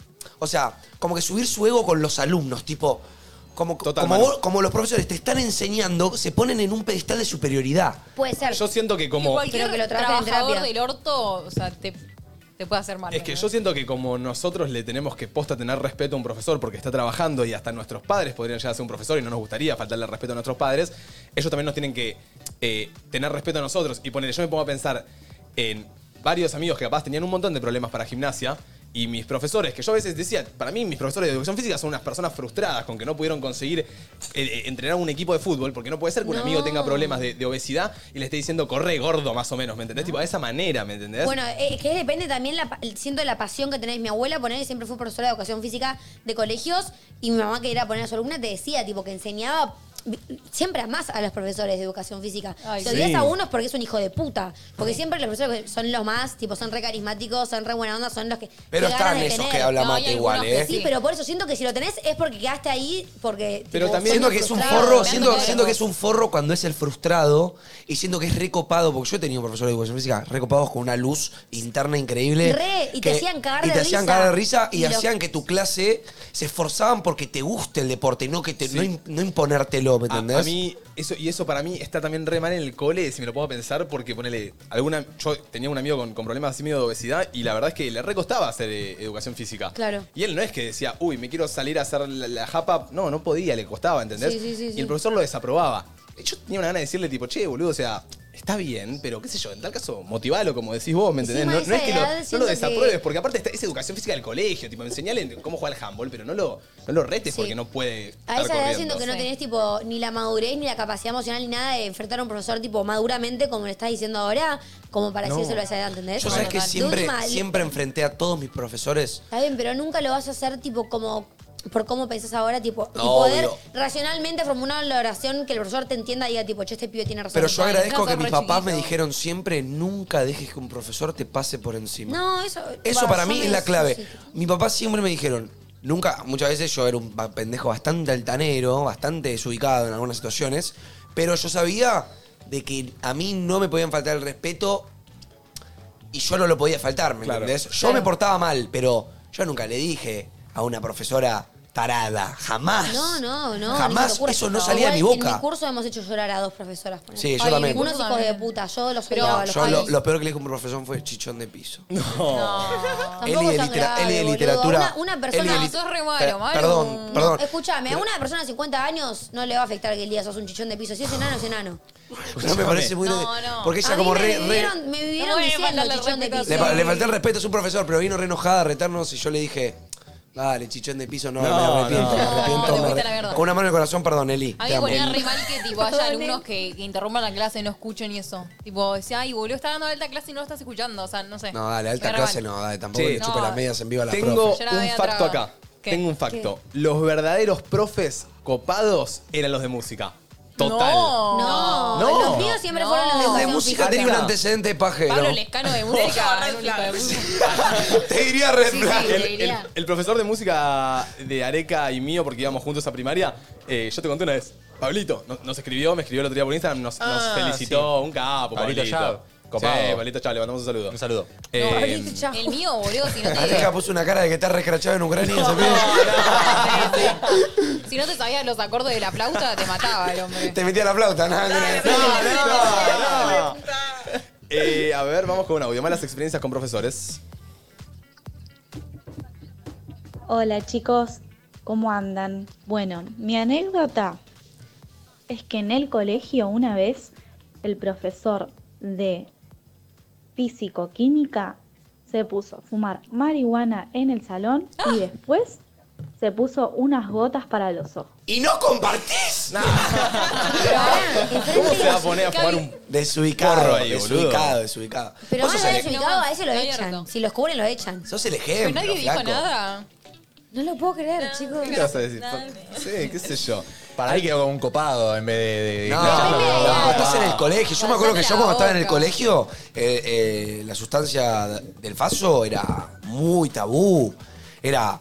Speaker 3: o sea, como que subir su ego con los alumnos, tipo como como,
Speaker 2: Manu.
Speaker 3: vos- como los profesores te están enseñando, se ponen en un pedestal de superioridad.
Speaker 7: Puede ser.
Speaker 2: Yo siento que como.
Speaker 8: Cualquier
Speaker 7: Creo que lo trabajan en
Speaker 8: trabajador
Speaker 7: terapia.
Speaker 8: del orto, o sea, te, te puede hacer mal.
Speaker 2: Es que yo siento que como nosotros le tenemos que posta tener respeto a un profesor porque está trabajando y hasta nuestros padres podrían llegar a ser un profesor y no nos gustaría faltarle el respeto a nuestros padres, ellos también nos tienen que eh, tener respeto a nosotros. Y ponele, yo me pongo a pensar en varios amigos que capaz tenían un montón de problemas para gimnasia y mis profesores, que yo a veces decía, para mí mis profesores de educación física son unas personas frustradas con que no pudieron conseguir eh, eh, entrenar a un equipo de fútbol, porque no puede ser que un
Speaker 7: No.
Speaker 2: amigo tenga problemas de, de obesidad y le esté diciendo, corre gordo más o menos, ¿me entendés? Tipo, de esa manera, ¿me entendés?
Speaker 7: Bueno, eh, es que depende también, la, pa- siento la pasión que tenéis. Mi abuela, poner siempre fue profesora de educación física de colegios y mi mamá que era poner a su alumna te decía, tipo, que enseñaba vi- siempre más a los profesores de educación física.
Speaker 8: Ay,
Speaker 7: Te
Speaker 8: sí.
Speaker 7: odias a unos porque es un hijo de puta. Porque siempre los profesores que son los más, tipo, son re carismáticos, son re buena onda, son los que...
Speaker 3: Pero
Speaker 7: que
Speaker 3: están
Speaker 7: ganas de
Speaker 3: esos
Speaker 7: tener.
Speaker 3: que hablan No, mate hay algunos igual, que ¿eh?
Speaker 7: Sí,
Speaker 3: sí.
Speaker 7: pero por eso siento que si lo tenés es porque quedaste ahí porque... tipo,
Speaker 3: siento
Speaker 7: sos
Speaker 3: que es un
Speaker 7: frustrado,
Speaker 3: forro,
Speaker 7: me
Speaker 3: siento,
Speaker 7: ando
Speaker 3: siento que
Speaker 7: loco.
Speaker 3: es un forro cuando es el frustrado y siento que es recopado, porque yo he tenido profesores de educación física recopados con una luz interna increíble.
Speaker 7: Re, y te hacían cagar
Speaker 3: y
Speaker 7: de
Speaker 3: te hacían
Speaker 7: risa.
Speaker 3: cagar de risa y,
Speaker 7: Y lo-
Speaker 3: hacían que tu clase se esforzaban porque te guste el deporte, no que te, no, im- no imponértelo, ¿me
Speaker 2: A-
Speaker 3: entendés?
Speaker 2: A, mí, eso, y eso para mí está también re mal en el cole, si me lo puedo pensar, porque ponele, alguna, yo tenía un amigo con, con problemas así medio de obesidad y la verdad es que le recostaba hacer eh, educación física.
Speaker 7: Claro.
Speaker 2: Y él no es que decía, uy, me quiero salir a hacer la, la japa. No, no podía, le costaba, ¿entendés?
Speaker 7: Sí, sí, sí,
Speaker 2: y el
Speaker 7: sí.
Speaker 2: profesor lo desaprobaba. Yo tenía una gana de decirle, tipo, che, boludo, o sea, está bien, pero qué sé yo, en tal caso, motivalo, como decís vos, ¿me entendés?
Speaker 7: Encima
Speaker 2: No, no
Speaker 7: de
Speaker 2: es
Speaker 7: esa
Speaker 2: que lo,
Speaker 7: edad
Speaker 2: no lo
Speaker 7: siento que-
Speaker 2: desapruebes, porque aparte está- es educación física del colegio, tipo, enseñale cómo jugar al handball, pero no lo, no lo retes porque no puede. estar
Speaker 7: A esa edad
Speaker 2: corriendo.
Speaker 7: siento que no tenés tipo ni la madurez ni la capacidad emocional ni nada de enfrentar a un profesor tipo maduramente como le estás diciendo ahora, como para
Speaker 3: No.
Speaker 7: decírselo a esa edad, ¿entendés?
Speaker 3: Yo sabes que
Speaker 7: De
Speaker 3: siempre,
Speaker 7: última,
Speaker 3: siempre enfrenté a todos mis profesores.
Speaker 7: Está bien, pero nunca lo vas a hacer tipo como por cómo pensás ahora, tipo, y
Speaker 3: No,
Speaker 7: poder
Speaker 3: obvio.
Speaker 7: racionalmente formular la oración que el profesor te entienda y diga tipo, che, este pibe tiene razón.
Speaker 3: Pero yo
Speaker 7: Ay,
Speaker 3: agradezco
Speaker 7: no,
Speaker 3: que
Speaker 7: sos
Speaker 3: mis
Speaker 7: re
Speaker 3: papás me
Speaker 7: chiquito.
Speaker 3: dijeron siempre, nunca dejes que un profesor te pase por encima.
Speaker 7: No, eso.
Speaker 3: Eso
Speaker 7: va,
Speaker 3: para
Speaker 7: yo
Speaker 3: mí
Speaker 7: me
Speaker 3: es la
Speaker 7: des-
Speaker 3: clave. Mi papá siempre me dijeron, nunca, muchas veces yo era un ba- pendejo bastante altanero, bastante desubicado en algunas situaciones, pero yo sabía de que a mí no me podían faltar el respeto y yo no lo podía faltar, ¿me entendés? Yo me portaba mal, pero yo nunca le dije a una profesora tarada, jamás.
Speaker 7: No, no, no.
Speaker 3: Jamás,
Speaker 7: ni se te ocurra.
Speaker 3: eso no salía de mi
Speaker 7: Igual
Speaker 3: boca.
Speaker 7: En mi curso hemos hecho llorar a dos profesoras. ponele.
Speaker 3: Sí, yo Ay, también. mi
Speaker 7: Unos
Speaker 3: curso
Speaker 7: hijos de puta, yo los odiaba. los
Speaker 3: yo lo,
Speaker 7: odiaba.
Speaker 3: lo peor que le dije a un profesor fue chichón de piso.
Speaker 7: No.
Speaker 3: Eli de,
Speaker 7: Tampoco
Speaker 3: litera-
Speaker 7: tan grave,
Speaker 3: Eli de
Speaker 7: boludo.
Speaker 3: literatura.
Speaker 7: Una, una
Speaker 3: Eli
Speaker 7: persona.
Speaker 3: de lit- Per- Perdón, perdón.
Speaker 7: Escúchame, a una persona de 50 años no le va a afectar que el día sos un chichón de piso. Si es enano, es enano.
Speaker 3: No me parece muy. Porque ella,
Speaker 7: a
Speaker 3: como
Speaker 7: mí
Speaker 3: re.
Speaker 7: me,
Speaker 3: re-
Speaker 7: vivieron, me vivieron
Speaker 8: No, eh,
Speaker 7: diciendo
Speaker 8: faltarle
Speaker 7: chichón de piso.
Speaker 3: le, fa- le falté el respeto, es un profesor, pero vino re enojada a retarnos y yo le dije. Dale, chichón de piso, no,
Speaker 2: No,
Speaker 3: me arrepiento,
Speaker 2: no.
Speaker 3: me
Speaker 8: No,
Speaker 3: arrepiento.
Speaker 8: te
Speaker 3: me
Speaker 8: fuiste a la
Speaker 3: arre-
Speaker 8: mierda.
Speaker 3: Con una mano en el corazón, perdón, Eli.
Speaker 8: A mí
Speaker 3: te
Speaker 8: me
Speaker 3: amo.
Speaker 8: ponía re mal que tipo, haya alumnos que, que interrumpan la clase, no escuchen y eso. Tipo, decía, ay, boludo, está dando alta clase y no lo estás escuchando. O sea, no sé.
Speaker 3: No, dale, alta
Speaker 8: Me
Speaker 3: clase
Speaker 8: reban.
Speaker 3: no, dale, tampoco
Speaker 2: Sí.
Speaker 3: le chupe
Speaker 8: No.
Speaker 3: las medias en vivo a la
Speaker 2: Tengo
Speaker 3: profe.
Speaker 8: la
Speaker 2: un
Speaker 8: había
Speaker 2: facto
Speaker 8: trabado.
Speaker 2: acá. Tengo un facto. Los verdaderos profes copados eran los de música. Total.
Speaker 7: No,
Speaker 2: No.
Speaker 7: los míos siempre
Speaker 8: No.
Speaker 7: fueron los de
Speaker 3: El de
Speaker 7: educación
Speaker 3: música
Speaker 7: física.
Speaker 3: tenía un antecedente pajero.
Speaker 8: Pablo Lescano de música. era un hijo de puta.
Speaker 3: Te diría red
Speaker 8: Sí,
Speaker 3: flag.
Speaker 8: sí,
Speaker 2: El,
Speaker 8: te
Speaker 2: el-
Speaker 8: diría.
Speaker 2: el profesor de música de Areca y mío, porque íbamos juntos a primaria, eh, yo te conté una vez. Pablito no- nos escribió, me escribió el otro día por Instagram, nos, nos
Speaker 9: Ah,
Speaker 2: felicitó,
Speaker 9: sí.
Speaker 2: un capo,
Speaker 9: Pablito
Speaker 2: Pablito.
Speaker 9: Chao.
Speaker 2: Copado.
Speaker 9: Sí.
Speaker 2: Pablito Chao, le mandamos un saludo. Eh, Un saludo.
Speaker 8: El mío, boludo, si no te,
Speaker 3: Aleja puso una cara de que está rescrachado en Ucrania. se pide-
Speaker 8: si no te sabías los acordes de la flauta, te mataba el hombre.
Speaker 3: Te metía la flauta. No, no,
Speaker 2: no, no. Eh, a ver, vamos con un audio. Malas experiencias con profesores.
Speaker 14: Hola chicos, ¿cómo andan? Bueno, mi anécdota es que en el colegio una vez el profesor de físico-química se puso a fumar marihuana en el salón
Speaker 7: ¡Ah!
Speaker 14: y después se puso unas gotas para los ojos.
Speaker 3: ¿Y no compartís?
Speaker 2: ¿Cómo se va a poner a fumar un
Speaker 3: Desubicado,
Speaker 2: porro ahí, boludo?
Speaker 3: desubicado, desubicado.
Speaker 7: Pero ah,
Speaker 3: Vos
Speaker 7: más
Speaker 3: sos
Speaker 7: allá
Speaker 3: el-
Speaker 7: de desubicado, a ese lo
Speaker 8: No
Speaker 7: echan. Si lo descubren, lo echan.
Speaker 3: Sos el ejemplo, Pero nadie dijo flaco.
Speaker 8: nada.
Speaker 7: No lo puedo creer, chicos.
Speaker 2: ¿Qué vas a decir? Sí, qué sé yo.
Speaker 9: Para ahí quedó como un copado en vez de. de-
Speaker 3: No,
Speaker 9: de-
Speaker 3: no, estás en el colegio. Yo me acuerdo que yo cuando estaba en el
Speaker 9: boca.
Speaker 3: colegio, eh, eh, la sustancia del faso era muy tabú. Era.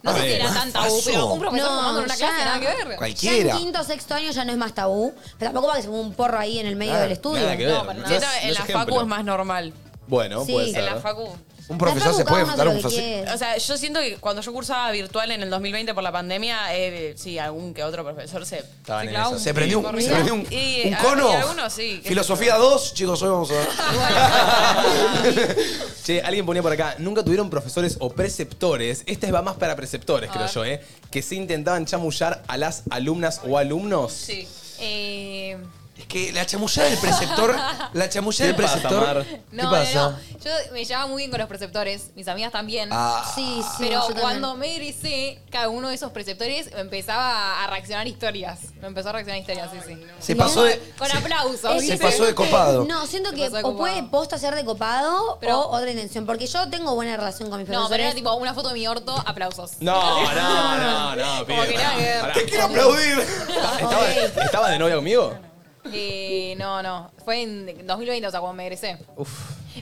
Speaker 11: No sé
Speaker 3: "Ah,
Speaker 11: si era tan tabú,
Speaker 3: faso".
Speaker 11: pero un profesor fumando en una clase nada que ver.
Speaker 7: Ya
Speaker 3: Cualquiera.
Speaker 7: en quinto o sexto año ya no es más tabú. Pero tampoco va que se ponga un porro ahí en el medio
Speaker 2: Claro,
Speaker 7: del estudio.
Speaker 2: nada que ver. No, para nada.
Speaker 11: Siento que
Speaker 2: No es-
Speaker 11: en
Speaker 2: no es
Speaker 11: la facu
Speaker 2: Ah, ejemplo.
Speaker 11: es más normal.
Speaker 2: Bueno,
Speaker 11: Sí.
Speaker 2: puede ser. ¿eh?
Speaker 11: En la facu.
Speaker 3: Un profesor se puede juntar un profesor.
Speaker 11: O sea, yo siento que cuando yo cursaba virtual en el 2020 por la pandemia, eh, sí, algún que otro profesor se,
Speaker 3: Estaban
Speaker 11: se
Speaker 3: en
Speaker 11: clavó
Speaker 3: esa.
Speaker 11: un
Speaker 3: Se prendió un-
Speaker 11: porro.
Speaker 3: se prendió un-
Speaker 11: Y,
Speaker 3: un
Speaker 11: ah,
Speaker 3: cono.
Speaker 11: y algunos sí. que-
Speaker 3: Filosofía 2, chicos, hoy vamos a ver.
Speaker 2: Che, alguien ponía por acá, nunca tuvieron profesores o preceptores, esta va más para preceptores, creo yo, ¿eh? Que se intentaban chamullar a las alumnas o alumnos.
Speaker 11: Sí. Eh,
Speaker 3: Es que la chamullada del preceptor. La chamullada del
Speaker 2: ¿Qué pasa,
Speaker 3: preceptor.
Speaker 2: Mar?
Speaker 3: ¿Qué
Speaker 8: No,
Speaker 3: pasa?
Speaker 8: no, no. Yo me llevaba muy bien con los preceptores. Mis amigas también.
Speaker 3: Ah.
Speaker 7: Sí, sí,
Speaker 8: Pero
Speaker 7: yo también.
Speaker 8: cuando me egresé, cada uno de esos preceptores me empezaba a reaccionar historias. Me empezó a reaccionar historias, sí, sí.
Speaker 3: Se pasó de-
Speaker 8: Con
Speaker 3: se-
Speaker 8: aplausos.
Speaker 3: se
Speaker 8: ¿viste?
Speaker 3: pasó de copado.
Speaker 7: No, siento
Speaker 8: Se
Speaker 7: que
Speaker 8: pasó de
Speaker 7: o puede
Speaker 8: copado.
Speaker 7: posta ser de copado o otra intención. Porque yo tengo buena relación con mis
Speaker 8: No, pero
Speaker 7: profesores.
Speaker 8: era tipo una foto de mi orto, aplausos.
Speaker 2: No, no, no, no, pibe.
Speaker 8: que nada que ver.
Speaker 2: pará.
Speaker 8: Te
Speaker 3: quiero aplaudir.
Speaker 7: Ah,
Speaker 2: ¿Estaba, estaba de novia conmigo?
Speaker 8: Eh, no, no. Fue en 2020, o sea, cuando me egresé.
Speaker 2: Uf.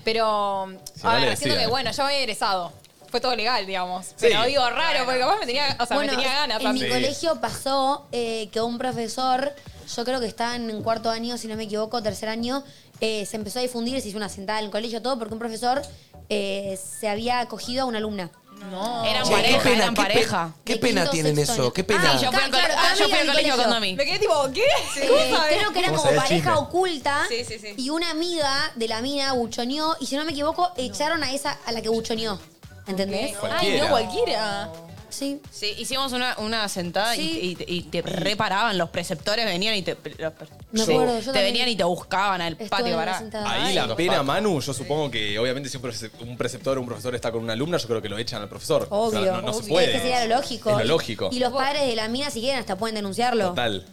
Speaker 8: Pero,
Speaker 2: Si
Speaker 8: a
Speaker 2: no
Speaker 8: ver,
Speaker 2: le
Speaker 8: siento
Speaker 2: decían.
Speaker 8: que, bueno, yo había egresado. Fue todo legal, digamos.
Speaker 2: Sí.
Speaker 8: Pero digo, raro, porque capaz me tenía, o sea, me tenía ganas
Speaker 7: en mi
Speaker 8: también.
Speaker 7: colegio pasó eh, que un profesor, yo creo que estaba en cuarto año, si no me equivoco, tercer año, eh, se empezó a difundir, se hizo una sentada en el colegio, todo, porque un profesor eh, se había acogido a una alumna. No.
Speaker 11: Eran
Speaker 3: Che,
Speaker 11: pareja,
Speaker 3: qué pena,
Speaker 11: eran
Speaker 3: qué pe-
Speaker 11: pareja.
Speaker 3: qué De pena quinto, tienen sexto eso, año. qué pena.
Speaker 11: Sí, yo fui al
Speaker 7: Claro,
Speaker 11: cole- ah, yo fui
Speaker 7: cambia
Speaker 11: al
Speaker 7: el
Speaker 11: colegio
Speaker 7: colegio.
Speaker 11: con Domi.
Speaker 8: Me quedé tipo, ¿qué?
Speaker 7: Eh,
Speaker 8: ¿Cómo sabés?
Speaker 7: creo que era
Speaker 11: ¿Cómo
Speaker 7: como
Speaker 11: sabés
Speaker 7: pareja
Speaker 11: chisme?
Speaker 7: oculta
Speaker 11: Sí, sí, sí.
Speaker 7: y una amiga de la mina buchoneó y si no me equivoco echaron a esa a la que buchoneó. ¿Entendés?
Speaker 11: Ay, no,
Speaker 8: cualquiera.
Speaker 7: Sí.
Speaker 11: Sí, hicimos una, una sentada y-
Speaker 7: Sí.
Speaker 11: y, y te reparaban, los preceptores venían y te. los pre-
Speaker 7: Me
Speaker 11: Sí.
Speaker 7: acuerdo, yo
Speaker 11: te
Speaker 7: también
Speaker 11: venían y te buscaban al
Speaker 7: estuve en
Speaker 11: patio
Speaker 7: una
Speaker 11: para.
Speaker 7: sentada.
Speaker 2: Ahí
Speaker 7: Ay.
Speaker 2: la pena, Manu, yo supongo que obviamente si un prece- un preceptor o un profesor está con una alumna, yo creo que lo echan al profesor. O
Speaker 7: Obvio.
Speaker 2: sea, no, no se puede.
Speaker 7: Es que sería lo lógico.
Speaker 2: Es lo lógico.
Speaker 7: Y los padres de la mina, si quieren, hasta pueden denunciarlo.
Speaker 2: Total.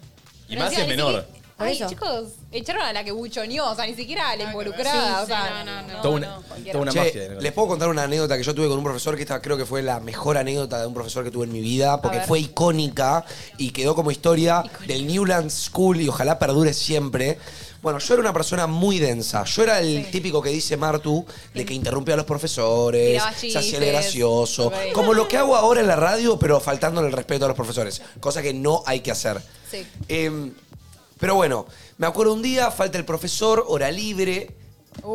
Speaker 2: Y
Speaker 8: Pero
Speaker 2: más si es
Speaker 8: encima ni
Speaker 2: menor.
Speaker 7: Por
Speaker 8: Ay,
Speaker 7: eso.
Speaker 8: chicos, echaron a la que buchoneó, o sea, ni siquiera a la involucrada. o sea, Ah, no, no, no.
Speaker 2: Toda una, toda una
Speaker 3: Che,
Speaker 2: mafia.
Speaker 3: Les puedo contar una anécdota que yo tuve con un profesor que esta creo que fue la mejor anécdota de un profesor que tuve en mi vida porque
Speaker 2: ver.
Speaker 3: fue icónica y quedó como historia del Newland School y ojalá perdure siempre. Bueno, yo era una persona muy densa. Yo era el típico que dice Martu de que interrumpía a los profesores,
Speaker 9: Tiraba
Speaker 3: se hacía el
Speaker 9: chistes.
Speaker 3: gracioso.
Speaker 9: Ok.
Speaker 3: Como lo que hago ahora en la radio, pero faltándole el respeto a los profesores, cosa que no hay que hacer.
Speaker 8: Sí.
Speaker 3: Em, pero bueno, me acuerdo un día, falta el profesor, hora libre.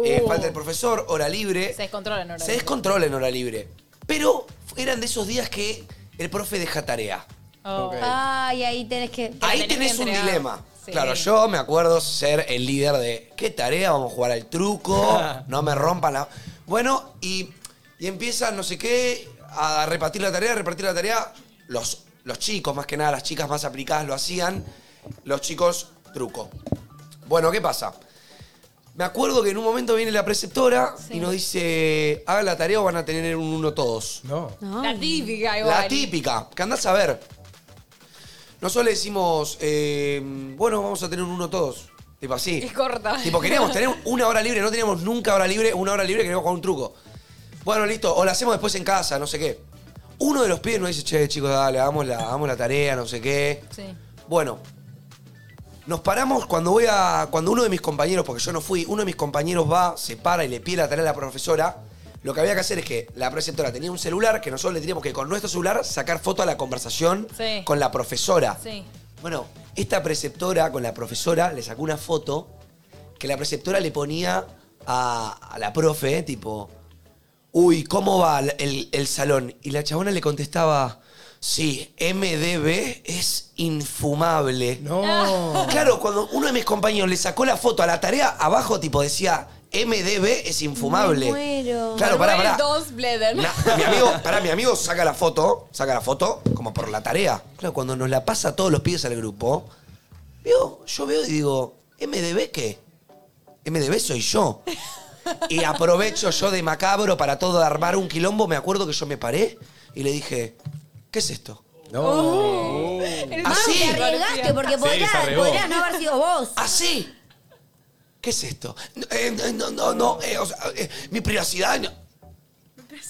Speaker 3: Eh, falta el profesor, hora libre.
Speaker 8: Uh, Se descontrolan ahora.
Speaker 3: Se descontrola en hora libre. Pero eran de esos días que el profe deja tarea.
Speaker 7: Ay, ahí tenés que.
Speaker 3: Ahí tenés, un dilema. Claro, yo me acuerdo ser el líder de qué tarea, vamos a jugar al truco, no me rompan la. Bueno, y, y empiezan no sé qué a repartir la tarea, a repartir la tarea. Los, los chicos, más que nada, las chicas más aplicadas lo hacían. Los chicos, truco. Bueno, ¿qué pasa? Me acuerdo que en un momento viene la preceptora y nos dice: hagan la tarea o van a tener un uno todos. No.
Speaker 8: La típica, igual.
Speaker 3: La típica, que andás a ver. Nosotros le decimos, eh, bueno, vamos a tener un uno todos. Tipo así.
Speaker 8: Es corta.
Speaker 3: Tipo, queríamos tener una hora libre, no teníamos nunca hora libre, una hora libre queríamos jugar un truco. Bueno, listo, o la hacemos después en casa, no sé qué. Uno de los pibes nos dice, che, chicos, dale, hagamos la, hagamos la tarea, no sé qué.
Speaker 8: Sí.
Speaker 3: Bueno, nos paramos cuando voy a. Cuando uno de mis compañeros, porque yo no fui, uno de mis compañeros va, se para y le pide la tarea a la profesora. Lo que había que hacer es que la preceptora tenía un celular que nosotros le teníamos que con nuestro celular sacar foto a la conversación
Speaker 8: Sí.
Speaker 3: con la profesora.
Speaker 8: Sí.
Speaker 3: Bueno, esta preceptora con la profesora le sacó una foto que la preceptora le ponía a, a la profe, tipo, uy, ¿cómo va el, el- el salón? Y la chabona le contestaba, sí, MDB es infumable. No. Claro, cuando uno de mis compañeros le sacó la foto a la tarea, abajo, tipo, decía, MDB es infumable. Claro, pará, pará.
Speaker 8: Dos Bleden.
Speaker 3: Na- mi amigo, pará, mi amigo saca la foto, saca la foto como por la tarea. Claro, cuando nos la pasa a todos los pibes al grupo, veo, yo veo y digo, ¿MDB qué? MDB soy yo. Y aprovecho yo de macabro para todo armar un quilombo. Me acuerdo que yo me paré y le dije, ¿qué es esto? Oh.
Speaker 7: No. Así. Te arriesgaste porque
Speaker 3: Sí, se
Speaker 7: podrías,
Speaker 3: arriesgó.
Speaker 7: podrías no haber sido vos.
Speaker 3: Así. ¿Qué es esto? No, eh, no, no, no, eh, o sea, eh, mi privacidad. no.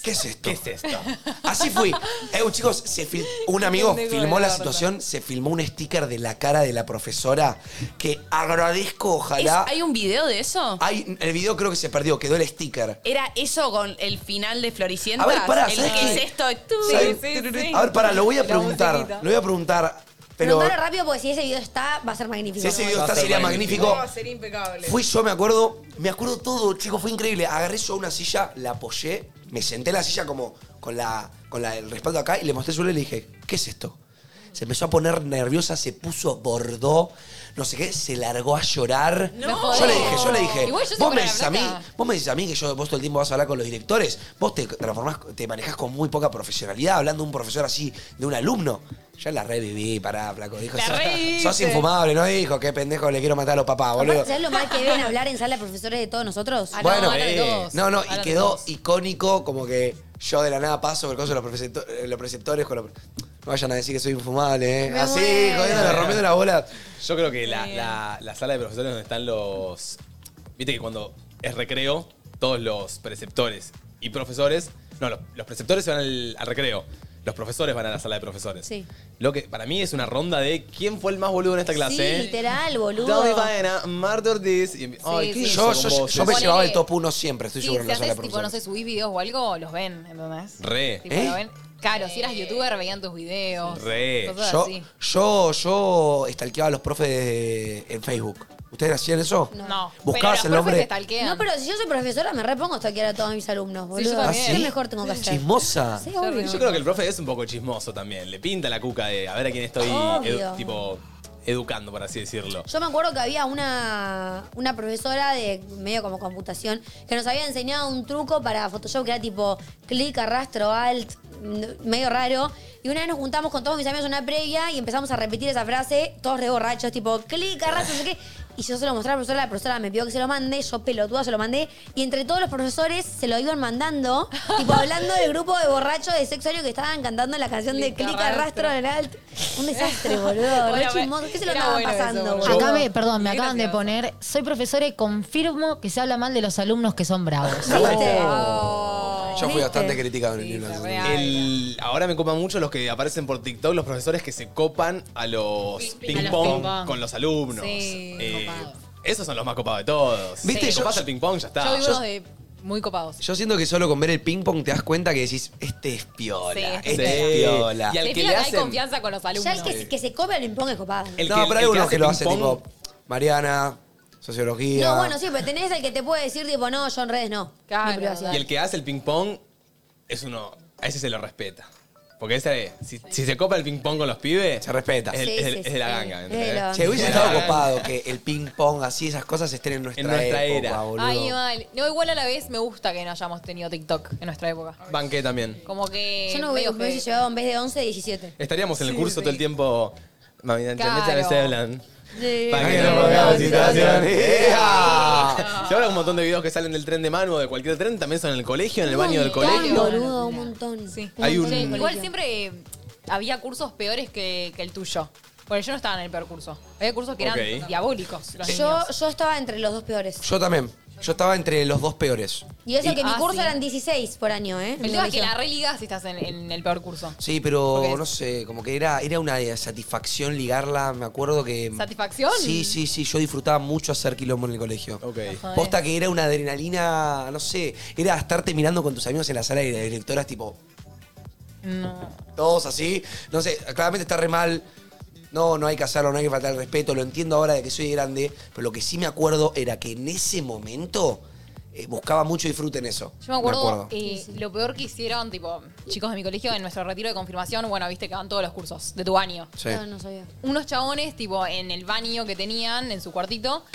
Speaker 3: ¿Qué es esto? ¿Qué es esto? Así fui. Eh, chicos, se fil- un amigo
Speaker 9: Pendejo de
Speaker 3: filmó la
Speaker 9: torta.
Speaker 3: situación, se filmó un sticker de la cara de la profesora que agradezco, ojalá.
Speaker 11: ¿Es- ¿Hay un video de eso?
Speaker 3: Hay, el video creo que se perdió, quedó el sticker.
Speaker 11: Era eso con el final de Floricienta.
Speaker 3: A ver, pará,
Speaker 11: el,
Speaker 3: ¿sabes
Speaker 11: ¿Qué
Speaker 3: qué?
Speaker 11: es esto?
Speaker 3: ¿Sabes? A ver, para, lo voy a
Speaker 11: La
Speaker 3: preguntar.
Speaker 11: musiquita.
Speaker 3: Lo voy a preguntar. Pero
Speaker 7: Preguntalo rápido porque si ese video está, va a ser magnífico.
Speaker 3: Si ese video está, sería magnífico.
Speaker 12: No, sería impecable.
Speaker 3: Fui yo, me acuerdo, me acuerdo todo, chicos, fue increíble. Agarré yo una silla, la apoyé, me senté en la silla como con la con la- el respaldo acá y le mostré el suelo y le dije, ¿qué es esto? Se empezó a poner nerviosa, se puso bordó, no sé qué, se largó a llorar.
Speaker 11: No.
Speaker 3: Yo le dije, yo le dije,
Speaker 11: Igual yo
Speaker 3: vos
Speaker 11: siempre
Speaker 3: me
Speaker 11: la
Speaker 3: decís a mí,
Speaker 11: plata.
Speaker 3: vos me decís a mí que yo vos todo el tiempo vas a hablar con los directores, vos te transformás, te manejás con muy poca profesionalidad, hablando de un profesor así, de un alumno. Ya la reviví, pará, flaco. Dijo,
Speaker 7: La
Speaker 3: "Sos-
Speaker 7: reviviste".
Speaker 3: sos infumable, ¿no? Dijo, qué pendejo, le quiero matar a los papás, Ah, boludo.
Speaker 7: ¿Sabes lo mal que ven hablar en sala de profesores de todos nosotros?
Speaker 8: Ah,
Speaker 3: Bueno, eh, no, no, y quedó icónico como que yo de la nada paso por cosas de los, precepto- eh, los preceptores con los... No vayan a decir que soy infumable, ¿eh?
Speaker 2: Me
Speaker 3: Así,
Speaker 2: muero.
Speaker 3: jodiéndole, rompiendo la bola.
Speaker 2: Yo creo que la, la- la sala de profesores donde están los. Viste que cuando es recreo, todos los preceptores y profesores. No, los, los preceptores se van al, al recreo. Los profesores van a la sala de profesores.
Speaker 7: Sí.
Speaker 2: Lo que para mí es una ronda de quién fue el más boludo en esta clase.
Speaker 7: Sí,
Speaker 2: ¿eh?
Speaker 7: literal,
Speaker 2: Tommy
Speaker 7: boludo.
Speaker 2: Baena, Marta Ortiz. y- Ay, ¿qué
Speaker 3: Yo-
Speaker 2: hizo
Speaker 3: yo,
Speaker 2: con
Speaker 3: yo,
Speaker 2: vos
Speaker 3: me
Speaker 2: eso?
Speaker 3: llevaba el top 1 siempre, estoy
Speaker 8: Sí,
Speaker 3: seguro en
Speaker 8: si
Speaker 3: la sala de
Speaker 8: haces tipo, no
Speaker 3: profesores.
Speaker 8: sé, subís videos o algo, los ven, ¿entendés?
Speaker 3: Re.
Speaker 8: Tipo,
Speaker 3: ¿Eh?
Speaker 8: lo ven. Claro, si eras youtuber veían tus videos.
Speaker 3: Re.
Speaker 8: Cosas
Speaker 3: Yo,
Speaker 8: así.
Speaker 3: yo, yo stalkeaba a los profes de- en Facebook. ¿Ustedes hacían eso?
Speaker 8: No.
Speaker 3: Buscabas el nombre.
Speaker 7: No, pero si yo soy profesora, me repongo a toquear a todos mis alumnos, boludo.
Speaker 3: yo también.
Speaker 7: ¿Qué
Speaker 3: ¿Ah, sí?
Speaker 7: mejor tengo que hacer?
Speaker 3: Chismosa.
Speaker 7: Sí, obvio.
Speaker 2: Yo creo que el profe es un poco chismoso también. Le pinta la cuca de a ver a quién estoy
Speaker 7: Obvio.
Speaker 2: edu- tipo educando, por así decirlo.
Speaker 7: Yo me acuerdo que había una, una profesora de medio como computación que nos había enseñado un truco para Photoshop que era tipo clic, arrastro, alt, mm, medio raro. Y una vez nos juntamos con todos mis amigos en una previa y empezamos a repetir esa frase, todos re borrachos, tipo clic, arrastro, no sé qué. Y yo se lo mostré a la profesora, la profesora me pidió que se lo mande, yo pelotuda se lo mandé. Y entre todos los profesores se lo iban mandando, tipo hablando del grupo de borrachos de sexo ario que estaban cantando la canción de clic, arrastro, alt. Un desastre, boludo. Re
Speaker 8: Hola,
Speaker 7: chismoso. ¿Qué se lo
Speaker 8: era
Speaker 7: estaban
Speaker 8: bueno eso,
Speaker 7: pasando,
Speaker 8: boludo.
Speaker 7: boludo?
Speaker 10: Acá me, perdón, me acaban de poner, soy profesora y confirmo que se habla mal de los alumnos que son bravos.
Speaker 3: Oh.
Speaker 17: Oh.
Speaker 3: Yo fui bastante
Speaker 2: ¿Viste?
Speaker 3: criticado en el libro.
Speaker 2: El- ahora me copan mucho los que aparecen por TikTok, los profesores que se copan a los
Speaker 3: A
Speaker 2: ping
Speaker 3: los
Speaker 2: pong
Speaker 3: ping-pong.
Speaker 2: con los alumnos.
Speaker 8: Sí,
Speaker 2: Eh, esos son los más copados de todos.
Speaker 3: Viste,
Speaker 2: Si
Speaker 3: yo-
Speaker 2: copas el ping pong, ya está.
Speaker 8: Yo vi unos de muy copados.
Speaker 3: Yo siento que solo con ver el ping pong te das cuenta que decís, este es piola,
Speaker 8: Sí,
Speaker 3: este
Speaker 2: sí.
Speaker 3: es piola.
Speaker 8: Te fijas que hay confianza con los
Speaker 7: Ya el
Speaker 8: alumnos. eh.
Speaker 7: que, que se come el ping-pong es copado.
Speaker 3: no, pero hay
Speaker 2: el que
Speaker 3: unos
Speaker 2: hace
Speaker 3: que lo hacen
Speaker 2: ping pong-
Speaker 3: tipo, Mariana, Sociología.
Speaker 7: No, bueno, sí, pero tenés el que te puede decir, tipo, no, yo en redes no. Mi privacidad.
Speaker 2: Y el que hace el ping pong es uno. A ese se lo respeta. Porque ese, si, si se copa el ping pong con los pibes. Se
Speaker 3: respeta.
Speaker 2: Es, el-
Speaker 3: Sí,
Speaker 2: es el-
Speaker 3: sí,
Speaker 2: es de la
Speaker 3: sí.
Speaker 2: ganga.
Speaker 3: Eh,
Speaker 2: ¿entendés?
Speaker 3: Che, hubiese
Speaker 2: Es de
Speaker 3: estado
Speaker 2: la ganga.
Speaker 3: copado que el ping pong, así, esas cosas estén en nuestra,
Speaker 2: En nuestra
Speaker 3: época,
Speaker 2: era.
Speaker 3: boludo.
Speaker 8: Ay, mal. No, igual a la vez me gusta que no hayamos tenido TikTok en nuestra época.
Speaker 2: Banqué también.
Speaker 8: Como que.
Speaker 7: Yo no hubiera- me hubiese llevado en vez de 11, 17.
Speaker 2: Estaríamos en el
Speaker 7: Sí,
Speaker 2: curso
Speaker 7: sí.
Speaker 2: todo el tiempo. Mami,
Speaker 7: Claro.
Speaker 2: ya me se hablan. Para que
Speaker 7: Sí.
Speaker 2: no pongamos situación.
Speaker 3: ¡Ea!
Speaker 2: Y ahora un montón de videos que salen del tren de mano o de cualquier tren también son en el colegio, en el baño del colegio.
Speaker 7: boludo, un montón.
Speaker 2: Hay un-
Speaker 8: Sí, igual siempre eh, había cursos peores que, que el tuyo. Porque yo no estaba en el peor curso. Había cursos que eran
Speaker 3: Ok.
Speaker 8: diabólicos. Los
Speaker 7: Yo,
Speaker 8: niños.
Speaker 7: yo estaba entre los dos peores.
Speaker 3: Yo también. Yo estaba entre los dos peores.
Speaker 7: Y eso
Speaker 8: Sí.
Speaker 7: que mi
Speaker 8: Ah,
Speaker 7: curso
Speaker 8: sí.
Speaker 7: eran 16 por año, ¿eh?
Speaker 8: El tema es que la religas si estás en, en el peor curso.
Speaker 3: Sí, pero
Speaker 8: Porque es-
Speaker 3: no sé, como que era, era una satisfacción ligarla. Me acuerdo que.
Speaker 8: ¿Satisfacción?
Speaker 3: Sí, sí, sí. Yo disfrutaba mucho hacer quilombo en el colegio.
Speaker 8: Joder.
Speaker 3: Posta que era una adrenalina, no sé. Era estarte mirando con tus amigos en la sala de las directoras, tipo,
Speaker 8: No.
Speaker 3: todos así. No sé, claramente está re mal. No, no hay que hacerlo, no hay que faltar el respeto. Lo entiendo ahora de que soy grande, pero lo que sí me acuerdo era que en ese momento eh, buscaba mucho disfrute en eso.
Speaker 8: Yo me acuerdo, eh, lo peor que hicieron, tipo, chicos de mi colegio en nuestro retiro de confirmación, bueno, viste que van todos los cursos de tu baño.
Speaker 3: Sí. No,
Speaker 7: no sabía.
Speaker 8: Unos chabones, tipo, en el baño que tenían, en su cuartito,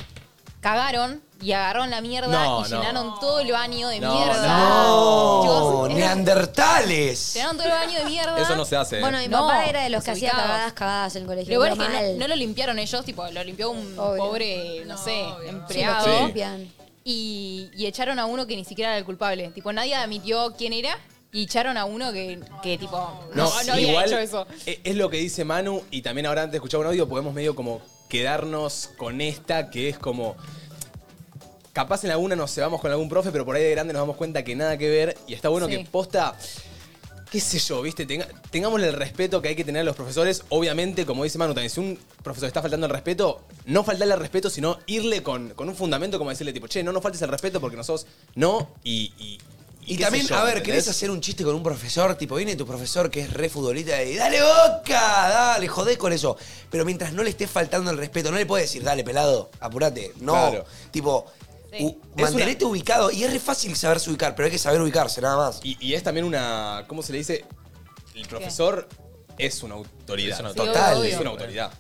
Speaker 8: cagaron y agarraron la mierda
Speaker 3: No,
Speaker 8: y
Speaker 3: no.
Speaker 8: llenaron todo el baño de
Speaker 3: No,
Speaker 8: mierda.
Speaker 3: no,
Speaker 8: Chicos, era-
Speaker 3: neandertales.
Speaker 8: Llenaron todo el baño de mierda.
Speaker 3: Eso no se hace, ¿eh?
Speaker 7: Bueno, mi
Speaker 8: No,
Speaker 7: papá era de los que hacía
Speaker 8: desubicados.
Speaker 7: cagadas, cagadas en el colegio.
Speaker 8: Lo peor es
Speaker 7: pero
Speaker 8: que no,
Speaker 7: mal.
Speaker 8: no lo limpiaron ellos, tipo, lo limpió un pobre, no sé,
Speaker 7: Sí, lo
Speaker 8: empleado.
Speaker 7: limpian.
Speaker 8: y, y echaron a uno que ni siquiera era el culpable. Tipo, nadie admitió quién era y echaron a uno que, que tipo, no, no, había
Speaker 2: igual,
Speaker 8: hecho eso.
Speaker 2: e- Es lo que dice Manu, y también ahora antes de escuchar un audio podemos medio como quedarnos con esta, que es como. Capaz en alguna nos cebamos con algún profe, pero por ahí de grande nos damos cuenta que nada que ver. Y está bueno
Speaker 9: Sí.
Speaker 2: que posta. Qué sé yo, viste, Tenga- tengámosle el respeto que hay que tener a los profesores. Obviamente, como dice Manu también, si un profesor está faltando el respeto, no faltarle el respeto, sino irle con, con un fundamento, como decirle, tipo, che, no nos faltes el respeto porque nosotros no. Y, y,
Speaker 3: Y,
Speaker 2: qué sé
Speaker 3: también,
Speaker 2: yo,
Speaker 3: a ver,
Speaker 2: ¿entendés?
Speaker 3: ¿querés hacer un chiste con un profesor? Tipo, viene tu profesor que es re futbolista y dale boca, dale, jodé con eso. Pero mientras no le esté faltando el respeto, no le puedes decir, dale, pelado, apurate. No,
Speaker 2: Claro.
Speaker 3: tipo, u-
Speaker 2: Es
Speaker 3: mantenete ubicado. Y es re fácil saberse ubicar, pero hay que saber ubicarse nada más.
Speaker 2: Y, y es también una. ¿Cómo se le dice? El profesor es una autoridad.
Speaker 3: Es una Sí,
Speaker 2: total.
Speaker 3: autoridad. obvio, obvio.
Speaker 2: Es una autoridad.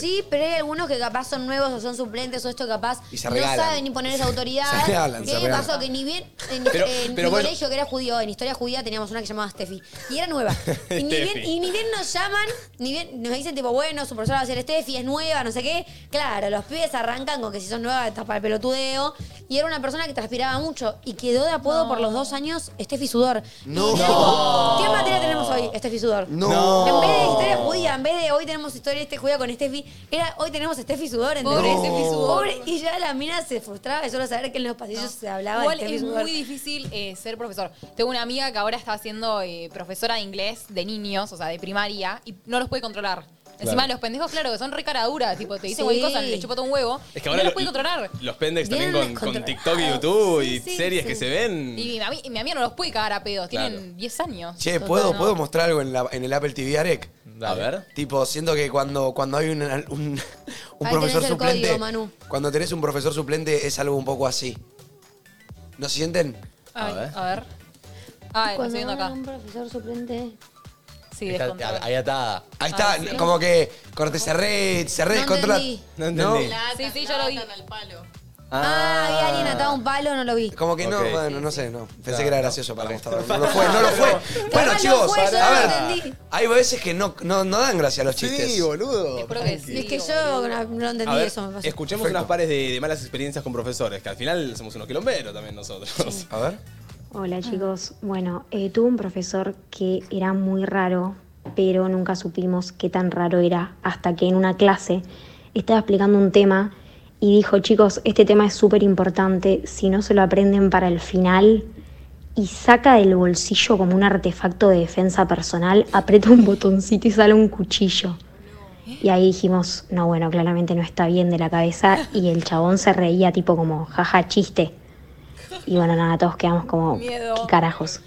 Speaker 7: Sí, pero hay algunos que capaz son nuevos o son suplentes o esto capaz
Speaker 2: Y se
Speaker 7: no
Speaker 2: regalan.
Speaker 7: saben ni poner esa autoridad.
Speaker 2: Se regalan,
Speaker 7: ¿Qué
Speaker 2: se
Speaker 7: me
Speaker 2: regalan.
Speaker 7: pasó? Que ni bien en,
Speaker 2: Pero-
Speaker 7: en
Speaker 2: pero
Speaker 7: mi
Speaker 2: bueno.
Speaker 7: colegio que era judío, en historia judía teníamos una que llamaba Steffi. Y era nueva. Y ni, bien,
Speaker 2: Steffi.
Speaker 7: y ni bien nos llaman, ni bien nos dicen tipo, bueno, su profesora va a ser Steffi, es nueva, no sé qué. Claro, los pibes arrancan con que si sos nueva estás para el pelotudeo. Y era una persona que transpiraba mucho y quedó de apodo por los dos años Steffi Sudor.
Speaker 3: No.
Speaker 7: Y era tipo, ¿Qué materia tenemos hoy? Steffi Sudor.
Speaker 3: No.
Speaker 7: En vez de historia judía, en vez de hoy tenemos historia este judía con Steffi, era hoy tenemos a Steffi Sudor, ¿entendés?
Speaker 8: Pobre Steffi Sudor.
Speaker 7: Pobre, y ya la mina se frustraba de solo saber que Ah, en los pasillos se hablaba
Speaker 8: Igual
Speaker 7: de Steffi
Speaker 8: es
Speaker 7: Sudor.
Speaker 8: muy difícil eh, ser profesor. Tengo una amiga que ahora está siendo eh, profesora de inglés de niños, o sea, de primaria, y no los puede controlar. Encima
Speaker 2: Claro.
Speaker 8: los pendejos, claro, que son re caraduras, tipo, te dicen
Speaker 7: Sí.
Speaker 8: cualquier cosa, le chupa todo un huevo,
Speaker 2: Es
Speaker 8: y
Speaker 2: que ahora
Speaker 8: no los
Speaker 2: lo-
Speaker 8: puede controlar.
Speaker 2: Los pendex también
Speaker 8: Bien
Speaker 2: con, con
Speaker 8: descontrolados.
Speaker 2: TikTok y YouTube y
Speaker 8: Sí, sí,
Speaker 2: series
Speaker 8: sí.
Speaker 2: que se ven.
Speaker 8: Y mi, ami- y mi amiga no los puede cagar a pedos,
Speaker 3: Claro.
Speaker 8: tienen 10 años.
Speaker 3: Che,
Speaker 8: Total,
Speaker 3: ¿puedo,
Speaker 8: no.
Speaker 3: ¿puedo mostrar algo en, la- en el Apple TV, Arek?
Speaker 2: A ver.
Speaker 3: Tipo, siento que cuando, cuando hay un, un- un
Speaker 7: Ahí
Speaker 3: profesor
Speaker 7: tenés el
Speaker 3: suplente.
Speaker 7: código, Manu.
Speaker 3: Cuando tenés un profesor suplente es algo un poco así. ¿No sienten?
Speaker 8: Ay, a ver. A ver. Ay, lo estoy viendo acá.
Speaker 7: un profesor suplente.
Speaker 8: Sí,
Speaker 9: Está-
Speaker 8: descontrolado.
Speaker 9: ahí atada.
Speaker 3: Ahí está,
Speaker 8: Ah, sí.
Speaker 3: como que corte, cerré, cerré,
Speaker 7: No
Speaker 3: descontrola-
Speaker 7: entendí.
Speaker 9: No
Speaker 8: Sí, sí, yo lo vi.
Speaker 7: Ah, había alguien atado un palo, no lo vi.
Speaker 3: Como que no,
Speaker 9: Ok.
Speaker 3: bueno, no sé, no. Pensé que era gracioso para mostrar. No
Speaker 9: Para-
Speaker 3: lo fue, no lo fue. bueno,
Speaker 7: no
Speaker 3: chicos,
Speaker 7: fue, yo
Speaker 3: a
Speaker 7: no
Speaker 3: ver,
Speaker 7: entendí.
Speaker 3: hay veces que no, no, no dan gracia a los chistes.
Speaker 9: boludo.
Speaker 7: Es que yo no, no entendí
Speaker 2: A ver,
Speaker 7: eso, me pasó.
Speaker 2: escuchemos unas pares de, de malas experiencias con profesores, que al final somos unos quilomberos también nosotros.
Speaker 3: A ver.
Speaker 16: Hola chicos, bueno, eh, tuve un profesor que era muy raro, pero nunca supimos qué tan raro era hasta que en una clase estaba explicando un tema y dijo, chicos, este tema es súper importante, si no se lo aprenden para el final y saca del bolsillo como un artefacto de defensa personal, aprieta un botoncito y sale un cuchillo. Y ahí dijimos, no, bueno, claramente no está bien de la cabeza y el chabón se reía tipo como, jaja, chiste. Y bueno, nada, todos quedamos como,
Speaker 7: Miedo.
Speaker 16: ¿qué carajos?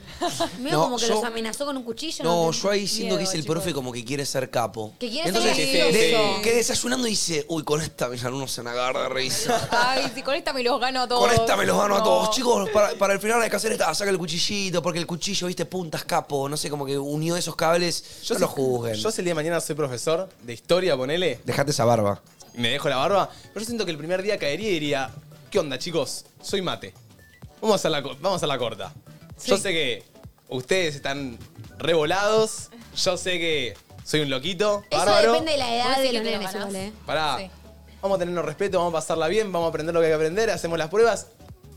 Speaker 7: Medio
Speaker 3: No,
Speaker 7: como que
Speaker 3: yo-
Speaker 7: los amenazó con un cuchillo.
Speaker 3: No,
Speaker 7: entendí.
Speaker 3: yo ahí siento que dice el profe como que quiere ser capo.
Speaker 7: Que quiere
Speaker 3: Entonces, este,
Speaker 7: ser
Speaker 3: de-
Speaker 7: gracioso.
Speaker 3: que desayunando dice, uy, con esta mis alumnos se me agarra de risa.
Speaker 8: Ay, si con esta me los gano a todos.
Speaker 3: Con esta me los gano a
Speaker 8: No.
Speaker 3: todos. Chicos, para, para el final hay que hacer esta, saca el cuchillito, porque el cuchillo, viste, puntas, capo, no sé, como que unió esos cables. Yo no los juzguen.
Speaker 2: Yo si el día de mañana soy profesor de historia, ponele,
Speaker 3: Dejate esa barba.
Speaker 2: me dejo la barba, pero yo siento que el primer día caería y diría, ¿qué onda chicos? Soy mate. Vamos a hacer la, co- vamos a hacer la corta. Yo sé que ustedes están revolados, yo sé que soy un loquito,
Speaker 7: Eso
Speaker 2: bárbaro.
Speaker 7: depende de la edad
Speaker 8: Vos
Speaker 7: de
Speaker 8: decís
Speaker 7: los
Speaker 8: que te lo
Speaker 7: nenes,
Speaker 8: ganás.
Speaker 7: igual, ¿eh?
Speaker 2: Pará, vamos a tenernos respeto, vamos a pasarla bien, vamos a aprender lo que hay que aprender, hacemos las pruebas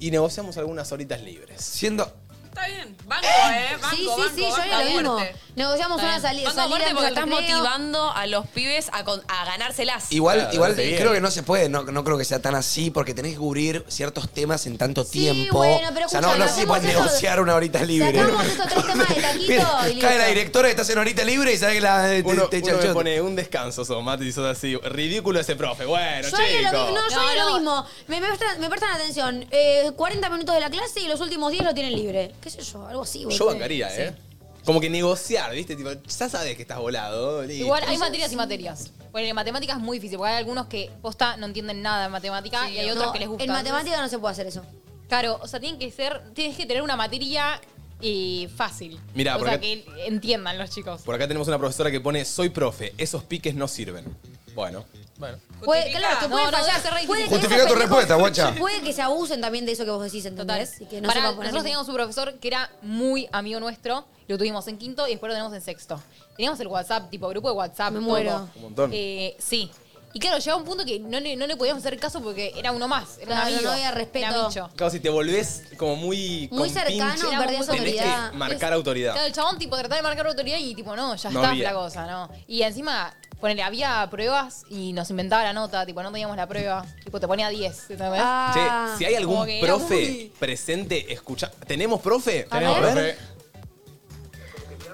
Speaker 2: y negociamos algunas horitas libres.
Speaker 3: Siendo...
Speaker 12: Está bien. Banco, ¿eh? Banco,
Speaker 7: sí,
Speaker 12: banco,
Speaker 7: sí, sí, yo
Speaker 12: banco
Speaker 7: era
Speaker 12: a
Speaker 7: lo mismo.
Speaker 12: muerte.
Speaker 7: Negociamos
Speaker 12: Está
Speaker 7: una
Speaker 12: bien.
Speaker 7: sali-
Speaker 12: Banco a
Speaker 7: salida.
Speaker 12: muerte
Speaker 7: antes
Speaker 12: porque
Speaker 7: del
Speaker 12: estás
Speaker 7: recreo.
Speaker 12: motivando a los pibes a, con- a ganárselas.
Speaker 3: Igual, igual
Speaker 9: bien.
Speaker 3: creo que no se puede, no, no creo que sea tan así, porque tenés que cubrir ciertos temas en tanto tiempo.
Speaker 7: bueno, pero
Speaker 3: o sea, no,
Speaker 7: escuchá,
Speaker 3: no sé si
Speaker 7: hacemos
Speaker 3: puedes
Speaker 7: eso-
Speaker 3: negociar una horita libre.
Speaker 7: Sacamos estos tres temas de taquito
Speaker 3: Mira,
Speaker 7: y listo.
Speaker 3: Cae la directora y estás en horita libre y sabes que la eh, te,
Speaker 2: Uno,
Speaker 3: te echa
Speaker 2: uno
Speaker 3: el
Speaker 2: me
Speaker 3: shot.
Speaker 2: pone un descanso, sos mate, y sos así. Ridículo ese profe. Bueno,
Speaker 7: Yo
Speaker 2: chico.
Speaker 7: haría lo mi- no, yo
Speaker 8: No,
Speaker 7: haría lo
Speaker 8: no.
Speaker 7: mismo. Me, me prestan, me prestan atención. Eh, 40 minutos de la clase y los últimos 10 lo tienen libre. ¿Qué sé yo? Algo así, boludo.
Speaker 2: Yo bancaría, ¿eh? Como que negociar, ¿viste? Tipo, ya sabes que estás volado. listo.
Speaker 8: Igual hay materias y materias. Bueno, en matemáticas es muy difícil, porque hay algunos que posta no entienden nada de matemática y hay otros
Speaker 7: No,
Speaker 8: que les gusta.
Speaker 7: En matemática no se puede hacer eso.
Speaker 8: Entonces, Claro, o sea, tienen que ser, tienes que tener una materia eh, fácil.
Speaker 2: Mirá,
Speaker 8: o
Speaker 2: por
Speaker 8: sea,
Speaker 2: acá-
Speaker 8: que entiendan los chicos.
Speaker 2: Por acá tenemos una profesora que pone, soy profe, esos piques no sirven. Bueno. Bueno.
Speaker 7: Puede, claro, que
Speaker 8: No,
Speaker 7: puede
Speaker 8: no, debe
Speaker 7: fallar.
Speaker 8: ser re difícil.
Speaker 7: Puede que
Speaker 3: Justifica
Speaker 7: esos
Speaker 3: tu
Speaker 7: pendejos-
Speaker 3: respuesta, guacha.
Speaker 7: Puede que se abusen también de eso que vos decís, ¿entendés? Y que no
Speaker 8: Pará,
Speaker 7: sepan
Speaker 8: nosotros
Speaker 7: poner límites.
Speaker 8: teníamos un profesor que era muy amigo nuestro, lo tuvimos en quinto y después lo tenemos en sexto. Teníamos el WhatsApp, tipo grupo de WhatsApp.
Speaker 7: Me
Speaker 8: todo.
Speaker 7: muero.
Speaker 2: Un montón.
Speaker 8: Eh, sí. Y claro, llegaba un punto que no le, no le podíamos hacer caso porque era uno más. Era
Speaker 7: Claro,
Speaker 8: un amigo.
Speaker 7: no había respeto.
Speaker 8: Era bicho.
Speaker 2: Claro, si te volvés como muy.
Speaker 8: Muy
Speaker 2: compinche,
Speaker 8: cercano, perdés
Speaker 2: tenés que
Speaker 8: autoridad.
Speaker 2: Marcar autoridad.
Speaker 8: Claro, el chabón tipo trataba de marcar autoridad y tipo, no, ya
Speaker 2: No
Speaker 8: está
Speaker 2: había.
Speaker 8: la cosa, ¿no? Y encima, ponele, había pruebas y nos inventaba la nota, tipo, no teníamos la prueba. Tipo, te ponía 10. ¿te entendés?
Speaker 2: Che,
Speaker 8: Ah.
Speaker 2: si hay algún
Speaker 8: Como que era
Speaker 2: profe
Speaker 8: muy-
Speaker 2: presente, escucha. ¿Tenemos profe?
Speaker 16: Tenemos
Speaker 2: A ver.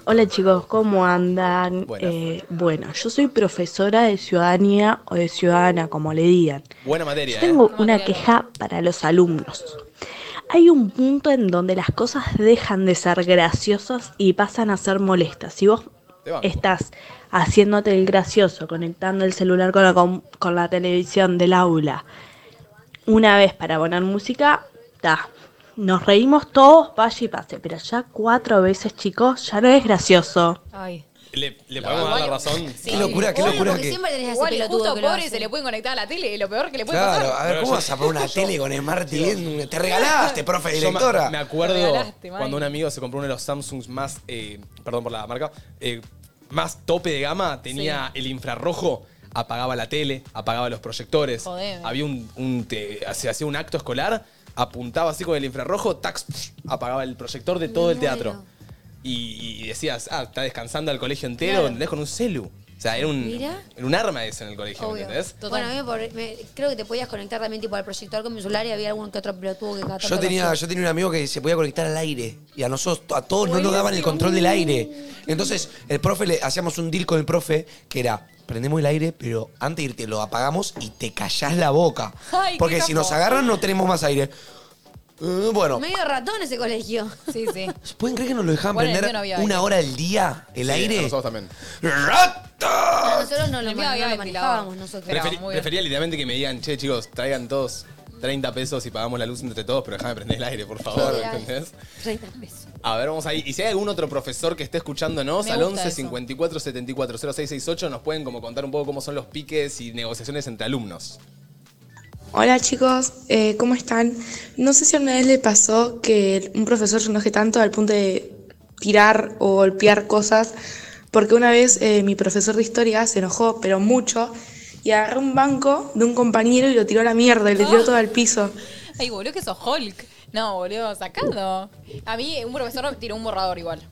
Speaker 18: Hola chicos, ¿cómo andan?
Speaker 2: Buenas.
Speaker 18: Eh, bueno, yo soy profesora de ciudadanía o de ciudadana, como le digan.
Speaker 2: Buena materia,
Speaker 18: Yo
Speaker 2: ¿eh?
Speaker 18: tengo una queja para los alumnos. Hay un punto en donde las cosas dejan de ser graciosas y pasan a ser molestas. Si vos
Speaker 2: Te banco.
Speaker 18: estás haciéndote el gracioso, conectando el celular con la, com- con la televisión del aula, una vez para poner música, ta. Nos reímos todos, vaya y pase, pero ya cuatro veces, chicos, ya no es gracioso.
Speaker 8: Ay.
Speaker 2: ¿Le, le podemos dar la razón?
Speaker 8: Sí.
Speaker 18: Qué locura, qué
Speaker 2: Obvio,
Speaker 18: locura
Speaker 2: porque
Speaker 18: que-
Speaker 2: siempre-
Speaker 7: tenés a ese
Speaker 8: Igual, y
Speaker 7: pelotudo
Speaker 8: justo
Speaker 7: que lo
Speaker 8: pobre
Speaker 7: hace.
Speaker 8: se le puede conectar a la tele, lo peor que le puede
Speaker 3: Claro,
Speaker 8: pasar.
Speaker 3: a ver, ¿cómo vas a poner una tele con Smart TV? en una- Te regalaste, profe
Speaker 2: Yo
Speaker 3: directora.
Speaker 2: me- Me acuerdo
Speaker 3: Te regalaste, Mike.
Speaker 2: cuando un amigo se compró uno de los Samsungs más, eh, perdón por la marca, eh, más tope de gama, tenía el infrarrojo, apagaba la tele, apagaba los proyectores.
Speaker 6: Jodeme.
Speaker 2: Había un, un te- se hacía un acto escolar, apuntaba así con el infrarrojo, tax, psh, apagaba el proyector de todo el teatro. Y, y decías, ah, está descansando al colegio entero,
Speaker 7: Claro.
Speaker 2: ¿entendés? Con un celu. O sea, era un,
Speaker 7: Mira.
Speaker 2: era un arma eso en el colegio,
Speaker 7: Obvio.
Speaker 2: ¿entendés?
Speaker 7: Bueno, a mí me por- me- creo que te podías conectar también tipo al proyector con mi celular y había algún que otro pelotudo que cada tanto
Speaker 3: Yo
Speaker 7: lo
Speaker 3: tenía,
Speaker 7: hacía.
Speaker 3: yo tenía un amigo que se podía conectar al aire y a nosotros, a todos no nos daban el control del aire. Entonces, el profe le hacíamos un deal con el profe que era, prendemos el aire, pero antes de irte lo apagamos y te callás la boca.
Speaker 7: Ay, qué
Speaker 3: Porque si
Speaker 7: capo.
Speaker 3: nos agarran no tenemos más aire. Eh, bueno,
Speaker 7: Medio ratón ese colegio.
Speaker 8: Sí, sí.
Speaker 3: ¿pueden creer que nos lo dejaban
Speaker 7: Bueno, el
Speaker 3: prender
Speaker 7: mío no había
Speaker 3: una
Speaker 7: aire.
Speaker 3: hora al día el
Speaker 2: Sí,
Speaker 3: aire?
Speaker 2: a nosotros también. eh.
Speaker 7: Nosotros no lo,
Speaker 8: mío
Speaker 7: man-
Speaker 8: había
Speaker 7: no
Speaker 8: ventilador.
Speaker 7: lo manejábamos nosotros.
Speaker 2: Preferi- prefería literalmente que me digan, che, chicos, traigan todos 30 pesos y pagamos la luz entre todos, pero déjame prender el aire, por favor,
Speaker 7: Sí, dale.
Speaker 2: ¿entendés?
Speaker 7: 30 pesos.
Speaker 2: A ver, vamos ahí. Y si hay algún otro profesor que esté escuchándonos,
Speaker 7: Me
Speaker 2: al
Speaker 7: gusta
Speaker 2: 11
Speaker 7: eso.
Speaker 2: 54 74 0668 nos pueden como contar un poco cómo son los piques y negociaciones entre alumnos.
Speaker 19: Hola chicos, eh, ¿cómo están? No sé si alguna vez le pasó que un profesor se enoje tanto al punto de tirar o golpear cosas, porque una vez eh, mi profesor de historia se enojó, pero mucho, y agarró un banco de un compañero y lo tiró a la mierda y le tiró todo al piso.
Speaker 8: Ay, boludo, que sos Hulk. No, boludo, sacado. A mí un profesor me tiró un borrador igual.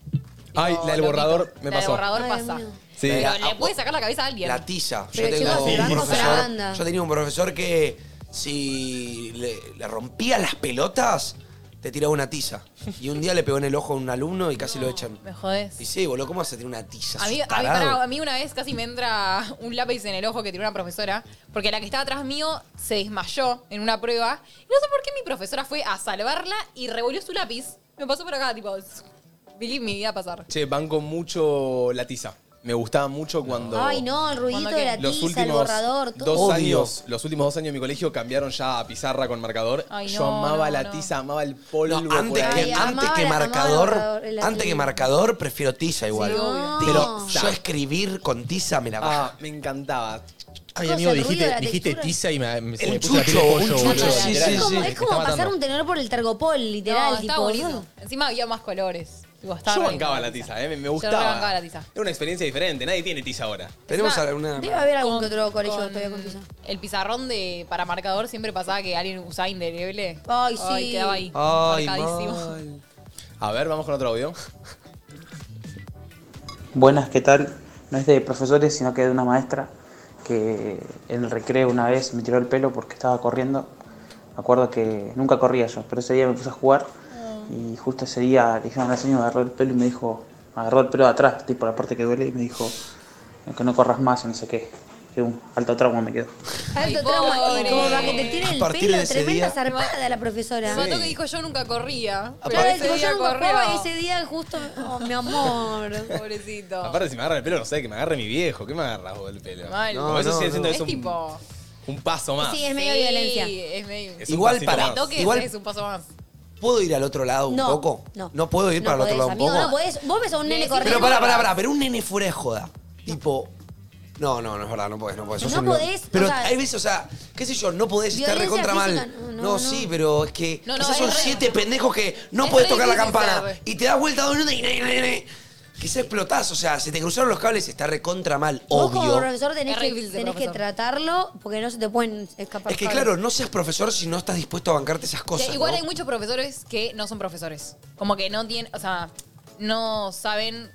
Speaker 2: Ay, la del borrador
Speaker 8: La
Speaker 2: me
Speaker 8: del
Speaker 2: pasó.
Speaker 8: borrador
Speaker 7: Ay,
Speaker 8: pasa.
Speaker 2: Sí.
Speaker 8: Pero
Speaker 3: La-
Speaker 8: le puede sacar la cabeza a alguien.
Speaker 3: La tiza.
Speaker 8: Pero
Speaker 3: yo,
Speaker 8: chicos,
Speaker 3: tengo
Speaker 8: el
Speaker 3: un
Speaker 8: banco es una
Speaker 3: profesor,
Speaker 8: banda.
Speaker 3: yo tenía un profesor que si le, le rompía las pelotas, te tiraba una tiza. Y un día le pegó en el ojo a un alumno y casi lo echan.
Speaker 8: Me jodés.
Speaker 3: Y sí, boludo, ¿cómo vas a tirar una tiza?
Speaker 8: A mí,
Speaker 3: Sos
Speaker 8: a, mí,
Speaker 3: tarado.
Speaker 8: pará, a mí una vez casi me entra un lápiz en el ojo que tiró una profesora, porque la que estaba atrás mío se desmayó en una prueba. Y no sé por qué mi profesora fue a salvarla y revolvió su lápiz. Me pasó por acá, tipo, believe me, iba a pasar.
Speaker 2: Che, banco mucho la tiza. Me gustaba mucho cuando.
Speaker 7: Ay, no, el ruidito
Speaker 8: ¿Cuándo
Speaker 7: de la
Speaker 8: qué?
Speaker 2: Los
Speaker 7: tiza, el
Speaker 2: últimos,
Speaker 7: borrador, todo.
Speaker 2: dos años, los últimos dos años de mi colegio cambiaron ya a pizarra con marcador.
Speaker 7: Ay,
Speaker 2: Yo
Speaker 7: no,
Speaker 2: amaba
Speaker 7: no,
Speaker 2: la
Speaker 7: no.
Speaker 2: tiza, amaba el polvo.
Speaker 3: No,
Speaker 2: por
Speaker 3: antes
Speaker 2: ahí.
Speaker 3: que, antes que
Speaker 7: amaba
Speaker 3: marcador,
Speaker 7: borrador, el
Speaker 3: antes que
Speaker 7: lápiz.
Speaker 3: marcador, prefiero tiza igual.
Speaker 7: Sí, obvio.
Speaker 3: Pero
Speaker 7: No.
Speaker 3: yo escribir con tiza me la baja.
Speaker 2: Ah, me encantaba.
Speaker 9: Ay,
Speaker 7: Cosa,
Speaker 9: amigo,
Speaker 7: el ruido de
Speaker 9: dijiste,
Speaker 7: la
Speaker 9: dijiste
Speaker 7: textura.
Speaker 9: tiza y me, me- se
Speaker 3: El
Speaker 9: me puso la piel de
Speaker 3: chucho,
Speaker 9: pollo,
Speaker 3: un
Speaker 9: boludo,
Speaker 3: chucho, sí,
Speaker 9: literal.
Speaker 7: Es como, es como
Speaker 9: Está
Speaker 7: pasar
Speaker 9: matando.
Speaker 7: un tenedor por el tergopol, literal.
Speaker 8: No, estaba
Speaker 7: tipo,
Speaker 8: buenísimo. Encima había más colores. Tipo, estaba
Speaker 2: Yo
Speaker 8: re
Speaker 2: bancaba
Speaker 8: lindo.
Speaker 2: la tiza, eh, me, me
Speaker 8: Yo
Speaker 2: gustaba.
Speaker 8: re bancaba la tiza.
Speaker 2: Era una experiencia diferente, nadie tiene tiza ahora.
Speaker 3: Tenemos
Speaker 8: Encima,
Speaker 3: alguna-
Speaker 7: Debe haber algún que otro colegio
Speaker 8: con
Speaker 7: todavía con tiza.
Speaker 8: El pizarrón de para marcador siempre pasaba que alguien usaba indeleble.
Speaker 7: Ay, sí.
Speaker 8: quedaba ahí.
Speaker 2: Ay,
Speaker 8: marcadísimo.
Speaker 2: A ver, vamos con otro audio.
Speaker 20: Buenas, ¿qué tal? No es de profesores, sino que de una maestra que en el recreo una vez me tiró el pelo porque estaba corriendo. Me acuerdo que nunca corría yo, pero ese día me puse a jugar
Speaker 8: Ah.
Speaker 20: y justo ese día le dijeron al señor, me agarró el pelo y me dijo, me agarró el pelo de atrás, tipo la parte que duele, y me dijo que no corras más y no sé qué. Que un alto trauma me quedó.
Speaker 8: Ay,
Speaker 7: Alto trauma. Y
Speaker 8: pobre.
Speaker 7: como para que te tire
Speaker 20: A
Speaker 7: el
Speaker 20: partir de
Speaker 7: pelo,
Speaker 20: ese
Speaker 7: tremenda
Speaker 20: día-
Speaker 7: zarpada la profesora.
Speaker 8: Me mató que dijo yo nunca corría. Pero
Speaker 7: Claro,
Speaker 8: ese
Speaker 7: tipo,
Speaker 8: día
Speaker 7: yo nunca
Speaker 8: corrió.
Speaker 7: jugaba y ese día justo, oh, mi amor.
Speaker 8: Pobrecito.
Speaker 2: Aparte, si me agarra el pelo, no sé, que me agarre mi viejo. ¿Qué me agarras vos del pelo?
Speaker 8: Mal.
Speaker 2: Como eso sigue siendo
Speaker 8: es,
Speaker 2: es un,
Speaker 8: tipo.
Speaker 2: un paso
Speaker 3: Ah,
Speaker 2: más.
Speaker 7: Sí, es medio violencia.
Speaker 8: Es medio.
Speaker 2: Es un
Speaker 3: Igual
Speaker 2: pasito
Speaker 3: para.
Speaker 2: más. Toque,
Speaker 3: Igual
Speaker 8: Es un paso más.
Speaker 3: ¿Puedo ir al otro lado un
Speaker 7: No,
Speaker 3: poco?
Speaker 7: no.
Speaker 3: puedo ir
Speaker 7: No
Speaker 3: para el otro
Speaker 7: podés,
Speaker 3: lado un
Speaker 7: amigo,
Speaker 3: poco.
Speaker 7: no podés. Vos ves a un nene corriendo.
Speaker 3: Pero pará, pará, pará, pero un nene fuera de joda. Tipo. No, no, no es verdad, no podés, no podés. sos
Speaker 7: No
Speaker 3: un loco.
Speaker 7: podés, o
Speaker 3: Pero
Speaker 7: sea-
Speaker 3: hay veces, o sea, qué sé yo, no podés estar
Speaker 7: Violencia
Speaker 3: recontra mal.
Speaker 7: física,
Speaker 3: No,
Speaker 7: no, no, no.
Speaker 3: sí, pero es que
Speaker 7: No, no,
Speaker 3: esos
Speaker 7: es
Speaker 3: son
Speaker 7: re-
Speaker 3: siete pendejos que no
Speaker 7: es
Speaker 3: podés
Speaker 7: re
Speaker 3: tocar la
Speaker 7: difícil
Speaker 3: campana.
Speaker 7: ser.
Speaker 3: Y te das vuelta a donde y, y, y, y, Quizá explotás, o sea, se te cruzaron los cables, está recontra mal,
Speaker 7: Vos como
Speaker 3: obvio.
Speaker 7: profesor tenés, que,
Speaker 8: Terrible,
Speaker 7: tenés que
Speaker 8: profesor.
Speaker 7: tratarlo porque no se te pueden escapar.
Speaker 3: Es que
Speaker 7: cables.
Speaker 3: claro, no seas profesor si no estás dispuesto a bancarte esas cosas.
Speaker 8: Sí, igual
Speaker 3: ¿no?
Speaker 8: hay muchos profesores que no son profesores. Como que no tienen, o sea, no saben.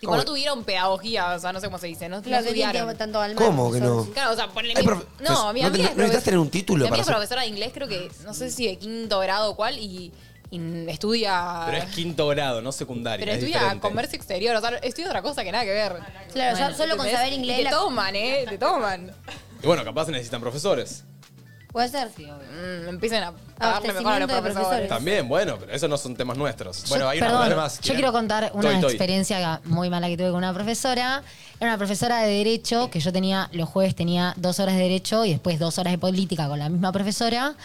Speaker 8: Tipo,
Speaker 3: ¿Cómo?
Speaker 8: no tuvieron pedagogía, o sea, no sé cómo se dice. No, no
Speaker 7: Claro, que tiene
Speaker 8: estudiaron.
Speaker 7: tanto alma.
Speaker 3: ¿Cómo que no?
Speaker 8: Claro, o sea, ponle.
Speaker 3: Hay
Speaker 8: mi-
Speaker 3: profe-
Speaker 8: no, mi
Speaker 3: no
Speaker 8: amiga
Speaker 3: te-
Speaker 8: es
Speaker 3: no necesitas
Speaker 8: profe-
Speaker 3: tener un título
Speaker 8: Mi
Speaker 3: para
Speaker 8: amiga es
Speaker 3: ser-
Speaker 8: profesora de inglés, creo que, no sé si de quinto grado o cuál, y, y estudia.
Speaker 2: Pero es quinto grado, no secundaria.
Speaker 8: pero
Speaker 2: es
Speaker 8: estudia
Speaker 2: diferente.
Speaker 8: comercio exterior, o sea, estudia otra cosa que nada que ver.
Speaker 7: Claro,
Speaker 8: Bueno,
Speaker 7: so- solo con
Speaker 8: ¿entendés?
Speaker 7: saber
Speaker 8: Y
Speaker 7: inglés
Speaker 8: Te
Speaker 7: la-
Speaker 8: toman, ¿eh? Te toman.
Speaker 2: Y bueno, capaz necesitan profesores.
Speaker 7: ¿Puede ser?
Speaker 8: Mm, empiecen a pagarle mejor a los
Speaker 7: Abastecimiento de
Speaker 8: profesores.
Speaker 2: También, bueno, pero esos no son temas nuestros. bueno, hay
Speaker 10: Perdón,
Speaker 2: una más.
Speaker 10: yo quiero contar una
Speaker 2: Toy, toy.
Speaker 10: experiencia muy mala que tuve con una profesora. Era una profesora de Derecho, que yo tenía, los jueves tenía dos horas de Derecho y después dos horas de Política con la misma profesora.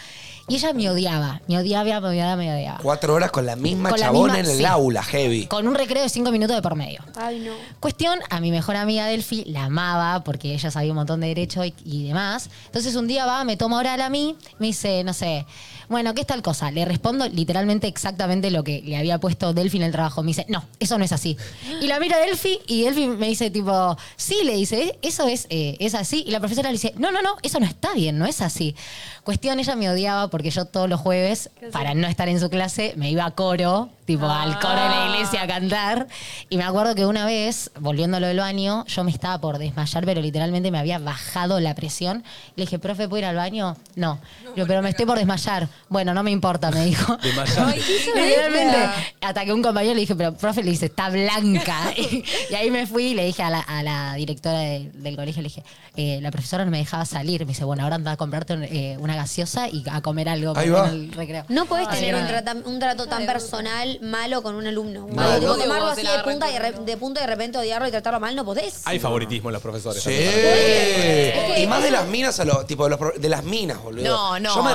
Speaker 10: Y ella me odiaba, me odiaba, me odiaba, me odiaba.
Speaker 3: Cuatro horas con la misma
Speaker 10: Con la
Speaker 3: chabona
Speaker 10: misma-
Speaker 3: en el
Speaker 10: sí.
Speaker 3: aula, heavy.
Speaker 10: Con un recreo de cinco minutos de por medio.
Speaker 7: Ay, no.
Speaker 10: Cuestión, a mi mejor amiga Delphi la amaba porque ella sabía un montón de derecho y, y demás. Entonces un día va, me toma oral a mí, me dice, no sé, bueno, ¿qué es tal cosa? Le respondo literalmente exactamente lo que le había puesto Delphi en el trabajo. Me dice, no, eso no es así. Y la miro a Delphi y Delphi me dice tipo, sí, le dice, eso es, eh, es así. Y la profesora le dice, no, no, no, eso no está bien, no es así. Cuestión, ella me odiaba porque yo todos los jueves, para no estar en su clase, me iba a coro, tipo al coro de la iglesia a cantar. Y me acuerdo que una vez, volviéndolo del baño, yo me estaba por desmayar, pero literalmente me había bajado la presión. Le dije, profe, ¿puedo ir al baño? No. Le digo, pero me estoy por desmayar. Bueno, no me importa, me dijo.
Speaker 2: Desmayar.
Speaker 10: Literalmente. Hasta que un compañero le dije, pero profe, le dice, está blanca. y, y ahí me fui y le dije a la, a la directora de- del colegio, le dije, eh, la profesora no me dejaba salir. Me dice, bueno, ahora anda a comprarte un- eh, una gaseosa y a comer algo
Speaker 3: Ahí
Speaker 10: en
Speaker 3: va.
Speaker 10: el recreo.
Speaker 7: No
Speaker 8: Ah,
Speaker 7: podés
Speaker 10: Así
Speaker 7: tener
Speaker 10: que
Speaker 7: un,
Speaker 10: nada.
Speaker 7: trata- un trato tan personal malo con un alumno.
Speaker 2: No.
Speaker 7: Malo, tipo,
Speaker 2: No.
Speaker 7: tomarlo así
Speaker 8: Te la
Speaker 7: de punta, y de re- de punta y de repente odiarlo y tratarlo mal, no podés.
Speaker 2: Hay favoritismo en los profesores.
Speaker 3: Sí.
Speaker 2: también.
Speaker 3: Y más de las minas a los. Tipo, de, los pro- de las minas, boludo.
Speaker 11: No, no.
Speaker 3: Yo me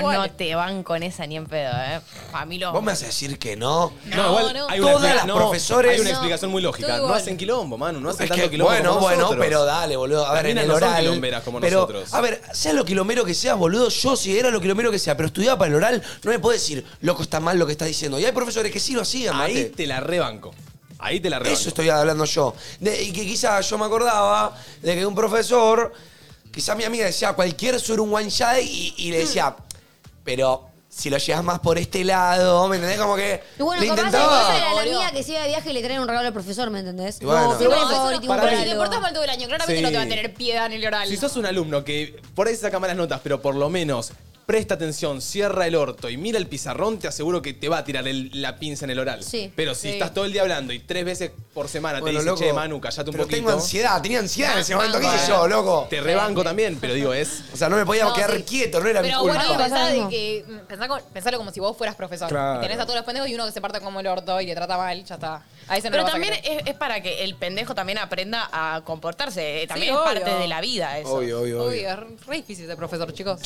Speaker 11: No, no, no te van con esa ni en pedo, ¿eh? A mí lo.
Speaker 3: Vos me haces decir que no.
Speaker 2: No, igual hay una
Speaker 3: Todas
Speaker 2: explica-
Speaker 3: las
Speaker 2: no,
Speaker 3: profesores.
Speaker 2: Hay una explicación muy lógica. No hacen quilombo, mano. No hacen
Speaker 3: Es
Speaker 2: tanto
Speaker 3: que,
Speaker 2: quilombo.
Speaker 3: bueno,
Speaker 2: como
Speaker 3: bueno,
Speaker 2: nosotros.
Speaker 3: pero dale, boludo. A
Speaker 2: Las
Speaker 3: ver, en
Speaker 2: minas
Speaker 3: el
Speaker 2: no son
Speaker 3: oral.
Speaker 2: quilomberas como
Speaker 3: pero,
Speaker 2: nosotros.
Speaker 3: A ver, sea lo quilombero que seas, boludo, yo si era lo quilombero que sea, pero estudiaba para el oral, no me puedo decir, loco, está mal lo que estás diciendo. Y hay profesores que sí lo hacían, mate.
Speaker 2: Ahí te la rebanco. Ahí te la rebanco.
Speaker 3: Eso estoy hablando yo. De- y que quizás yo me acordaba de que un profesor, quizás mi amiga decía cualquier sur un one shot y, y le decía, pero si lo llevas más por este lado, ¿me entendés? Como que
Speaker 7: Y bueno,
Speaker 3: le
Speaker 7: capaz
Speaker 3: intentaba.
Speaker 7: esa era la amiga que se iba de viaje y le traen un regalo al profesor, ¿me entendés?
Speaker 3: Y bueno.
Speaker 7: no, pero
Speaker 3: No,
Speaker 7: un
Speaker 3: eso no
Speaker 7: favorito, un
Speaker 2: para
Speaker 7: regalo.
Speaker 2: mí.
Speaker 8: Si te portás mal todo el año, claramente
Speaker 2: Sí.
Speaker 8: no te van a tener piedad en el oral.
Speaker 2: Si sos un alumno que por ahí saca malas notas, pero por lo menos presta atención, cierra el orto y mira el pizarrón, te aseguro que te va a tirar el- la pinza en el oral.
Speaker 7: Sí.
Speaker 2: Pero si
Speaker 7: Sí.
Speaker 2: estás todo el día hablando y tres veces por semana
Speaker 3: Bueno,
Speaker 2: te dice,
Speaker 3: loco,
Speaker 2: che, Manu, callate un
Speaker 3: pero
Speaker 2: poquito.
Speaker 3: tengo ansiedad, tenía ansiedad en ese momento, ¿qué hice yo, loco?
Speaker 2: Te rebanco también, pero digo, es.
Speaker 3: O sea, no me podía
Speaker 8: No,
Speaker 3: quedar
Speaker 8: sí.
Speaker 3: quieto, no era mi
Speaker 8: Pero
Speaker 3: culpa.
Speaker 8: bueno, pensá,
Speaker 7: Pasa
Speaker 8: de
Speaker 7: eso.
Speaker 8: que, mm, pensá con- pensalo como si vos fueras profesor.
Speaker 3: Claro.
Speaker 8: Y tenés a todos los pendejos y uno que se parte como el orto y te trata mal, ya está. A ese no
Speaker 11: Pero
Speaker 8: lo vas a
Speaker 11: también
Speaker 8: querer.
Speaker 11: es, es para que el pendejo también aprenda a comportarse. Eh,
Speaker 8: Sí,
Speaker 11: También es
Speaker 8: obvio.
Speaker 11: parte de la vida eso.
Speaker 2: Obvio, obvio, obvio.
Speaker 8: es re difícil ser profesor, chicos.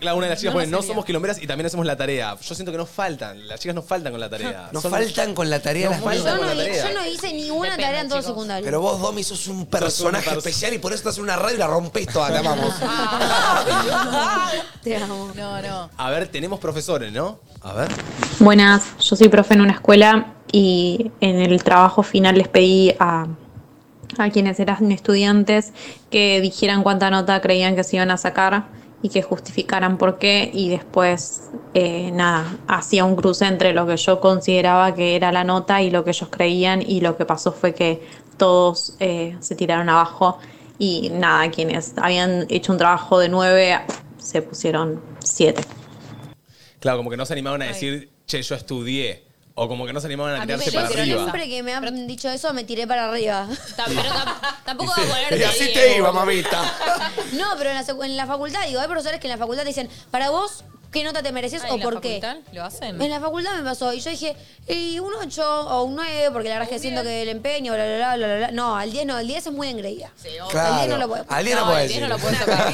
Speaker 2: La una de las chicas
Speaker 8: No
Speaker 2: pone,
Speaker 8: lo
Speaker 2: no
Speaker 8: sabía.
Speaker 2: somos quilomberas y también hacemos la tarea. Yo siento que nos faltan, las chicas nos faltan con la tarea.
Speaker 3: Nos
Speaker 2: Son-
Speaker 3: faltan con la tarea
Speaker 2: Nos
Speaker 3: las
Speaker 2: faltan
Speaker 3: minas.
Speaker 2: con la
Speaker 7: Eh, Yo no-
Speaker 2: tarea.
Speaker 7: Yo no hice ninguna
Speaker 8: Depende,
Speaker 7: tarea en todo el
Speaker 8: chicos.
Speaker 7: secundario.
Speaker 3: Pero vos, Domi, sos un personaje especial y por eso estás en una radio y la rompés toda, te amamos.
Speaker 7: Te amo.
Speaker 8: No, no.
Speaker 2: A ver, tenemos profesores, ¿no? A ver.
Speaker 15: Buenas, yo soy profe en una escuela y en el trabajo final les pedí a, a quienes eran estudiantes que dijeran cuánta nota creían que se iban a sacar y que justificaran por qué y después, eh, nada, hacía un cruce entre lo que yo consideraba que era la nota y lo que ellos creían y lo que pasó fue que todos eh, se tiraron abajo y nada, quienes habían hecho un trabajo de nueve se pusieron siete.
Speaker 2: Claro, como que no se animaban a decir, che, yo estudié. O como que no se animaban a,
Speaker 8: mí
Speaker 2: tirarse
Speaker 8: me
Speaker 2: para
Speaker 8: dijeron
Speaker 2: arriba.
Speaker 7: Siempre que me han dicho eso, me tiré para arriba.
Speaker 8: Ta- pero tam- tampoco va a poner.
Speaker 3: Y así
Speaker 7: eh.
Speaker 3: te iba, mamita.
Speaker 7: No, pero en la, secu- en la facultad, digo, hay profesores que en la facultad te dicen, para vos, ¿qué nota te mereces
Speaker 8: Ah,
Speaker 7: o
Speaker 8: ¿en la
Speaker 7: por qué?
Speaker 8: facultad ¿Lo hacen?
Speaker 7: En la facultad me pasó y yo dije, y un 8 o un 9, porque la verdad es que siento que el empeño, bla, bla, bla, bla, bla. No, al 10 no, al 10 es muy engreída. Al 10 no lo puedo.
Speaker 3: Claro, al día no
Speaker 8: No,
Speaker 3: puede
Speaker 8: al día
Speaker 3: decir.
Speaker 8: no lo puedes tocar.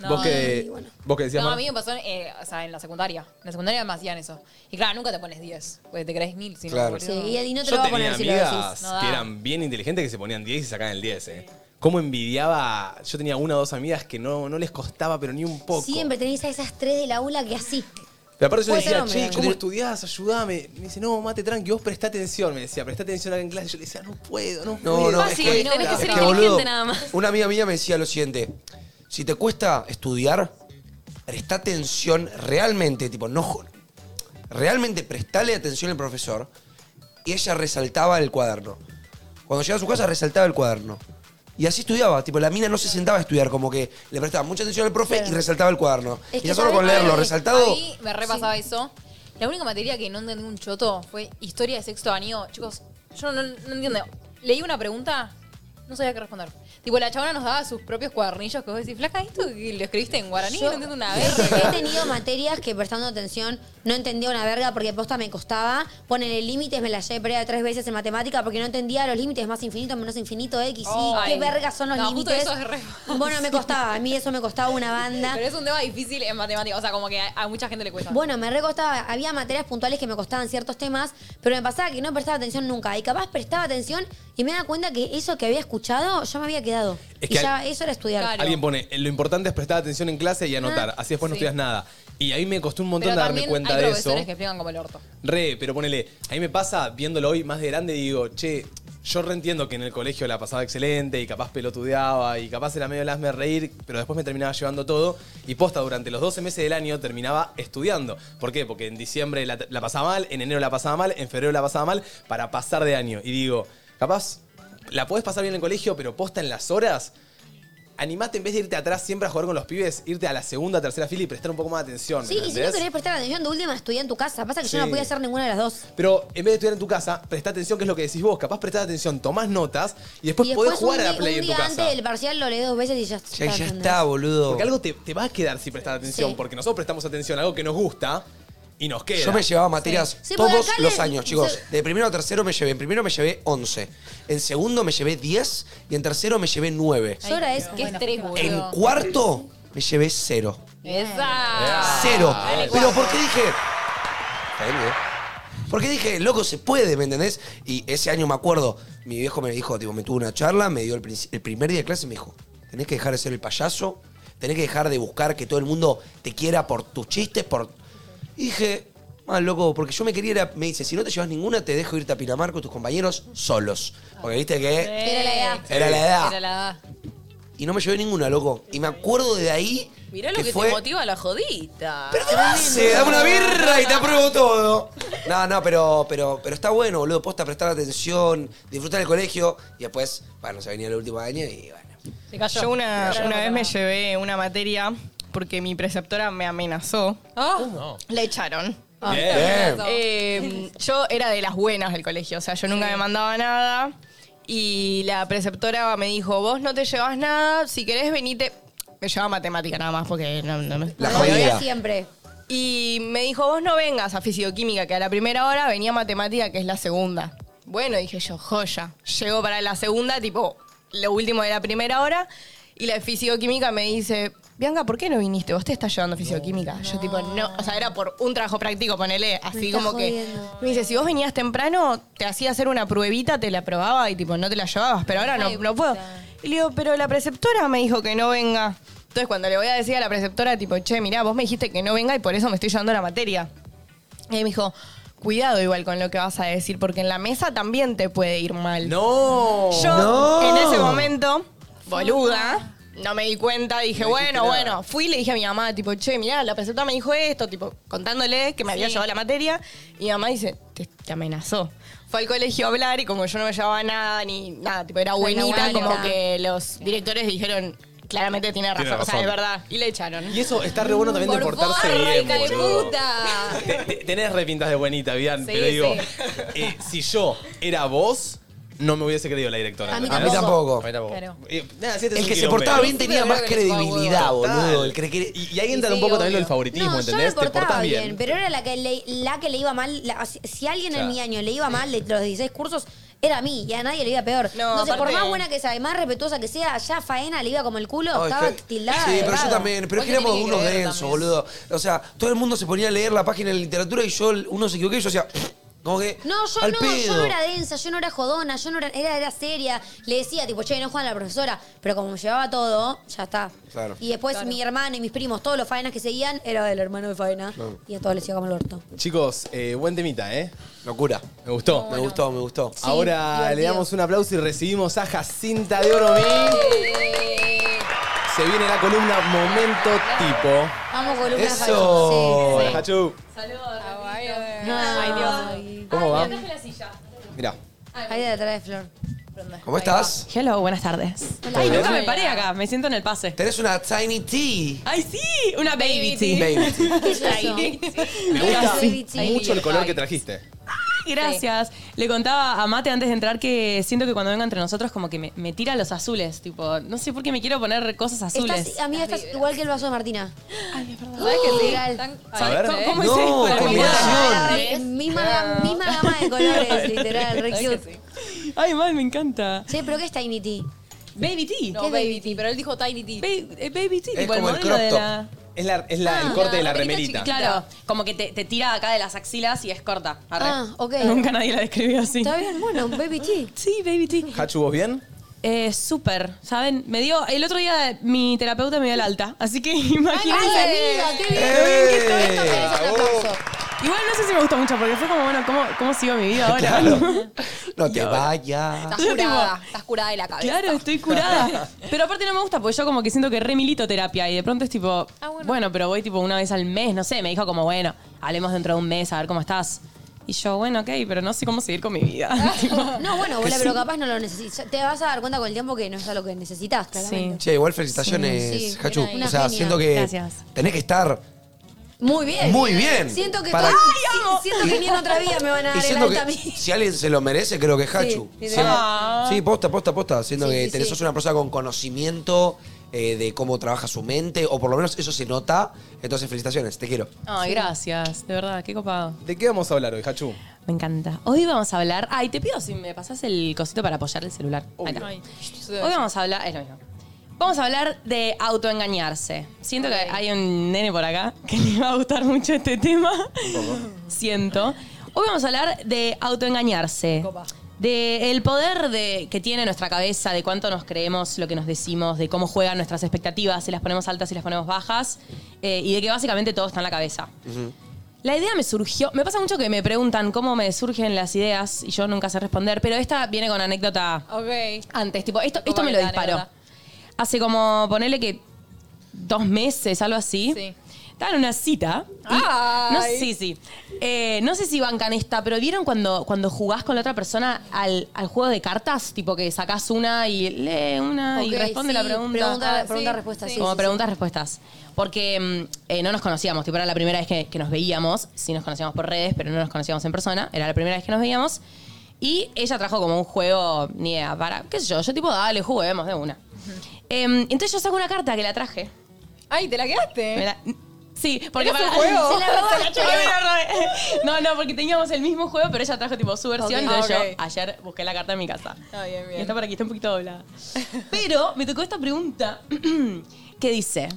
Speaker 8: No,
Speaker 2: ¿Vos, que, vos que decías,
Speaker 8: No, a
Speaker 2: Mar?
Speaker 8: mí me pasó eh, o sea, en la secundaria. En la secundaria me hacían eso. Y claro, nunca te pones 10, porque te crees 1000. Si
Speaker 2: Claro.
Speaker 8: No,
Speaker 7: Sí, y el- y no te
Speaker 2: Yo
Speaker 7: lo va a
Speaker 2: tenía
Speaker 7: poner si lo
Speaker 2: amigas
Speaker 7: decís.
Speaker 2: que eran bien inteligentes que se ponían 10 y sacaban el 10, ¿eh? Cómo envidiaba... Yo tenía una o dos amigas que no, no les costaba, pero ni un poco.
Speaker 7: Siempre tenés a esas tres del aula que así.
Speaker 2: Pero aparte yo
Speaker 7: Puede
Speaker 2: le decía,
Speaker 7: ser
Speaker 2: che,
Speaker 7: hombre,
Speaker 2: ¿cómo
Speaker 7: ¿no?
Speaker 2: estudiás? Ayudame. Me dice, no, mate, tranqui, vos prestá atención. Me decía, prestá atención acá en clase. Yo le decía, no puedo, no
Speaker 3: No,
Speaker 2: puedo.
Speaker 3: no,
Speaker 8: Ah,
Speaker 2: Es
Speaker 3: es
Speaker 2: que-
Speaker 3: es
Speaker 2: es que,
Speaker 3: boludo,
Speaker 2: boludo,
Speaker 3: Una amiga mía me decía lo siguiente: si te cuesta estudiar, presta atención realmente, tipo, no jo- Realmente prestale atención al profesor. Y ella resaltaba el cuaderno. Cuando llegaba a su casa, resaltaba el cuaderno. Y así estudiaba, tipo, la mina no se sentaba a estudiar, como que le prestaba mucha atención al profe y resaltaba el cuaderno.
Speaker 8: Es
Speaker 3: y
Speaker 8: que
Speaker 3: ya solo
Speaker 8: ¿sabes
Speaker 3: con
Speaker 8: qué?
Speaker 3: leerlo, resaltado.
Speaker 8: A mí me repasaba eso. La única materia que no entendí un choto fue historia de sexto año. Chicos, yo no, no entiendo. Leí una pregunta, no sabía qué responder. Tipo, la chabona nos daba sus propios cuadernillos que vos decís, flaca, ¿esto que lo escribiste en guaraní?
Speaker 7: Yo-
Speaker 8: no entiendo una vez.
Speaker 7: He tenido materias que prestando atención no entendía una verga porque posta me costaba. Ponele límites, me la llevé perdida tres veces en matemática porque no entendía los límites más infinito, menos infinito, X, y. ¿Qué
Speaker 8: Ay.
Speaker 7: verga son los
Speaker 8: No, justo
Speaker 7: límites?
Speaker 8: eso es re
Speaker 7: Bueno, me costaba. A mí eso me costaba una banda.
Speaker 8: Pero es un tema difícil en matemáticas. O sea, como que a, a mucha gente le cuesta.
Speaker 7: Bueno, me recostaba, había materias puntuales que me costaban ciertos temas, pero me pasaba que no prestaba atención nunca. Y capaz prestaba atención y me daba cuenta que eso que había escuchado ya me había quedado.
Speaker 2: Es que
Speaker 7: y ya
Speaker 2: al-
Speaker 7: eso era estudiar.
Speaker 2: Alguien pone, lo importante es prestar atención en clase y anotar.
Speaker 7: Ah,
Speaker 2: así después no
Speaker 7: sí.
Speaker 2: estudias nada. Y ahí me costó un montón
Speaker 8: Pero
Speaker 2: darme
Speaker 8: también
Speaker 2: cuenta
Speaker 8: hay
Speaker 2: de eso.
Speaker 8: profesores que explican como el orto.
Speaker 2: Re, pero ponele, a mí me pasa, viéndolo hoy más de grande, digo, che, yo reentiendo que en el colegio la pasaba excelente y capaz pelotudeaba y capaz era medio el hazme reír, pero después me terminaba llevando todo y posta durante los 12 meses del año terminaba estudiando. ¿Por qué? Porque en diciembre la, la pasaba mal, en enero la pasaba mal, en febrero la pasaba mal, para pasar de año. Y digo, capaz, la podés pasar bien en el colegio, pero posta en las horas... Animate en vez de irte atrás siempre a jugar con los pibes, irte a la segunda, tercera fila y prestar un poco más de atención.
Speaker 7: Sí, y si no
Speaker 2: ¿entendés?
Speaker 7: querés prestar atención de última, estudiá en tu casa. Pasa que yo
Speaker 2: Sí.
Speaker 7: no podía hacer ninguna de las dos.
Speaker 2: Pero en vez de estudiar en tu casa, prestá atención, que es lo que decís vos. Capaz prestás atención, tomás notas y después,
Speaker 7: Y después
Speaker 2: podés jugar a
Speaker 7: un,
Speaker 2: la
Speaker 7: di-
Speaker 2: Play
Speaker 7: un
Speaker 2: en tu
Speaker 7: día
Speaker 2: casa.
Speaker 7: antes del parcial lo leí dos veces y ya,
Speaker 2: Ya- ya
Speaker 7: ¿entendés?
Speaker 3: está, boludo.
Speaker 2: Porque algo te, te va a quedar si prestás atención,
Speaker 7: Sí.
Speaker 2: porque nosotros prestamos atención a algo que nos gusta y nos queda.
Speaker 3: Yo me llevaba materias
Speaker 2: Sí. Sí, porque
Speaker 3: todos
Speaker 2: acá
Speaker 3: los
Speaker 2: le-
Speaker 3: años, chicos.
Speaker 2: se-
Speaker 3: De primero a tercero me llevé. En primero me llevé 11. En segundo me llevé 10. Y en tercero me llevé 9.
Speaker 7: Yo era eso.
Speaker 8: Qué estrés,
Speaker 3: En
Speaker 8: boludo.
Speaker 3: cuarto me llevé 0.
Speaker 8: Esa.
Speaker 3: Cero.
Speaker 8: Ah, Dale, ¿eh?
Speaker 3: Pero
Speaker 8: cuarto.
Speaker 3: ¿por qué dije? Porque dije, loco, se puede, ¿me entendés? Y ese año me acuerdo, mi viejo me dijo, tipo, me tuvo una charla, me dio el, princi- el primer día de clase y me dijo, tenés que dejar de ser el payaso, tenés que dejar de buscar que todo el mundo te quiera por tus chistes, por... Y dije, ah, loco, porque yo me quería, ir a- me dice, si no te llevas ninguna, te dejo irte a Pinamar con tus compañeros solos. Porque viste que...
Speaker 8: Era
Speaker 11: Eh,
Speaker 8: la edad.
Speaker 3: Eh, Era la edad.
Speaker 8: Era la edad.
Speaker 3: Y no me llevé ninguna, loco. Y me acuerdo de ahí...
Speaker 12: Mirá lo
Speaker 3: que
Speaker 12: que,
Speaker 3: fue-
Speaker 12: te motiva la jodita.
Speaker 3: ¿Qué hace? Dame una birra y te apruebo todo. No, no, pero, pero, pero está bueno, boludo. Posta prestar atención, disfrutar el colegio y después, bueno, se venía el último año y bueno.
Speaker 13: Yo una,
Speaker 3: Se cayó.
Speaker 13: una vez me llevé una materia porque mi preceptora me amenazó. Le echaron.
Speaker 3: Oh. Ah. Bien.
Speaker 13: Eh, yo era de las buenas del colegio, o sea, yo nunca me mandaba nada. Y la preceptora me dijo, vos no te llevas nada, si querés venite. Me llevaba matemática nada más porque no, no me...
Speaker 7: La jodida. siempre.
Speaker 13: Y me dijo, vos no vengas a fisioquímica, que a la primera hora venía matemática, que es la segunda. Bueno, dije yo, joya. Llego para la segunda, tipo, lo último de la primera hora. Y la fisioquímica me dice, Bianca, ¿por qué no viniste? ¿Vos te estás llevando fisioquímica? Yo tipo, no. O sea, era por un trabajo práctico, ponele, así
Speaker 7: estás
Speaker 13: como
Speaker 7: jodiendo.
Speaker 13: que... Me dice, si vos venías temprano, te hacía hacer una pruebita, te la probaba y tipo, no te la llevabas, pero ahora no, no puedo. Y le digo, pero la preceptora me dijo que no venga. Entonces, cuando le voy a decir a la preceptora, tipo, che, mirá, vos me dijiste que no venga y por eso me estoy llevando la materia. Y ella me dijo, cuidado igual con lo que vas a decir, porque en la mesa también te puede ir mal.
Speaker 2: ¡No!
Speaker 13: Yo,
Speaker 2: ¡No!
Speaker 13: en ese momento, boluda, no me di cuenta, dije,
Speaker 2: No dijiste
Speaker 13: bueno,
Speaker 2: nada.
Speaker 13: bueno. Fui y le dije a mi mamá, tipo, che, mirá, la preceptora me dijo esto, tipo, contándole que me había
Speaker 8: Sí.
Speaker 13: llevado la materia. Y mi mamá dice, te, te amenazó. Fue al colegio a hablar y como yo no me llevaba nada ni nada, tipo, era
Speaker 8: Era
Speaker 13: buenita,
Speaker 8: buena.
Speaker 13: como que los directores dijeron, claramente tiene razón,
Speaker 2: Tiene
Speaker 13: o sea,
Speaker 2: razón.
Speaker 13: es verdad. Y le echaron.
Speaker 2: Y eso está re bueno también de
Speaker 13: Por
Speaker 2: portarse
Speaker 13: forra,
Speaker 2: bien,
Speaker 13: hija de
Speaker 2: boludo.
Speaker 8: puta.
Speaker 2: Te- te- Tenés repintas de buenita, Bian,
Speaker 8: Sí,
Speaker 2: pero digo,
Speaker 8: sí.
Speaker 2: eh, si yo era vos, no me hubiese creído la directora.
Speaker 3: A mí
Speaker 2: ¿entendés?
Speaker 3: tampoco.
Speaker 2: A mí tampoco.
Speaker 3: Claro.
Speaker 2: Eh, nada, si este es
Speaker 3: El
Speaker 2: un
Speaker 3: que se
Speaker 2: quilombo.
Speaker 3: portaba bien tenía
Speaker 2: Sí,
Speaker 3: más
Speaker 2: pero creo que
Speaker 3: credibilidad,
Speaker 2: les va,
Speaker 3: boludo.
Speaker 2: boludo.
Speaker 3: El que- que-
Speaker 2: Y, y ahí entra un poco también lo del favoritismo,
Speaker 7: No, yo me
Speaker 2: ¿entendés? Te portás
Speaker 7: portaba bien,
Speaker 2: bien.
Speaker 7: pero era la que, le, la que le iba mal. la- si- si a alguien
Speaker 2: Claro.
Speaker 7: en mi año le iba mal de los 16 cursos, era a mí y a nadie le iba peor.
Speaker 13: No,
Speaker 7: Entonces, por
Speaker 13: aparte-
Speaker 7: más buena que sea, y más respetuosa que sea, ya faena le iba como el culo,
Speaker 3: No, es
Speaker 7: estaba
Speaker 3: que-
Speaker 7: tildada.
Speaker 3: Sí,
Speaker 7: de
Speaker 3: pero yo
Speaker 7: vago.
Speaker 3: también. Pero es que
Speaker 7: Vos te
Speaker 3: éramos
Speaker 7: tenés
Speaker 3: unos
Speaker 7: creer
Speaker 3: densos, boludo. O sea, todo el mundo se ponía a leer la página de literatura y yo, uno se equivoqué y yo hacía. Como que.
Speaker 7: No, yo
Speaker 3: al
Speaker 7: no,
Speaker 3: pedo.
Speaker 7: yo no era densa, yo no era jodona, yo no era, era, era seria. Le decía, tipo, che, no juegan a la profesora. Pero como me llevaba todo, ya está.
Speaker 3: Claro.
Speaker 7: Y después mi hermano y mis primos, todos los faenas que seguían, era el hermano de faena.
Speaker 3: Claro.
Speaker 7: Y a todos les iba como el orto.
Speaker 2: Chicos, eh, buen temita, ¿eh?
Speaker 3: Locura.
Speaker 2: Me gustó.
Speaker 3: Me gustó, me gustó.
Speaker 2: Ahora le
Speaker 3: divertido.
Speaker 2: damos un aplauso y recibimos a Jacinta de Oro Mil. Se viene la columna Momento Tipo.
Speaker 7: Vamos con
Speaker 3: Oh.
Speaker 7: una
Speaker 2: Eso. Hola, Hachu.
Speaker 11: Saludos.
Speaker 7: Ah, Ay,
Speaker 11: Dios.
Speaker 2: ¿Cómo va?
Speaker 11: la silla.
Speaker 2: Mirá.
Speaker 7: Ahí detrás de Flor.
Speaker 3: ¿Cómo estás?
Speaker 17: Hello, buenas tardes.
Speaker 3: Hola.
Speaker 17: Ay,
Speaker 3: ¿Todo
Speaker 17: nunca
Speaker 3: bien?
Speaker 17: me paré acá, me siento en el pase.
Speaker 3: Tenés una Tiny Tea.
Speaker 17: ¡Ay, sí! Una baby,
Speaker 3: Baby
Speaker 17: tea.
Speaker 3: tea. Baby
Speaker 17: ¿Qué es eso?
Speaker 2: Me gusta
Speaker 17: Sí.
Speaker 2: mucho el color que trajiste.
Speaker 17: Ay, Gracias. Le contaba a Mate antes de entrar que siento que cuando venga entre nosotros como que me, me tira los azules. Tipo, no sé por qué me quiero poner cosas azules.
Speaker 7: Estás, amiga, estás igual que el vaso de Martina. Ay, es verdad.
Speaker 17: ¿Sabes que sí?
Speaker 3: A ver.
Speaker 17: ¿Cómo- cómo
Speaker 3: no,
Speaker 17: es esto? La
Speaker 3: combinación.
Speaker 17: combinación.
Speaker 7: Misma, misma gama de colores, literal, re
Speaker 17: ¿Sabes que
Speaker 7: cute.
Speaker 17: Ay, mal, me encanta.
Speaker 7: Che, pero ¿qué es Tiny Tea?
Speaker 17: Baby Tea.
Speaker 11: No, Baby Tea, pero él dijo Tiny Tea.
Speaker 17: eh, Baby Tea,
Speaker 2: Es
Speaker 17: tipo
Speaker 2: como el
Speaker 17: modelo
Speaker 2: crop
Speaker 17: de
Speaker 2: top.
Speaker 17: la...
Speaker 2: Es, la, es la- el
Speaker 17: Ah,
Speaker 2: corte de la
Speaker 17: remerita
Speaker 2: remerita.
Speaker 17: chiquita. Claro, como que te, te tira acá de las axilas y es corta. Arre.
Speaker 7: Ah, ok.
Speaker 17: Nunca nadie la describió así.
Speaker 7: Está bien, bueno, baby tea.
Speaker 17: Sí, baby tea.
Speaker 2: Hachu, ¿vos bien?
Speaker 17: Eh, súper, ¿saben? Me dio, el otro día mi terapeuta me dio el alta, así que imagínense.
Speaker 7: amiga, qué bien,
Speaker 17: que estoy,
Speaker 2: ¡Eh!
Speaker 17: esto merece un
Speaker 3: oh.
Speaker 17: aplauso. Igual no sé si me gustó mucho, porque fue como, bueno, ¿cómo, cómo sigo mi vida ahora?
Speaker 3: Claro. No te vayas.
Speaker 17: Yo
Speaker 11: Estás
Speaker 17: tipo-
Speaker 11: curada, estás curada de la cabeza.
Speaker 17: Claro, estoy curada. Pero aparte no me gusta porque yo como que siento que remilito terapia y de pronto es tipo, bueno. pero voy tipo una vez al mes, no sé, me dijo como, bueno, hablemos dentro de un mes a ver cómo estás. Y yo, bueno, ok, pero no sé cómo seguir con mi vida. Tipo,
Speaker 7: No, bueno,
Speaker 17: Que
Speaker 7: bola,
Speaker 17: sí.
Speaker 7: pero capaz no lo necesitas. Te vas a dar cuenta con el tiempo que no es a lo que necesitas, claramente.
Speaker 3: Che, igual felicitaciones,
Speaker 7: Sí, sí,
Speaker 3: Hachu.
Speaker 7: era ahí.
Speaker 3: o sea,
Speaker 7: Una
Speaker 3: siento
Speaker 7: genia.
Speaker 3: que
Speaker 7: Gracias.
Speaker 3: tenés que estar.
Speaker 7: Muy bien.
Speaker 3: Muy bien.
Speaker 7: Siento que,
Speaker 3: Para-
Speaker 7: todo- si- siento que ni en otra vida me van a
Speaker 3: Y
Speaker 7: dar el
Speaker 3: siento
Speaker 7: alta
Speaker 3: que
Speaker 7: a mí.
Speaker 3: si alguien se lo merece, creo que es Hachu.
Speaker 7: Sí,
Speaker 3: Sí,
Speaker 7: literal.
Speaker 3: sí, posta, posta, posta. Siento
Speaker 7: Sí,
Speaker 3: que
Speaker 7: sí,
Speaker 3: tenés,
Speaker 7: sí.
Speaker 3: sos una persona con conocimiento eh, de cómo trabaja su mente, o por lo menos eso se nota. Entonces, felicitaciones, te quiero.
Speaker 17: Ay, gracias, de verdad, qué copado.
Speaker 2: ¿De qué vamos a hablar hoy, Hachu?
Speaker 17: Me encanta. Hoy vamos a hablar. Ay, te pido si me pasás el cosito para apoyar el celular. Ahí está. Hoy vamos a hablar. Es lo mismo. Vamos a hablar de autoengañarse. Siento que hay un nene por acá que le va a gustar mucho este tema. Siento. Hoy vamos a hablar de autoengañarse. De el poder de, que tiene nuestra cabeza, de cuánto nos creemos, lo que nos decimos, de cómo juegan nuestras expectativas, si las ponemos altas, si las ponemos bajas, eh, y de que básicamente todo está en la cabeza. La idea me surgió, me pasa mucho que me preguntan cómo me surgen las ideas y yo nunca sé responder, pero esta viene con anécdota
Speaker 11: Ok.
Speaker 17: antes, tipo, esto, esto
Speaker 11: Como
Speaker 17: me lo
Speaker 11: la
Speaker 17: disparó.
Speaker 11: anécdota.
Speaker 17: Hace como, ponele que dos meses, algo así. Estaba en una cita. y-
Speaker 11: Ay.
Speaker 17: No sé, sí, sí. Eh, no sé si bancan esta, pero ¿vieron cuando, cuando jugás con la otra persona al, al juego de cartas? Tipo que sacás una y lee una y
Speaker 7: Ok,
Speaker 17: responde
Speaker 7: sí,
Speaker 17: la pregunta.
Speaker 7: pregunta- Ah, pregunta, sí, respuesta, sí, sí,
Speaker 17: Como
Speaker 7: sí.
Speaker 17: preguntas, respuestas. Porque mm, eh, no nos conocíamos, tipo, era la primera vez que, que nos veíamos. Sí nos conocíamos por redes, pero no nos conocíamos en persona. Era la primera vez que nos veíamos. Y ella trajo como un juego, ni idea, para, qué sé yo, yo tipo, dale, juguemos de una. Em, entonces yo saco una carta que la traje.
Speaker 11: Ay, ¿te la quedaste?
Speaker 17: Me la- sí, porque
Speaker 11: ¿Era su
Speaker 17: para-
Speaker 11: juego?
Speaker 17: Se la robó,
Speaker 11: Se la
Speaker 17: se
Speaker 11: chupó.
Speaker 17: la robó. No, no, porque teníamos el mismo juego, pero ella trajo tipo su versión.
Speaker 11: Ok.
Speaker 17: Entonces
Speaker 11: Ah, ok.
Speaker 17: yo ayer busqué la carta en mi casa.
Speaker 11: Está bien,
Speaker 17: Y
Speaker 11: bien.
Speaker 17: está por aquí, está un poquito doblada. Pero me tocó esta pregunta que dice: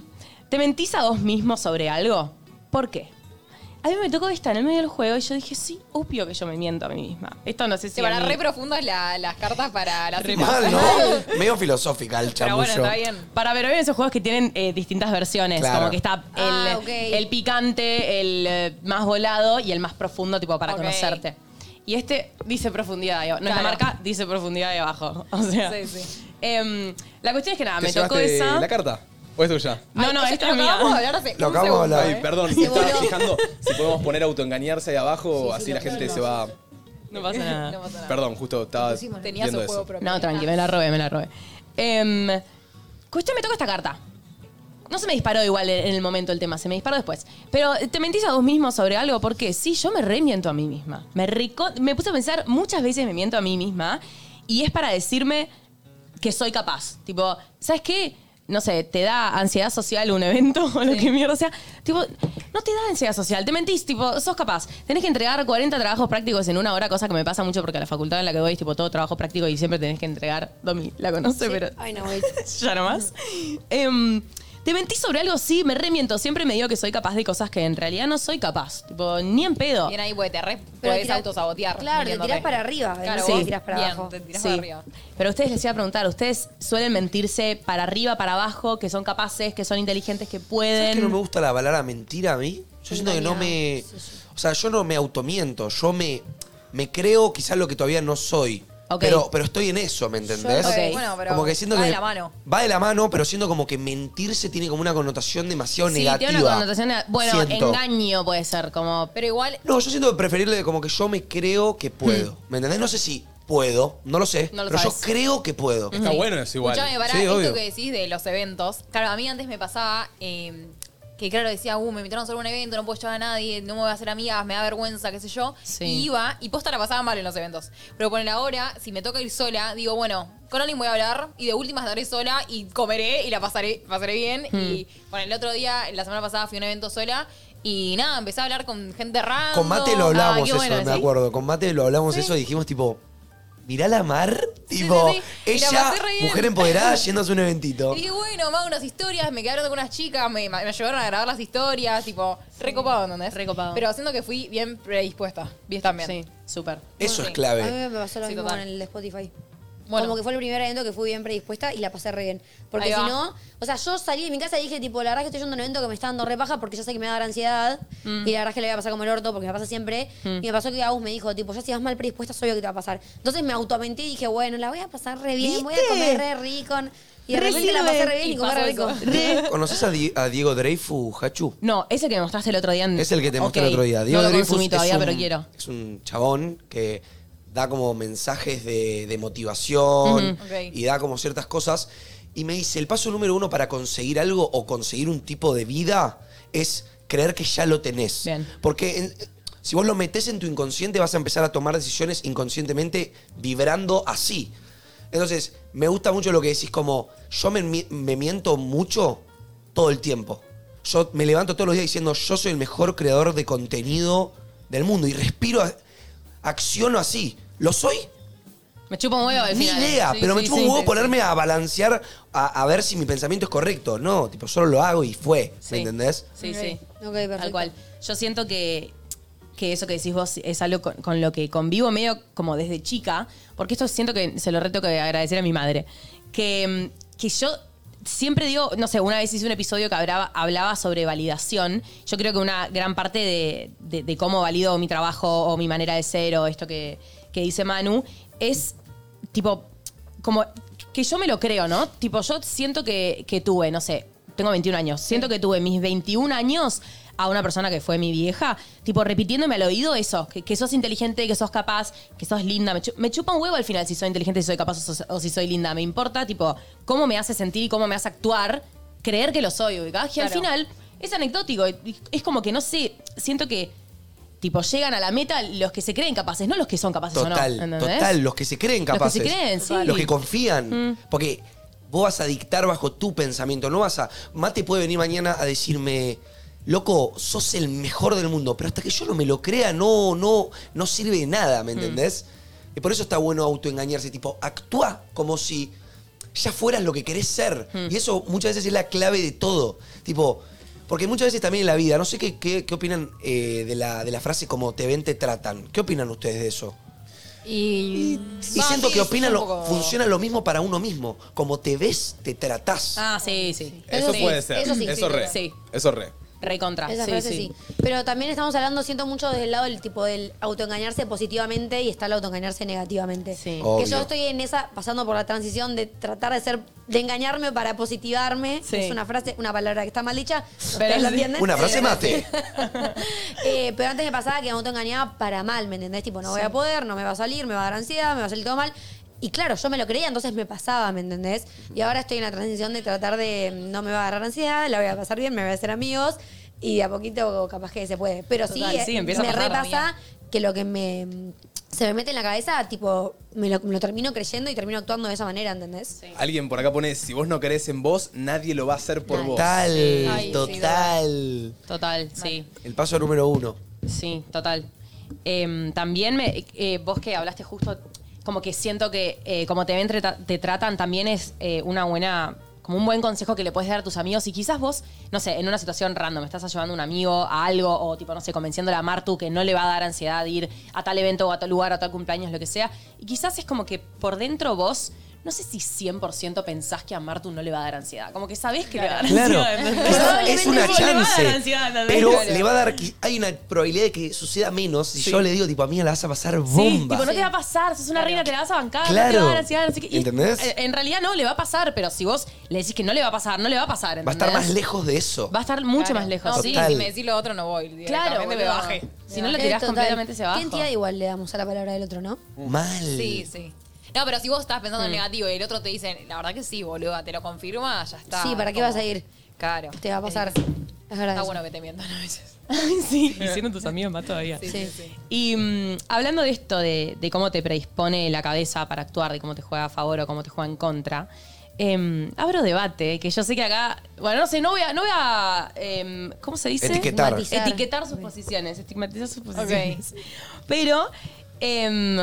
Speaker 17: ¿Te mentís a vos mismo sobre algo? ¿Por qué? A mí me tocó esta en el medio del juego y yo dije, sí, obvio que yo me miento a mí misma. Esto no sé si.
Speaker 11: Se
Speaker 17: a
Speaker 11: van a
Speaker 17: mí-
Speaker 11: re profundas la- las cartas para la cita.
Speaker 3: Mal, ¿no? Medio filosófica el
Speaker 17: Pero
Speaker 3: chamullo.
Speaker 17: bueno, está bien. Para ver, esos juegos que tienen eh, distintas versiones.
Speaker 3: Claro.
Speaker 17: Como que está el,
Speaker 11: Ah, ok.
Speaker 17: el picante, el eh, más volado y el más profundo, tipo, para
Speaker 11: Ok.
Speaker 17: conocerte. Y este dice profundidad de abajo. Nuestra
Speaker 11: Claro.
Speaker 17: marca dice profundidad de abajo. O sea.
Speaker 11: Sí, sí.
Speaker 17: em, la cuestión es que nada,
Speaker 2: ¿Te
Speaker 17: me tocó
Speaker 2: llevaste
Speaker 17: esa.
Speaker 2: la carta? ¿O es tuya?
Speaker 17: No, no,
Speaker 11: Ay,
Speaker 17: esta es
Speaker 11: lo
Speaker 17: mía.
Speaker 11: acabamos de hablar hace
Speaker 2: Lo
Speaker 11: un
Speaker 2: acabamos de
Speaker 11: segundo,
Speaker 2: hablar.
Speaker 11: ¿eh?
Speaker 2: Ay, perdón, me estaba fijando si podemos poner autoengañarse ahí abajo, así la gente se va.
Speaker 17: No pasa nada.
Speaker 11: No pasa nada.
Speaker 2: Perdón, justo estaba viendo eso.
Speaker 17: No, tranqui, me la robé, me la robé. Em, cuestión, me toca esta carta. No se me disparó igual en el momento el tema, se me disparó después. Pero eh, te mentís a vos mismo sobre algo, porque sí, yo me re miento a mí misma. Me, reco- me puse a pensar, muchas veces me miento a mí misma y es para decirme que soy capaz. Tipo, ¿sabes qué? No sé, te da ansiedad social un evento o lo que mierda sea. Tipo, no te da ansiedad social, te mentís, tipo, sos capaz. Tenés que entregar 40 trabajos prácticos en una hora, cosa que me pasa mucho porque a la facultad en la que voy es tipo todo trabajo práctico y siempre tenés que entregar. Domi, la conoce,
Speaker 7: Sí.
Speaker 17: pero
Speaker 7: Ay, no, wait.
Speaker 17: ya nomás. Em, Te mentí sobre algo, sí, me remiento. Siempre me digo que soy capaz de cosas que en realidad no soy capaz. Tipo, ni en pedo.
Speaker 8: Bien ahí, porque te re podés
Speaker 17: tirás-
Speaker 8: autosabotear.
Speaker 7: claro, te
Speaker 8: mintiéndote.
Speaker 7: tirás para arriba,
Speaker 8: Claro,
Speaker 7: no
Speaker 8: vos
Speaker 7: te tirás para
Speaker 8: bien,
Speaker 7: abajo.
Speaker 8: te tirás
Speaker 17: Sí.
Speaker 8: para arriba.
Speaker 17: Pero a ustedes les iba a preguntar, ¿ustedes suelen mentirse para arriba, para abajo, que son capaces, que son inteligentes, que
Speaker 3: ¿Sabes que no
Speaker 17: pueden?
Speaker 3: me gusta la palabra mentira a mí? Yo siento que no me. O sea, yo no me automiento. Yo me, me creo quizás lo que todavía no soy.
Speaker 17: Ok.
Speaker 3: Pero, pero estoy en eso, ¿me entendés?
Speaker 12: Ok, bueno, pero
Speaker 3: como que siento
Speaker 12: va
Speaker 3: que
Speaker 12: de la mano.
Speaker 3: Va de la mano, pero siento como que mentirse tiene como una connotación demasiado
Speaker 17: sí,
Speaker 3: negativa.
Speaker 17: tiene una connotación. neg- Bueno,
Speaker 3: Siento.
Speaker 17: engaño puede ser, como. Pero igual.
Speaker 3: No, yo siento preferible como que yo me creo que puedo. ¿Me entendés? No sé si puedo, no lo sé.
Speaker 8: No lo
Speaker 3: pero
Speaker 8: sabes.
Speaker 3: yo creo que puedo.
Speaker 8: Está Sí. bueno
Speaker 3: eso
Speaker 8: Escuchame, pará,
Speaker 3: sí,
Speaker 8: esto
Speaker 3: obvio.
Speaker 8: que decís de los eventos. Claro, a mí antes me pasaba eh, que, claro, decía, uh, me invitaron solo a un evento, no puedo llevar a nadie, no me voy a hacer amigas, me da vergüenza, qué sé yo.
Speaker 17: Sí.
Speaker 8: Y iba, y posta la pasaba mal en los eventos. Pero por ahora, si me toca ir sola, digo, bueno, con alguien voy a hablar, y de última estaré sola, y comeré, y la pasaré, pasaré bien.
Speaker 17: Hmm.
Speaker 8: Y bueno, el otro día, la semana pasada, fui a un evento sola, y nada, empecé a hablar con gente random.
Speaker 3: Con Mate lo
Speaker 8: Ah,
Speaker 3: hablamos
Speaker 8: qué
Speaker 3: eso,
Speaker 8: bueno,
Speaker 3: me
Speaker 8: ¿sí?
Speaker 3: acuerdo. Con Mate lo hablamos eso y dijimos tipo, mirá la mar, tipo,
Speaker 8: sí, sí. Y la
Speaker 3: ella,
Speaker 8: pasé re bien.
Speaker 3: mujer empoderada, yéndose a un eventito.
Speaker 8: Y dije, bueno, me hago unas historias, me quedaron con unas chicas, me, me ayudaron a grabar las historias, tipo, recopado, ¿entendés? Recopado. Pero siento que fui bien predispuesta, bien también. Sí,
Speaker 17: súper.
Speaker 3: Eso es clave.
Speaker 7: A mí me pasó lo
Speaker 8: Sí,
Speaker 7: mismo
Speaker 8: total.
Speaker 7: en el de Spotify.
Speaker 8: Bueno.
Speaker 7: Como que fue el primer evento que fui bien predispuesta y la pasé re bien. Porque
Speaker 8: Ahí
Speaker 7: si
Speaker 8: va.
Speaker 7: no, o sea, yo salí de mi casa y dije, tipo, la verdad que estoy yendo a un evento que me está dando re paja porque yo sé que me va a dar ansiedad
Speaker 17: Mm.
Speaker 7: y la verdad que le voy a pasar como el orto porque me pasa siempre.
Speaker 17: Mm.
Speaker 7: Y me pasó que Agus me dijo, tipo, ya si vas mal predispuesta, soy yo que te va a pasar. Entonces me automenté y dije, bueno, la voy a pasar re bien, voy a comer re rico. Y de
Speaker 17: Re
Speaker 7: repente la pasé
Speaker 17: sirve.
Speaker 7: re bien y,
Speaker 17: Y
Speaker 7: comí
Speaker 17: pasó
Speaker 7: re rico.
Speaker 17: eso.
Speaker 3: ¿Conoces a, Di- a Diego Dreyfus, Hachu?
Speaker 17: No, ese que me mostraste el otro día.
Speaker 8: Mm.
Speaker 17: en-
Speaker 3: Es el que te mostré
Speaker 17: Ok.
Speaker 3: el otro día. Diego
Speaker 17: no lo
Speaker 3: Dreyfus
Speaker 17: consumí
Speaker 3: es
Speaker 17: todavía,
Speaker 3: un-
Speaker 17: pero quiero.
Speaker 3: Es un chabón que da como mensajes de, de motivación
Speaker 17: Ujú. Ok.
Speaker 3: y da como ciertas cosas. Y me dice, el paso número uno para conseguir algo o conseguir un tipo de vida es creer que ya lo tenés. Porque en- si vos lo metés en tu inconsciente vas a empezar a tomar decisiones inconscientemente vibrando así. Entonces, me gusta mucho lo que decís, como yo me, mi- me miento mucho todo el tiempo. Yo me levanto todos los días diciendo, yo soy el mejor creador de contenido del mundo y respiro, a- acciono así. ¿Lo soy?
Speaker 17: Me chupa un huevo al
Speaker 3: Ni
Speaker 17: final.
Speaker 3: idea,
Speaker 17: Sí,
Speaker 3: pero me
Speaker 17: sí,
Speaker 3: chupa
Speaker 17: sí,
Speaker 3: un huevo
Speaker 17: sí,
Speaker 3: ponerme a balancear, a, a ver si mi pensamiento es correcto. No, tipo, solo lo hago y fue,
Speaker 17: Sí.
Speaker 3: ¿me entendés?
Speaker 17: Sí, sí.
Speaker 7: Ok, perfecto.
Speaker 17: Tal cual. Yo siento que, que eso que decís vos es algo con, con lo que convivo medio como desde chica, porque esto siento que se lo reto que agradecer a mi madre. Que, mm, que yo siempre digo, no sé, una vez hice un episodio que hablaba, hablaba sobre validación. Yo creo que una gran parte de, de- de cómo valido mi trabajo o mi manera de ser o esto que, que dice Manu es tipo como que yo me lo creo, ¿no? Tipo, yo siento que, que tuve, no sé, tengo 21 años, siento que tuve mis 21 años a una persona que fue mi vieja, tipo repitiéndome al oído eso, que, que sos inteligente, que sos capaz, que sos linda, me, chu- me chupa un huevo al final si soy inteligente, si soy capaz o, so- o si soy linda, me importa, tipo, cómo me hace sentir y cómo me hace actuar, creer que lo soy, ubicás, que al
Speaker 8: Claro.
Speaker 17: final es anecdótico, y- y es como que no sé, siento que... Tipo, llegan a la meta los que se creen capaces, no los que son capaces o no.
Speaker 3: Total,
Speaker 17: ¿entendés?
Speaker 3: total, los que se creen
Speaker 17: Los que se
Speaker 3: capaces.
Speaker 17: creen, sí. Mm.
Speaker 3: Los que confían. Porque vos vas a dictar bajo tu pensamiento, no vas a... Mate puede venir mañana a decirme, loco, sos el mejor del mundo, pero hasta que yo no me lo crea, no, no, no sirve de nada,
Speaker 17: Mm.
Speaker 3: ¿me entendés? Y por eso está bueno autoengañarse, tipo, actúa como si ya fueras lo que querés ser.
Speaker 17: Mm.
Speaker 3: Y eso muchas veces es la clave de todo. Tipo, porque muchas veces también en la vida, no sé qué, qué, qué opinan eh, de, la, de la frase como te ven, te tratan. ¿Qué opinan ustedes de eso?
Speaker 17: Y,
Speaker 8: Ah,
Speaker 3: Y siento que opinan lo- funciona lo mismo para uno mismo. Como te ves, te tratás.
Speaker 17: Ah, sí, sí.
Speaker 2: Eso
Speaker 17: sí,
Speaker 2: puede ser. Eso, re.
Speaker 17: Sí,
Speaker 2: Eso re.
Speaker 17: recontra.
Speaker 7: Esa
Speaker 17: sí,
Speaker 7: frase
Speaker 17: sí.
Speaker 7: sí. Pero también estamos hablando, siento mucho desde el lado del tipo del autoengañarse positivamente y está el autoengañarse negativamente.
Speaker 17: Obvio.
Speaker 7: Que yo estoy en esa, pasando por la transición de tratar de ser, de engañarme para positivarme.
Speaker 17: Sí.
Speaker 7: Es una frase, una palabra que está mal dicha.
Speaker 17: Pero
Speaker 7: Pero,
Speaker 17: sí.
Speaker 7: ¿lo entienden?
Speaker 3: Una frase mate.
Speaker 7: Eh, pero antes me pasaba que me autoengañaba para mal, ¿me entendés? Tipo, no voy
Speaker 17: Sí.
Speaker 7: a poder, no me va a salir, me va a dar ansiedad, me va a salir todo mal. Y claro, yo me lo creía, entonces me pasaba, ¿me entendés? Y ahora estoy en la transición de tratar de mm, no me va a agarrar ansiedad, la voy a pasar bien, me voy a hacer amigos y de a poquito capaz que se puede. Pero
Speaker 17: Total,
Speaker 7: sí, eh,
Speaker 17: sí, empieza a
Speaker 7: me
Speaker 17: pasar,
Speaker 7: repasa que lo que me mm, se me mete en la cabeza, tipo, me lo, me lo termino creyendo y termino actuando de esa manera, ¿entendés?
Speaker 2: Alguien por acá pone, si vos no crees en vos, nadie lo va a hacer por vos.
Speaker 3: Total,
Speaker 17: Sí. Ay, sí,
Speaker 3: total.
Speaker 17: Total, sí.
Speaker 3: El paso número uno.
Speaker 17: Sí, total. Em, también me, eh, vos que hablaste justo, como que siento que eh, como te ven, trata- te tratan, también es eh, una buena como como un buen consejo que le puedes dar a tus amigos y quizás vos, no sé, en una situación random, estás ayudando a un amigo a algo o tipo, no sé, convenciéndole a Martu que no le va a dar ansiedad ir a tal evento o a tal lugar o a tal cumpleaños, lo que sea. Y quizás es como que por dentro vos, no sé si 100% pensás que a Martu no le va a dar ansiedad. Como que sabés que le va a dar
Speaker 3: Claro,
Speaker 17: ansiedad.
Speaker 3: quizás es
Speaker 17: Probablemente tipo,
Speaker 3: una
Speaker 17: le va a dar
Speaker 3: chance.
Speaker 17: ansiedad, ¿entendés?
Speaker 3: Pero
Speaker 17: Claro.
Speaker 3: le va a dar. qui- Hay una probabilidad de que suceda menos si
Speaker 17: Sí.
Speaker 3: yo le digo, tipo, a mí la vas a pasar
Speaker 17: Sí,
Speaker 3: bomba.
Speaker 17: tipo, no te va a pasar, sos una reina, te la vas a bancar, no te
Speaker 3: Claro.
Speaker 17: va a dar ansiedad, no sé qué. Y,
Speaker 3: ¿Entendés?
Speaker 17: eh, En realidad no, le va a pasar, pero si vos le decís que no le va a pasar, no le va a pasar,
Speaker 3: Va a estar
Speaker 17: ¿entendés?
Speaker 3: más lejos de eso.
Speaker 17: Va a estar mucho más lejos.
Speaker 3: No, sí, Total. si me
Speaker 17: decís lo otro no voy. Claro,
Speaker 11: directamente me
Speaker 17: boludo.
Speaker 11: bajé.
Speaker 17: Si no lo tirás
Speaker 7: Eh, Total.
Speaker 17: completamente se baja.
Speaker 7: ¿Qué entidad igual le damos a la palabra del otro, no?
Speaker 3: Mal.
Speaker 11: Sí, sí. No, pero si vos estás pensando en
Speaker 7: Mm.
Speaker 11: negativo y el otro te dice, la verdad que sí, boluda, te lo confirma, ya está.
Speaker 7: Sí, ¿para qué
Speaker 11: Como-
Speaker 7: vas a ir?
Speaker 11: Claro. Eh,
Speaker 7: Te va a pasar. Es verdad.
Speaker 11: Está
Speaker 7: eso.
Speaker 11: bueno que te mientan a veces.
Speaker 17: sí, hicieron tus amigos más todavía.
Speaker 11: Sí, sí, sí.
Speaker 17: Y mm, hablando de esto, de, de cómo te predispone la cabeza para actuar, de cómo te juega a favor o cómo te juega en contra, em, abro debate, que yo sé que acá, bueno, no sé, no voy a, no voy a em, ¿cómo se dice?
Speaker 3: Etiquetar.
Speaker 17: Matizar. Etiquetar sus posiciones, estigmatizar sus posiciones. Pero, em,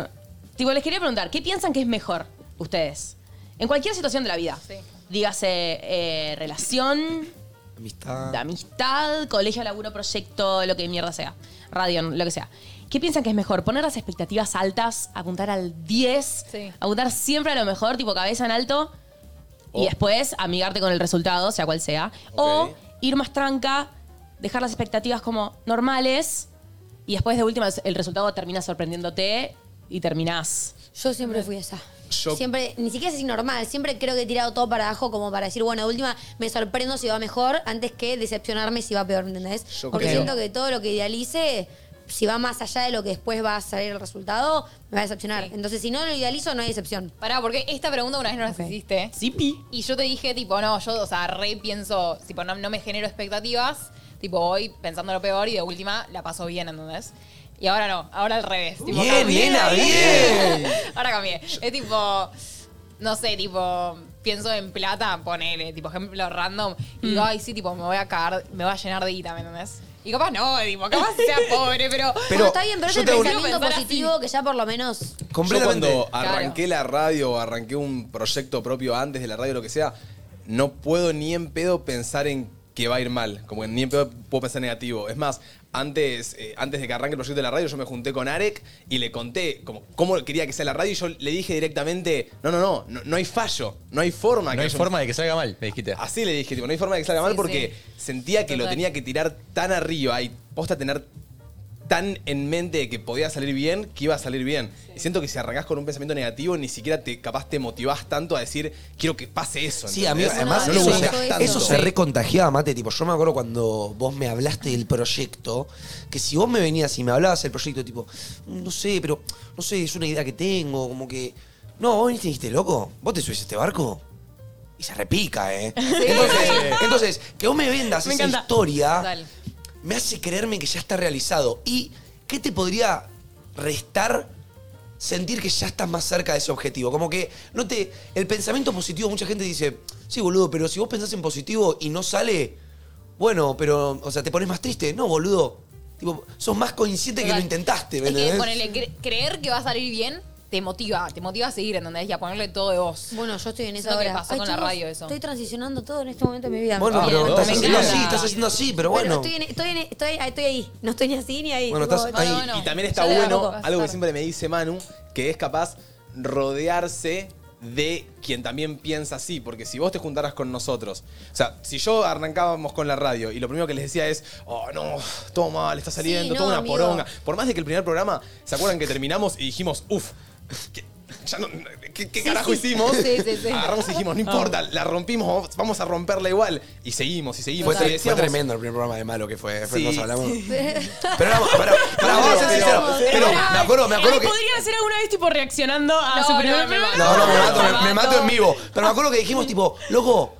Speaker 17: tipo, les quería preguntar, ¿qué piensan que es mejor ustedes? En cualquier situación de la vida. Dígase eh, relación,
Speaker 3: Amistad.
Speaker 17: de amistad, colegio, laburo, proyecto, lo que mierda sea. Radio, lo que sea. ¿Qué piensan que es mejor? ¿Poner las expectativas altas? ¿Apuntar al 10? ¿Apuntar siempre a lo mejor, tipo cabeza en alto?
Speaker 11: O-
Speaker 17: Y después amigarte con el resultado, sea cual sea. O ir más tranca, dejar las expectativas como normales y después de última el resultado termina sorprendiéndote y terminás.
Speaker 7: Yo siempre fui esa.
Speaker 17: Yo-
Speaker 7: Siempre, ni siquiera es así normal, siempre creo que he tirado todo para abajo como para decir, bueno, de última me sorprendo si va mejor antes que decepcionarme si va peor, ¿me entendés?
Speaker 2: Yo
Speaker 7: Porque
Speaker 2: creo-
Speaker 7: siento que todo lo que idealice, si va más allá de lo que después va a salir el resultado, me va a decepcionar. Entonces, si no lo idealizo, no hay decepción.
Speaker 11: Pará, porque esta pregunta una vez nos la hiciste.
Speaker 17: Sipi.
Speaker 11: Y yo te dije, tipo, no, yo, o sea, re pienso, tipo, no, no me genero expectativas, tipo, voy pensando lo peor y de última la paso bien, ¿entendés? Y ahora no, ahora al revés. Tipo,
Speaker 3: Bien,
Speaker 11: cambié.
Speaker 3: bien, bien.
Speaker 11: ahora cambié. Es tipo, no sé, tipo, pienso en plata, ponele, tipo, ejemplo random, y digo,
Speaker 17: Mm.
Speaker 11: ay, sí, tipo, me voy a cagar, me voy a llenar de guita, ¿me entendés? Y capaz no, tipo, capaz sea pobre, pero...
Speaker 7: Pero Bueno, está bien, pero es
Speaker 11: yo
Speaker 7: el
Speaker 11: te-
Speaker 7: pensamiento
Speaker 11: Quiero pensar
Speaker 7: positivo que ya por lo menos.
Speaker 2: Yo cuando arranqué la radio o arranqué un proyecto propio antes de la radio, lo que sea, no puedo ni en pedo pensar en que va a ir mal. Como que ni en pedo puedo pensar negativo. Es más, antes, eh, antes de que arranque el proyecto de la radio, yo me junté con Arek y le conté como, cómo quería que sea la radio y yo le dije directamente, no, no, no, no, no hay fallo, no hay forma.
Speaker 9: No hay forma de que salga mal, me dijiste.
Speaker 2: Así le dije, tipo, no hay forma de que salga mal porque sentía que lo
Speaker 9: Total.
Speaker 2: tenía que tirar tan arriba y posta tener tan en mente de que podía salir bien que iba a salir bien. Y siento que si arrancás con un pensamiento negativo, ni siquiera te capaz te motivás tanto a decir, quiero que pase eso.
Speaker 3: Sí, a mí
Speaker 2: ¿entendés?
Speaker 3: además
Speaker 2: No lo
Speaker 3: eso,
Speaker 2: buscas
Speaker 3: se,
Speaker 2: tanto.
Speaker 3: eso se recontagiaba, Mate. Tipo, yo me acuerdo cuando vos me hablaste del proyecto, que si vos me venías y me hablabas del proyecto, tipo, "Mm, no sé, pero no sé, es una idea que tengo, como que. No, vos viniste y dijiste, loco, vos te subís a este barco y se repica, ¿eh? Entonces, entonces, que vos me vendas
Speaker 17: Me
Speaker 3: esa
Speaker 17: encanta.
Speaker 3: historia
Speaker 17: Total.
Speaker 3: me hace creerme que ya está realizado. ¿Y qué te podría restar sentir que ya estás más cerca de ese objetivo. Como que no te. El pensamiento positivo, mucha gente dice, sí, boludo, pero si vos pensás en positivo y no sale, bueno, pero. O sea, te pones más triste. No, boludo. Tipo, sos más consciente que lo intentaste, ¿me
Speaker 11: Es que
Speaker 3: entendés?
Speaker 11: ponele, cre- creer que va a salir bien te motiva, te motiva a seguir, ¿entendés? Y a ponerle todo de vos.
Speaker 7: Bueno, yo estoy en
Speaker 11: es
Speaker 7: esa
Speaker 11: lo que
Speaker 7: hora.
Speaker 11: pasó
Speaker 7: Ay,
Speaker 11: con la
Speaker 7: chicos,
Speaker 11: radio eso.
Speaker 7: Estoy transicionando todo en este momento de mi vida.
Speaker 3: Bueno, pero
Speaker 7: Bien.
Speaker 3: estás haciendo
Speaker 2: encanta.
Speaker 3: así, estás haciendo así, pero
Speaker 7: Pero
Speaker 3: bueno.
Speaker 7: estoy, en- estoy, en- estoy, ahí- estoy ahí. No estoy ni así ni ahí.
Speaker 2: Bueno,
Speaker 7: Tipo,
Speaker 2: estás
Speaker 7: estoy-
Speaker 2: ahí. Y también está
Speaker 7: Yo le
Speaker 2: bueno,
Speaker 7: hago poco.
Speaker 2: algo que siempre me dice Manu, que es capaz rodearse de quien también piensa así, porque si vos te juntaras con nosotros, o sea, si yo arrancábamos con la radio y lo primero que les decía es, oh no, todo mal, está saliendo,
Speaker 9: no,
Speaker 2: toda una
Speaker 9: amigo.
Speaker 2: poronga, por más de que el primer programa, ¿se acuerdan que terminamos y dijimos, uff, ya no- ¿qué, qué
Speaker 9: Sí,
Speaker 2: carajo
Speaker 9: sí.
Speaker 2: hicimos?
Speaker 9: Sí, sí, sí.
Speaker 2: Agarramos y dijimos, no importa, la rompimos, vamos- vamos a romperla igual, y seguimos, y seguimos,
Speaker 3: Fue,
Speaker 2: y
Speaker 3: tre- fue
Speaker 2: decíamos-
Speaker 3: tremendo el primer programa de malo que fue. fue
Speaker 2: Sí,
Speaker 3: nos hablamos.
Speaker 2: sí.
Speaker 3: Pero vamos, para, vamos a ser sinceros. Pero me acuerdo, me acuerdo que.
Speaker 17: ¿Podrían hacer Eh, alguna vez tipo reaccionando a su primer
Speaker 3: No, no, me mato, me, me mato en vivo. Pero me acuerdo que dijimos, tipo, loco,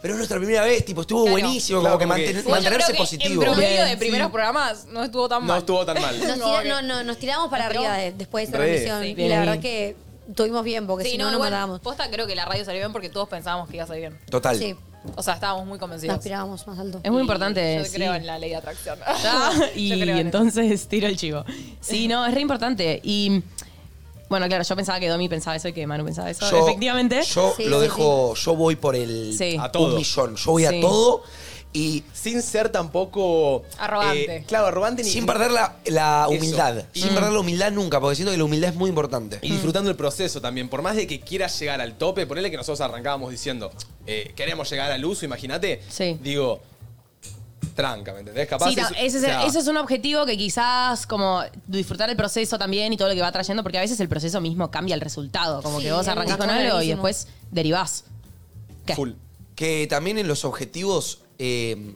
Speaker 3: pero es nuestra primera vez, tipo, estuvo buenísimo, como
Speaker 2: Claro,
Speaker 3: que
Speaker 2: como que-
Speaker 3: manten-
Speaker 2: Igual yo
Speaker 3: mantenerse
Speaker 2: creo que en
Speaker 3: positivo.
Speaker 11: Promedio de
Speaker 2: Bien,
Speaker 11: primeros
Speaker 2: sí.
Speaker 11: programas no estuvo tan
Speaker 2: No
Speaker 11: mal.
Speaker 2: estuvo tan mal.
Speaker 7: Nos, tira- no, no, nos tiramos para arriba de- después de esa
Speaker 2: Re.
Speaker 7: transmisión.
Speaker 2: Sí.
Speaker 7: Y la
Speaker 2: Bien.
Speaker 17: Mm.
Speaker 7: verdad que tuvimos bien, porque
Speaker 11: Sí,
Speaker 7: si
Speaker 11: no,
Speaker 7: no, nos
Speaker 11: igual,
Speaker 7: matábamos.
Speaker 11: Posta creo que la radio salió bien porque todos pensábamos que iba a salir bien.
Speaker 3: Total.
Speaker 7: Sí.
Speaker 11: O sea, estábamos muy
Speaker 7: Nos
Speaker 11: convencidos.
Speaker 7: aspirábamos más alto.
Speaker 17: Es muy
Speaker 11: Y
Speaker 17: importante,
Speaker 11: Yo
Speaker 17: sí.
Speaker 11: creo en la ley de atracción.
Speaker 17: y entonces tiro el chivo. Sí, no, es re importante. Y Bueno, claro, yo pensaba que Domi pensaba eso y que Manu pensaba eso.
Speaker 3: Yo-
Speaker 17: Efectivamente.
Speaker 3: Yo lo dejo, yo voy por el
Speaker 17: Sí.
Speaker 3: a
Speaker 17: A
Speaker 3: todo.
Speaker 17: todo.
Speaker 3: un millón. Yo voy a
Speaker 17: Sí.
Speaker 3: todo y.
Speaker 2: Sin ser tampoco.
Speaker 17: Arrogante.
Speaker 2: eh, claro, arrogante ni.
Speaker 3: Sin perder la, la
Speaker 2: Eso.
Speaker 3: humildad. Sin
Speaker 2: Mm.
Speaker 3: perder la humildad nunca, porque siento que la humildad es muy importante.
Speaker 17: Mm.
Speaker 2: Y disfrutando el proceso también. Por más de que quieras llegar al tope, ponele que nosotros arrancábamos diciendo, eh, queremos llegar al uso, imagínate. Digo, tranca, ¿me entendés? Capaz.
Speaker 17: Sí, ta-
Speaker 2: eso-
Speaker 17: ese es,
Speaker 2: o sea,
Speaker 17: eso es un objetivo que quizás como disfrutar el proceso también y todo lo que va trayendo, porque a veces el proceso mismo cambia el resultado. Como
Speaker 11: Sí,
Speaker 17: que vos
Speaker 11: es
Speaker 17: arrancás
Speaker 11: muy
Speaker 17: con algo y
Speaker 11: clarísimo.
Speaker 17: después derivás. ¿Qué?
Speaker 3: Que también en los objetivos, eh,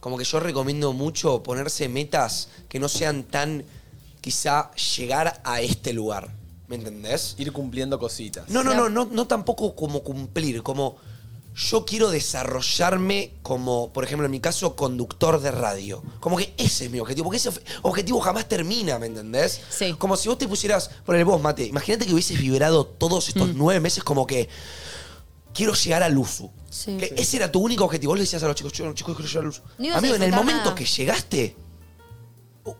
Speaker 3: como que yo recomiendo mucho ponerse metas que no sean tan, quizá, llegar a este lugar. ¿Me entendés?
Speaker 2: Ir cumpliendo cositas.
Speaker 3: No, no, no, no, no tampoco como cumplir, como yo quiero desarrollarme como, por ejemplo, en mi caso, conductor de radio. Como que ese es mi objetivo, porque ese of- objetivo jamás termina, ¿me entendés? Sí. Como si vos te pusieras, por el vos, Mate, imagínate que hubieses vibrado todos estos
Speaker 17: Mm.
Speaker 3: nueve meses como que quiero llegar al USU. Que
Speaker 2: Eh,
Speaker 3: Ese era tu único objetivo. Vos le decías a los chicos, chicos, chicos, quiero llegar al USU.
Speaker 17: No ibas a
Speaker 3: Amigo, en el
Speaker 17: disfrutar
Speaker 3: momento
Speaker 17: nada.
Speaker 3: que llegaste, uh,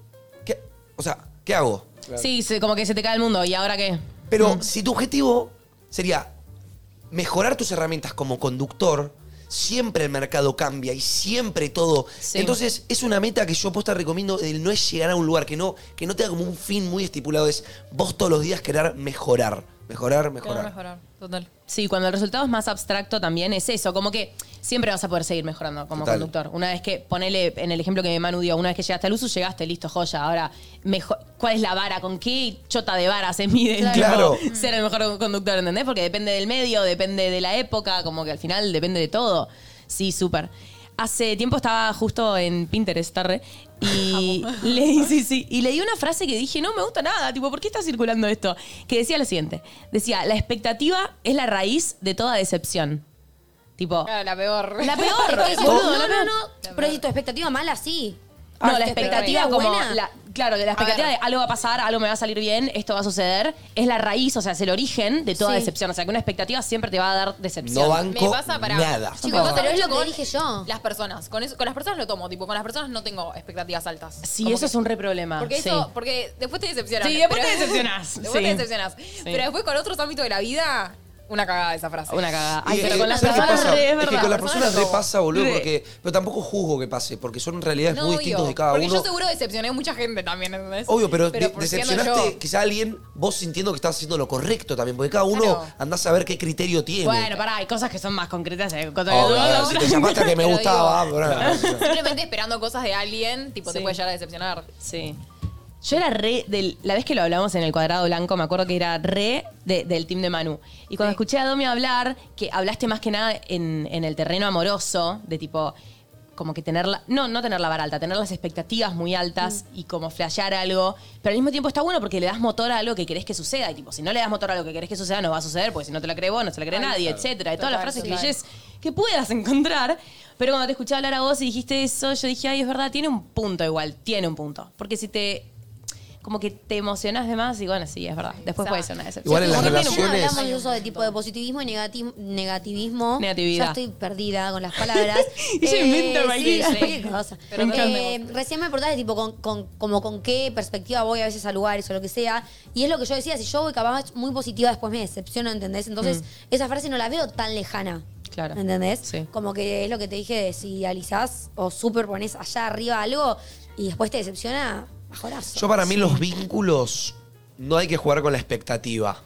Speaker 3: ¿qué? o sea, ¿qué hago?
Speaker 17: Sí, se- como que se te cae el mundo. ¿Y ahora qué?
Speaker 3: Pero
Speaker 17: Mm.
Speaker 3: si tu objetivo sería mejorar tus herramientas como conductor, siempre el mercado cambia y siempre todo.
Speaker 17: Sí.
Speaker 3: Entonces, es una meta que yo posta recomiendo, el no es llegar a un lugar, que no, que no tenga como un fin muy estipulado, es vos todos los días querer mejorar, mejorar, mejorar.
Speaker 17: mejorar, total. Sí, cuando el resultado es más abstracto también es eso, como que siempre vas a poder seguir mejorando como
Speaker 3: Total.
Speaker 17: conductor. Una vez que, ponele en el ejemplo que Manu dio, una vez que llegaste al uso, llegaste, listo, joya. Ahora, mejo- ¿cuál es la vara? ¿Con qué chota de vara se mide tipo,
Speaker 3: Claro.
Speaker 17: ser el mejor conductor, ¿entendés? Porque depende del medio, depende de la época, como que al final depende de todo. Sí, súper. Hace tiempo estaba justo en Pinterest, tarde, y leí, sí, sí, y leí una frase que dije, no me gusta nada, tipo, ¿por qué está circulando esto? Que decía lo siguiente, decía, la expectativa es la raíz de toda decepción. Tipo,
Speaker 11: Claro, la peor.
Speaker 7: La peor.
Speaker 17: Es que, boludo,
Speaker 7: no,
Speaker 17: la
Speaker 7: no,
Speaker 17: peor.
Speaker 7: no. Pero si tu expectativa mala, sí.
Speaker 17: no, la expectativa como... la- claro, la expectativa de
Speaker 7: ver.
Speaker 17: algo va a pasar, algo me va a salir bien, esto va a suceder, es la raíz, o sea, es el origen de toda
Speaker 7: Sí.
Speaker 17: decepción. O sea, que una expectativa siempre te va a dar decepción.
Speaker 3: No banco Me pasa para- nada.
Speaker 11: Chicos, me pasa
Speaker 7: pero es
Speaker 11: mucho
Speaker 7: lo que
Speaker 11: con
Speaker 7: dije yo.
Speaker 11: Las personas. Con, eso- con las personas lo tomo, tipo, con las personas no tengo expectativas altas.
Speaker 17: Sí,
Speaker 11: Como
Speaker 17: eso es un re problema.
Speaker 11: Porque
Speaker 17: sí.
Speaker 11: eso, porque después te decepcionas.
Speaker 17: Sí, después
Speaker 11: Pero-
Speaker 17: te decepcionás,
Speaker 11: después te
Speaker 17: sí.
Speaker 11: decepcionas. Pero después con otros ámbitos de la vida, una cagada esa frase.
Speaker 17: Ah, Una cagada.
Speaker 3: Y, eh, ¿sabes qué pasa? Es que con las personas re pasa, boludo, porque. Pero tampoco juzgo que pase, porque son realidades
Speaker 11: No,
Speaker 3: muy
Speaker 11: obvio,
Speaker 3: distintas de cada
Speaker 11: porque
Speaker 3: uno.
Speaker 11: yo seguro decepcioné a mucha gente también, ¿entendés?
Speaker 3: Obvio, pero, de-
Speaker 11: por siendo
Speaker 3: decepcionaste
Speaker 11: yo-
Speaker 3: quizá a alguien, vos sintiendo que estás haciendo lo correcto también, porque cada uno
Speaker 11: Claro.
Speaker 3: andás a ver qué criterio tiene.
Speaker 17: Bueno, pará, hay cosas que son más concretas. eh, cosas que-
Speaker 3: Obvio, si te llamaste a que me
Speaker 11: Pero
Speaker 3: gustaba,
Speaker 11: digo-
Speaker 3: bro.
Speaker 11: Simplemente esperando cosas de alguien, tipo, te
Speaker 17: Sí.
Speaker 11: puede llegar a decepcionar.
Speaker 17: Sí. Yo era re del. La vez que lo hablamos en el cuadrado blanco, me acuerdo que era re de- del team de Manu. Y cuando escuché a Domi hablar, que hablaste más que nada en, en el terreno amoroso, de tipo. Como que tenerla. No, no tener la vara alta, tener las expectativas muy altas
Speaker 11: Mm.
Speaker 17: y como flashear algo. Pero al mismo tiempo está bueno porque le das motor a algo que querés que suceda. Y tipo, si no le das motor a algo que querés que suceda, no va a suceder, porque si no te la cree vos, no se la cree
Speaker 11: Ay,
Speaker 17: nadie,
Speaker 11: claro.
Speaker 17: etcétera. Y todas las
Speaker 11: Total,
Speaker 17: frases
Speaker 11: total.
Speaker 17: clichés que puedas encontrar. Pero cuando te escuché hablar a vos y dijiste eso, yo dije, ay, es verdad, tiene un punto igual, tiene un punto. Porque si te. Como que te emocionas de más y bueno, sí, es verdad. Después puede ser una decepción.
Speaker 3: Igual en las
Speaker 17: Porque tiene un-
Speaker 7: No hablamos de uso de tipo de positivismo y negati- negativismo.
Speaker 17: Negatividad.
Speaker 7: Ya estoy perdida con las palabras. Eh,
Speaker 17: Ella inventa cualquier-
Speaker 7: sí, cualquier cosa.
Speaker 17: Pero me encanta.
Speaker 7: Eh, recién me preguntaste tipo con, con- como con qué perspectiva voy a veces a lugares o lo que sea. Y es lo que yo decía, si yo voy capaz muy positiva después me decepciono, ¿entendés? Entonces
Speaker 17: Mm.
Speaker 7: esa frase no la veo tan lejana.
Speaker 17: Claro.
Speaker 7: ¿Entendés?
Speaker 17: Sí.
Speaker 7: Como que es lo que te dije, de si alizás o superpones allá arriba algo y después te decepciona, mejorazo.
Speaker 3: Yo para mí los vínculos no hay que jugar con la expectativa.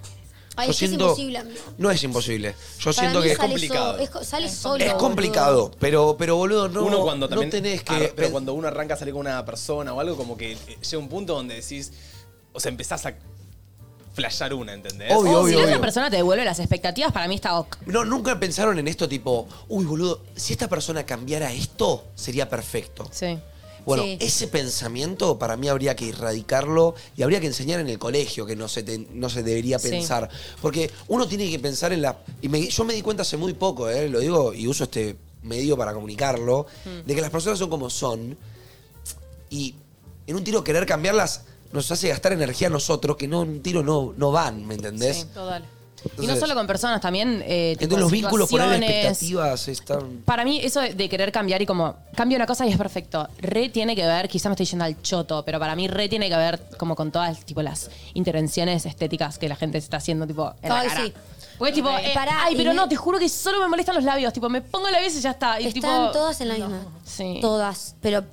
Speaker 7: Ay,
Speaker 3: yo
Speaker 7: es que es
Speaker 3: siento-
Speaker 7: imposible, amigo.
Speaker 3: No es imposible. Yo
Speaker 7: Para
Speaker 3: siento
Speaker 7: mí
Speaker 3: que
Speaker 7: sale so- es co- sale solo.
Speaker 3: Es complicado, pero, pero boludo, no,
Speaker 2: uno cuando también
Speaker 3: no tenés que...
Speaker 2: Ar- pero cuando uno arranca a salir con una persona o algo, como que eh, llega un punto donde decís. O sea, empezás a flashear una, ¿entendés?
Speaker 3: Obvio,
Speaker 17: si
Speaker 3: obvio,
Speaker 17: la otra
Speaker 3: obvio.
Speaker 17: persona te devuelve las expectativas, para mí está ok.
Speaker 3: No, nunca pensaron en esto tipo, uy, boludo, si esta persona cambiara esto, sería perfecto.
Speaker 17: Sí.
Speaker 3: Bueno,
Speaker 17: Sí.
Speaker 3: ese pensamiento para mí habría que erradicarlo y habría que enseñar en el colegio que no se, te- no se debería
Speaker 17: Sí.
Speaker 3: pensar. Porque uno tiene que pensar en la... Y me- yo me di cuenta hace muy poco, eh, lo digo y uso este medio para comunicarlo, de que las personas son como son y en un tiro querer cambiarlas nos hace gastar energía a nosotros que no en un tiro no, no van, ¿me entendés?
Speaker 11: Total.
Speaker 17: y no
Speaker 3: Entonces-
Speaker 17: solo con personas, también. eh, tipo,
Speaker 3: Entonces los vínculos por ahí, las
Speaker 17: situaciones.
Speaker 3: expectativas están...
Speaker 17: Para mí, eso de querer cambiar y como cambio una cosa y es perfecto, re tiene que ver, quizá me estoy yendo al choto, pero para mí re tiene que ver como con todas tipo las intervenciones estéticas que la gente se está haciendo, tipo, en la
Speaker 7: Ay,
Speaker 17: cara.
Speaker 7: sí.
Speaker 17: Porque tipo,
Speaker 7: Re.
Speaker 17: eh,
Speaker 7: Pará,
Speaker 17: ay,
Speaker 7: y
Speaker 17: pero
Speaker 7: me-
Speaker 17: no, te juro que solo me molestan los labios, tipo, me pongo labios y ya está. Y,
Speaker 7: Están
Speaker 17: tipo,
Speaker 7: todas en la
Speaker 17: no.
Speaker 7: misma.
Speaker 17: Sí.
Speaker 7: Todas. Pero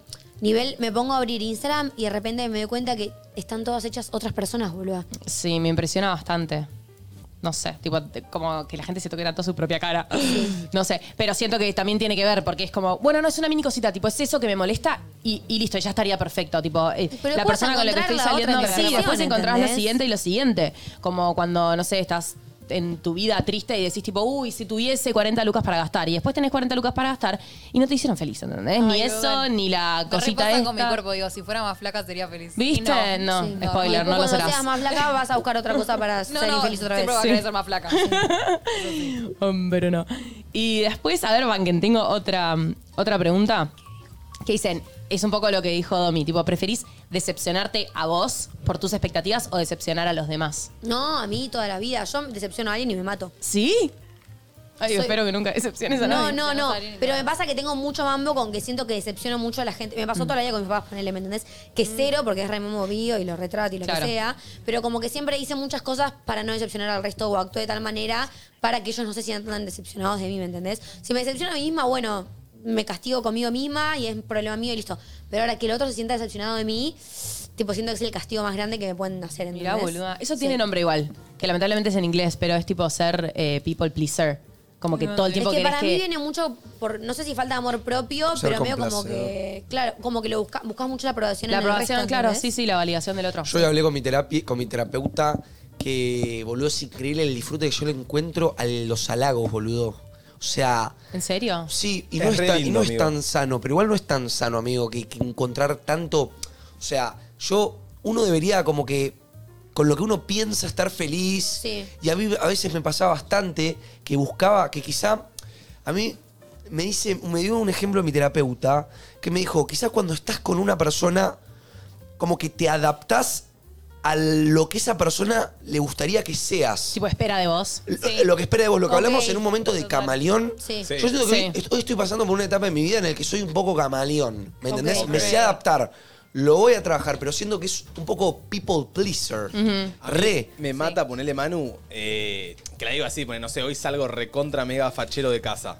Speaker 7: nivel, me pongo a abrir Instagram y de repente me doy cuenta que están todas hechas otras personas, boludo.
Speaker 17: Sí, me impresiona bastante. No sé, tipo, te- como que la gente se toquera toda su propia cara. No sé, pero siento que también tiene que ver, porque es como, bueno, no es una mini cosita, tipo, es eso que me molesta y, y listo, ya estaría perfecto. Tipo, eh,
Speaker 7: Pero
Speaker 17: la
Speaker 7: puedes
Speaker 17: persona con la que estoy
Speaker 7: encontrar la otra
Speaker 17: saliendo.
Speaker 7: interpretación,
Speaker 17: Sí, después encontrás lo
Speaker 7: ¿entendés?
Speaker 17: siguiente y lo siguiente. Como cuando, no sé, estás en tu vida triste y decís, tipo, uy, si tuviese 40 lucas para gastar. Y después tenés 40 lucas para gastar y no te hicieron feliz, ¿entendés? ni
Speaker 11: Ay,
Speaker 17: eso,
Speaker 11: boludo.
Speaker 17: ni la
Speaker 11: Me
Speaker 17: cosita
Speaker 11: repasan
Speaker 17: esta.
Speaker 11: con mi cuerpo, digo, si fuera más flaca sería feliz.
Speaker 17: ¿Viste?
Speaker 11: Y
Speaker 17: No,
Speaker 11: Sí,
Speaker 17: spoiler,
Speaker 7: Y
Speaker 17: no lo
Speaker 7: cuando
Speaker 17: serás.
Speaker 7: seas más flaca vas a buscar otra cosa para
Speaker 11: No,
Speaker 7: ser
Speaker 11: no,
Speaker 7: infeliz otra vez.
Speaker 11: siempre vas a querer ser más flaca.
Speaker 17: Hombre, no. Y después, a ver, Banken, tengo otra, mm, otra pregunta. Que dicen, es un poco lo que dijo Domi, tipo, ¿preferís decepcionarte a vos por tus expectativas o decepcionar a los demás?
Speaker 7: No, a mí toda la vida. Yo decepciono a alguien y me mato.
Speaker 17: ¿Sí? Ay,
Speaker 7: Soy-
Speaker 17: espero que nunca decepciones a
Speaker 7: No,
Speaker 17: nadie.
Speaker 7: no, no. Pero me pasa que tengo mucho mambo con que siento que decepciono mucho a la gente. Me pasó
Speaker 17: Mm.
Speaker 7: toda la vida con mis papás, ponele, ¿me entendés? Que cero, porque es re movido y lo retrato y lo
Speaker 17: Claro.
Speaker 7: que sea. Pero como que siempre hice muchas cosas para no decepcionar al resto o actué de tal manera para que ellos no se sientan decepcionados de mí, ¿me entendés? Si me decepciono a mí misma, bueno, me castigo conmigo misma y es un problema mío y listo. Pero ahora que el otro se sienta decepcionado de mí, tipo siento que es el castigo más grande que me pueden hacer, ¿entendés?
Speaker 17: Mirá, boluda. Eso
Speaker 7: Sí.
Speaker 17: tiene nombre igual, que lamentablemente es en inglés, pero es tipo ser eh, people pleaser. Como que todo el tiempo
Speaker 7: es que
Speaker 17: querés
Speaker 7: para mí viene mucho por no sé si falta amor propio
Speaker 17: Ser
Speaker 7: pero medio como
Speaker 17: complacido.
Speaker 7: que claro como que lo busca- buscas mucho la aprobación
Speaker 17: La
Speaker 7: en
Speaker 17: aprobación,
Speaker 7: el resto,
Speaker 17: claro,
Speaker 7: ¿entendés?
Speaker 17: sí, sí, la validación del otro.
Speaker 3: Yo hoy hablé con mi, terapia, con mi terapeuta que, boludo, es increíble el disfrute que yo le encuentro a los halagos, boludo. O sea,
Speaker 17: ¿En serio?
Speaker 3: Sí, y no es, tan, y no es tan sano, pero igual no es tan sano, amigo, que, que encontrar tanto. O sea, yo, uno debería como que. Con lo que uno piensa estar feliz. Y a mí a veces me pasaba bastante que buscaba, que quizá. A mí me dice, me dio un ejemplo mi terapeuta que me dijo: quizás cuando estás con una persona, como que te adaptás a lo que esa persona le gustaría que seas.
Speaker 17: Tipo, espera de vos.
Speaker 3: Lo, lo que espera de vos, lo que hablamos en un momento de camaleón.
Speaker 17: Sí.
Speaker 3: Yo siento que
Speaker 17: Sí.
Speaker 3: hoy- hoy estoy pasando por una etapa de mi vida en la que soy un poco camaleón. ¿Me entendés?
Speaker 17: Ok.
Speaker 3: Me sé adaptar. Lo voy a trabajar, pero siento que es un poco people pleaser. Re.
Speaker 2: Me mata ponerle Manu, eh, que la digo así, porque no sé, hoy salgo recontra mega fachero de casa.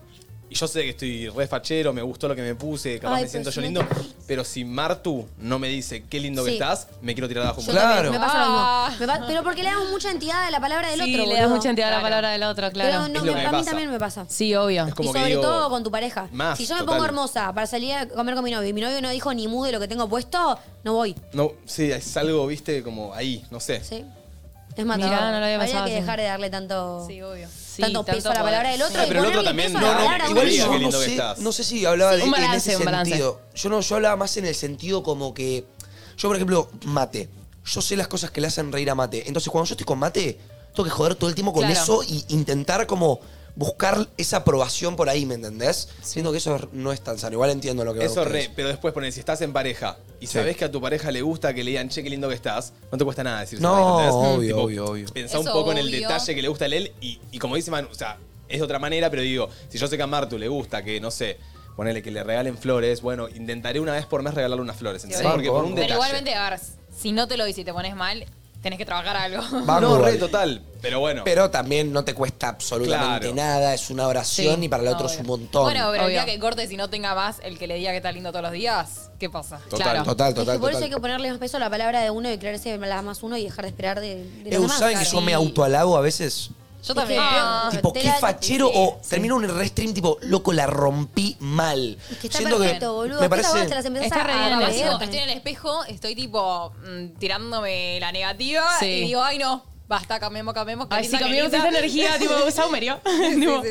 Speaker 2: Y yo sé que estoy re fachero, me gustó lo que me puse, capaz
Speaker 7: Ay,
Speaker 2: me siento
Speaker 7: pero
Speaker 2: yo
Speaker 7: si
Speaker 2: lindo.
Speaker 7: no
Speaker 2: Pero si Martu no me dice qué lindo que
Speaker 7: Sí.
Speaker 2: estás, me quiero tirar abajo.
Speaker 7: Yo también, me pasa lo mismo. Me pa- pero porque le damos mucha entidad a la palabra del
Speaker 17: Ah. Sí,
Speaker 7: otro
Speaker 17: le das
Speaker 7: boludo.
Speaker 17: mucha entidad a la palabra del otro, claro.
Speaker 7: pero no,
Speaker 17: Es lo
Speaker 7: me-
Speaker 17: que me
Speaker 7: a mí
Speaker 17: pasa.
Speaker 7: también me pasa
Speaker 17: Sí, obvio.
Speaker 2: Es como
Speaker 7: y
Speaker 2: que
Speaker 7: sobre
Speaker 2: digo,
Speaker 7: todo con tu pareja.
Speaker 2: más,
Speaker 7: si yo me
Speaker 2: total.
Speaker 7: pongo hermosa para salir a comer con mi novio y mi novio no dijo ni mude lo que tengo puesto, no voy.
Speaker 2: No, sí, es algo, viste, como ahí, no sé.
Speaker 7: Sí. Es matador.
Speaker 17: Mirá, no lo había pensado
Speaker 7: que
Speaker 17: así.
Speaker 7: dejar de darle tanto,
Speaker 17: tanto
Speaker 7: tanto peso a la
Speaker 17: poder.
Speaker 7: palabra del otro
Speaker 17: Sí,
Speaker 7: y
Speaker 17: pero el otro
Speaker 7: ponerle
Speaker 17: también
Speaker 7: peso a
Speaker 3: No,
Speaker 7: la
Speaker 3: no,
Speaker 7: palabra de
Speaker 3: igual
Speaker 7: uno
Speaker 3: yo
Speaker 7: mismo.
Speaker 3: no sé, no sé si hablaba
Speaker 17: Sí,
Speaker 3: de
Speaker 17: un
Speaker 3: en
Speaker 17: balance,
Speaker 3: ese
Speaker 17: un balance.
Speaker 3: sentido. Yo no, yo hablaba más en el sentido como que. Yo, por ejemplo, mate. Yo sé las cosas que le hacen reír a mate. Entonces, cuando yo estoy con mate, tengo que joder todo el tiempo con
Speaker 17: Claro.
Speaker 3: eso y intentar como buscar esa aprobación por ahí, ¿me entendés? Siento que eso no es tan sano. Igual entiendo lo que van
Speaker 2: Eso
Speaker 3: ustedes.
Speaker 2: re, pero después poner, si estás en pareja y
Speaker 3: Sí.
Speaker 2: sabés que a tu pareja le gusta que le digan, che, qué lindo que estás, no te cuesta nada decir
Speaker 3: No, obvio,
Speaker 2: Tipo,
Speaker 3: obvio, obvio.
Speaker 2: Pensá un
Speaker 3: Eso
Speaker 2: poco en el
Speaker 3: obvio.
Speaker 2: detalle que le gusta a él y, y como dice Manu, o sea, es de otra manera, pero digo, si yo sé que a Martu le gusta que, no sé, ponerle que le regalen flores, bueno, intentaré una vez por mes regalarle unas flores, ¿entendés?
Speaker 11: Sí.
Speaker 2: Porque por un
Speaker 11: Pero
Speaker 2: detalle.
Speaker 11: igualmente, a ver, si no te lo dices y te pones mal, tenés que trabajar algo.
Speaker 2: no, re
Speaker 3: igual.
Speaker 2: total, pero bueno.
Speaker 3: Pero también no te cuesta absolutamente
Speaker 2: Claro.
Speaker 3: nada, es una oración
Speaker 2: Sí,
Speaker 3: y para el otro
Speaker 11: obvio.
Speaker 3: es un montón.
Speaker 11: Bueno, pero el día que cortes y no tenga más, el que le diga que está lindo todos los días, ¿qué pasa?
Speaker 3: Total, total, total,
Speaker 7: Es que por eso
Speaker 3: total.
Speaker 7: hay que ponerle más peso a la palabra de uno y creerse la más uno y dejar de esperar de, de
Speaker 3: Eh,
Speaker 7: los demás.
Speaker 3: ¿Saben que yo me autoalabo a veces?
Speaker 7: Yo
Speaker 11: también.
Speaker 7: Ah,
Speaker 3: tipo, qué
Speaker 7: tela-
Speaker 3: fachero o termino un restream tipo, loco, la rompí mal.
Speaker 7: que está perfecto, boludo.
Speaker 3: Me
Speaker 7: Estas
Speaker 3: parece...
Speaker 7: bolas te las empezás
Speaker 11: Está
Speaker 7: a-
Speaker 11: re
Speaker 7: a
Speaker 11: bien,
Speaker 7: valer
Speaker 11: tipo,
Speaker 7: también.
Speaker 11: Estoy en el espejo, estoy tipo mm, tirándome la negativa
Speaker 17: Sí.
Speaker 11: y digo, ay no, basta, cambiemos, cambiemos. qué
Speaker 17: Ay, sí,
Speaker 11: linda, qué
Speaker 17: cambiamos
Speaker 11: linda".
Speaker 17: esa energía, tipo, saumerio. Tipo,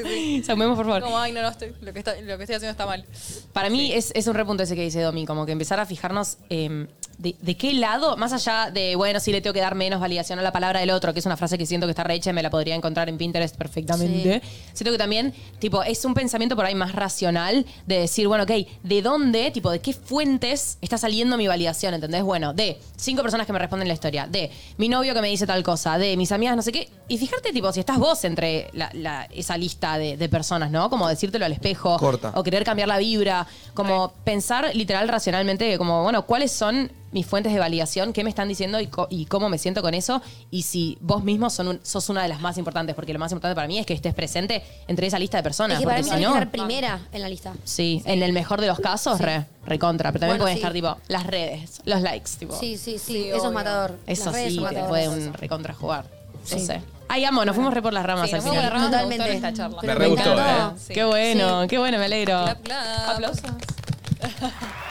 Speaker 17: Saumemos, por favor.
Speaker 11: Como, ay, no, no, estoy, lo, que está- lo que estoy haciendo está mal.
Speaker 17: Para mí es, es un repunto ese que dice Domi, como que empezar a fijarnos eh, de, de qué lado, más allá de, bueno, si le tengo que dar menos validación a la palabra del otro, que es una frase que siento que está rehecha y me la podría encontrar en Pinterest perfectamente. Siento que también, tipo, es un pensamiento por ahí más racional de decir, bueno, ok, ¿de dónde, tipo, de qué fuentes está saliendo mi validación? ¿Entendés? Bueno, de cinco personas que me responden la historia, de mi novio que me dice tal cosa, de mis amigas, no sé qué. Y fijarte, tipo, si estás vos entre la- la- esa lista de, de personas, ¿no? Como decírtelo al espejo.
Speaker 3: Corta.
Speaker 17: O querer cambiar la vibra. Como pensar literal, racionalmente, como, bueno, ¿cuáles son mis fuentes de validación? ¿Qué me están diciendo y, co- y cómo me siento con eso? Y si vos mismo son un- sos una de las más importantes, porque lo más importante para mí es que estés presente entre esa lista de personas.
Speaker 7: Es que para mí
Speaker 17: porque si
Speaker 7: tiene que
Speaker 17: no-
Speaker 7: estar primera en la lista.
Speaker 17: Sí, en el mejor de los casos, re, recontra. Pero también
Speaker 7: Bueno,
Speaker 17: pueden
Speaker 7: sí.
Speaker 17: estar, tipo, las redes, los likes, tipo.
Speaker 7: Sí, sí, sí. eso es
Speaker 17: obvio.
Speaker 7: matador.
Speaker 17: Eso
Speaker 7: Las redes
Speaker 17: sí,
Speaker 7: son
Speaker 17: te
Speaker 7: matadoras.
Speaker 17: pueden recontrajugar. No
Speaker 7: Sí.
Speaker 17: sé. Ay, amo, nos fuimos re por las ramas
Speaker 7: Sí,
Speaker 17: al
Speaker 7: nos fuimos
Speaker 17: final.
Speaker 7: por las ramas, me gustó Totalmente. esta charla. Pero Me me
Speaker 2: re gustó, encantó. ¿eh?
Speaker 17: Qué bueno, qué bueno, me alegro. Aplausos.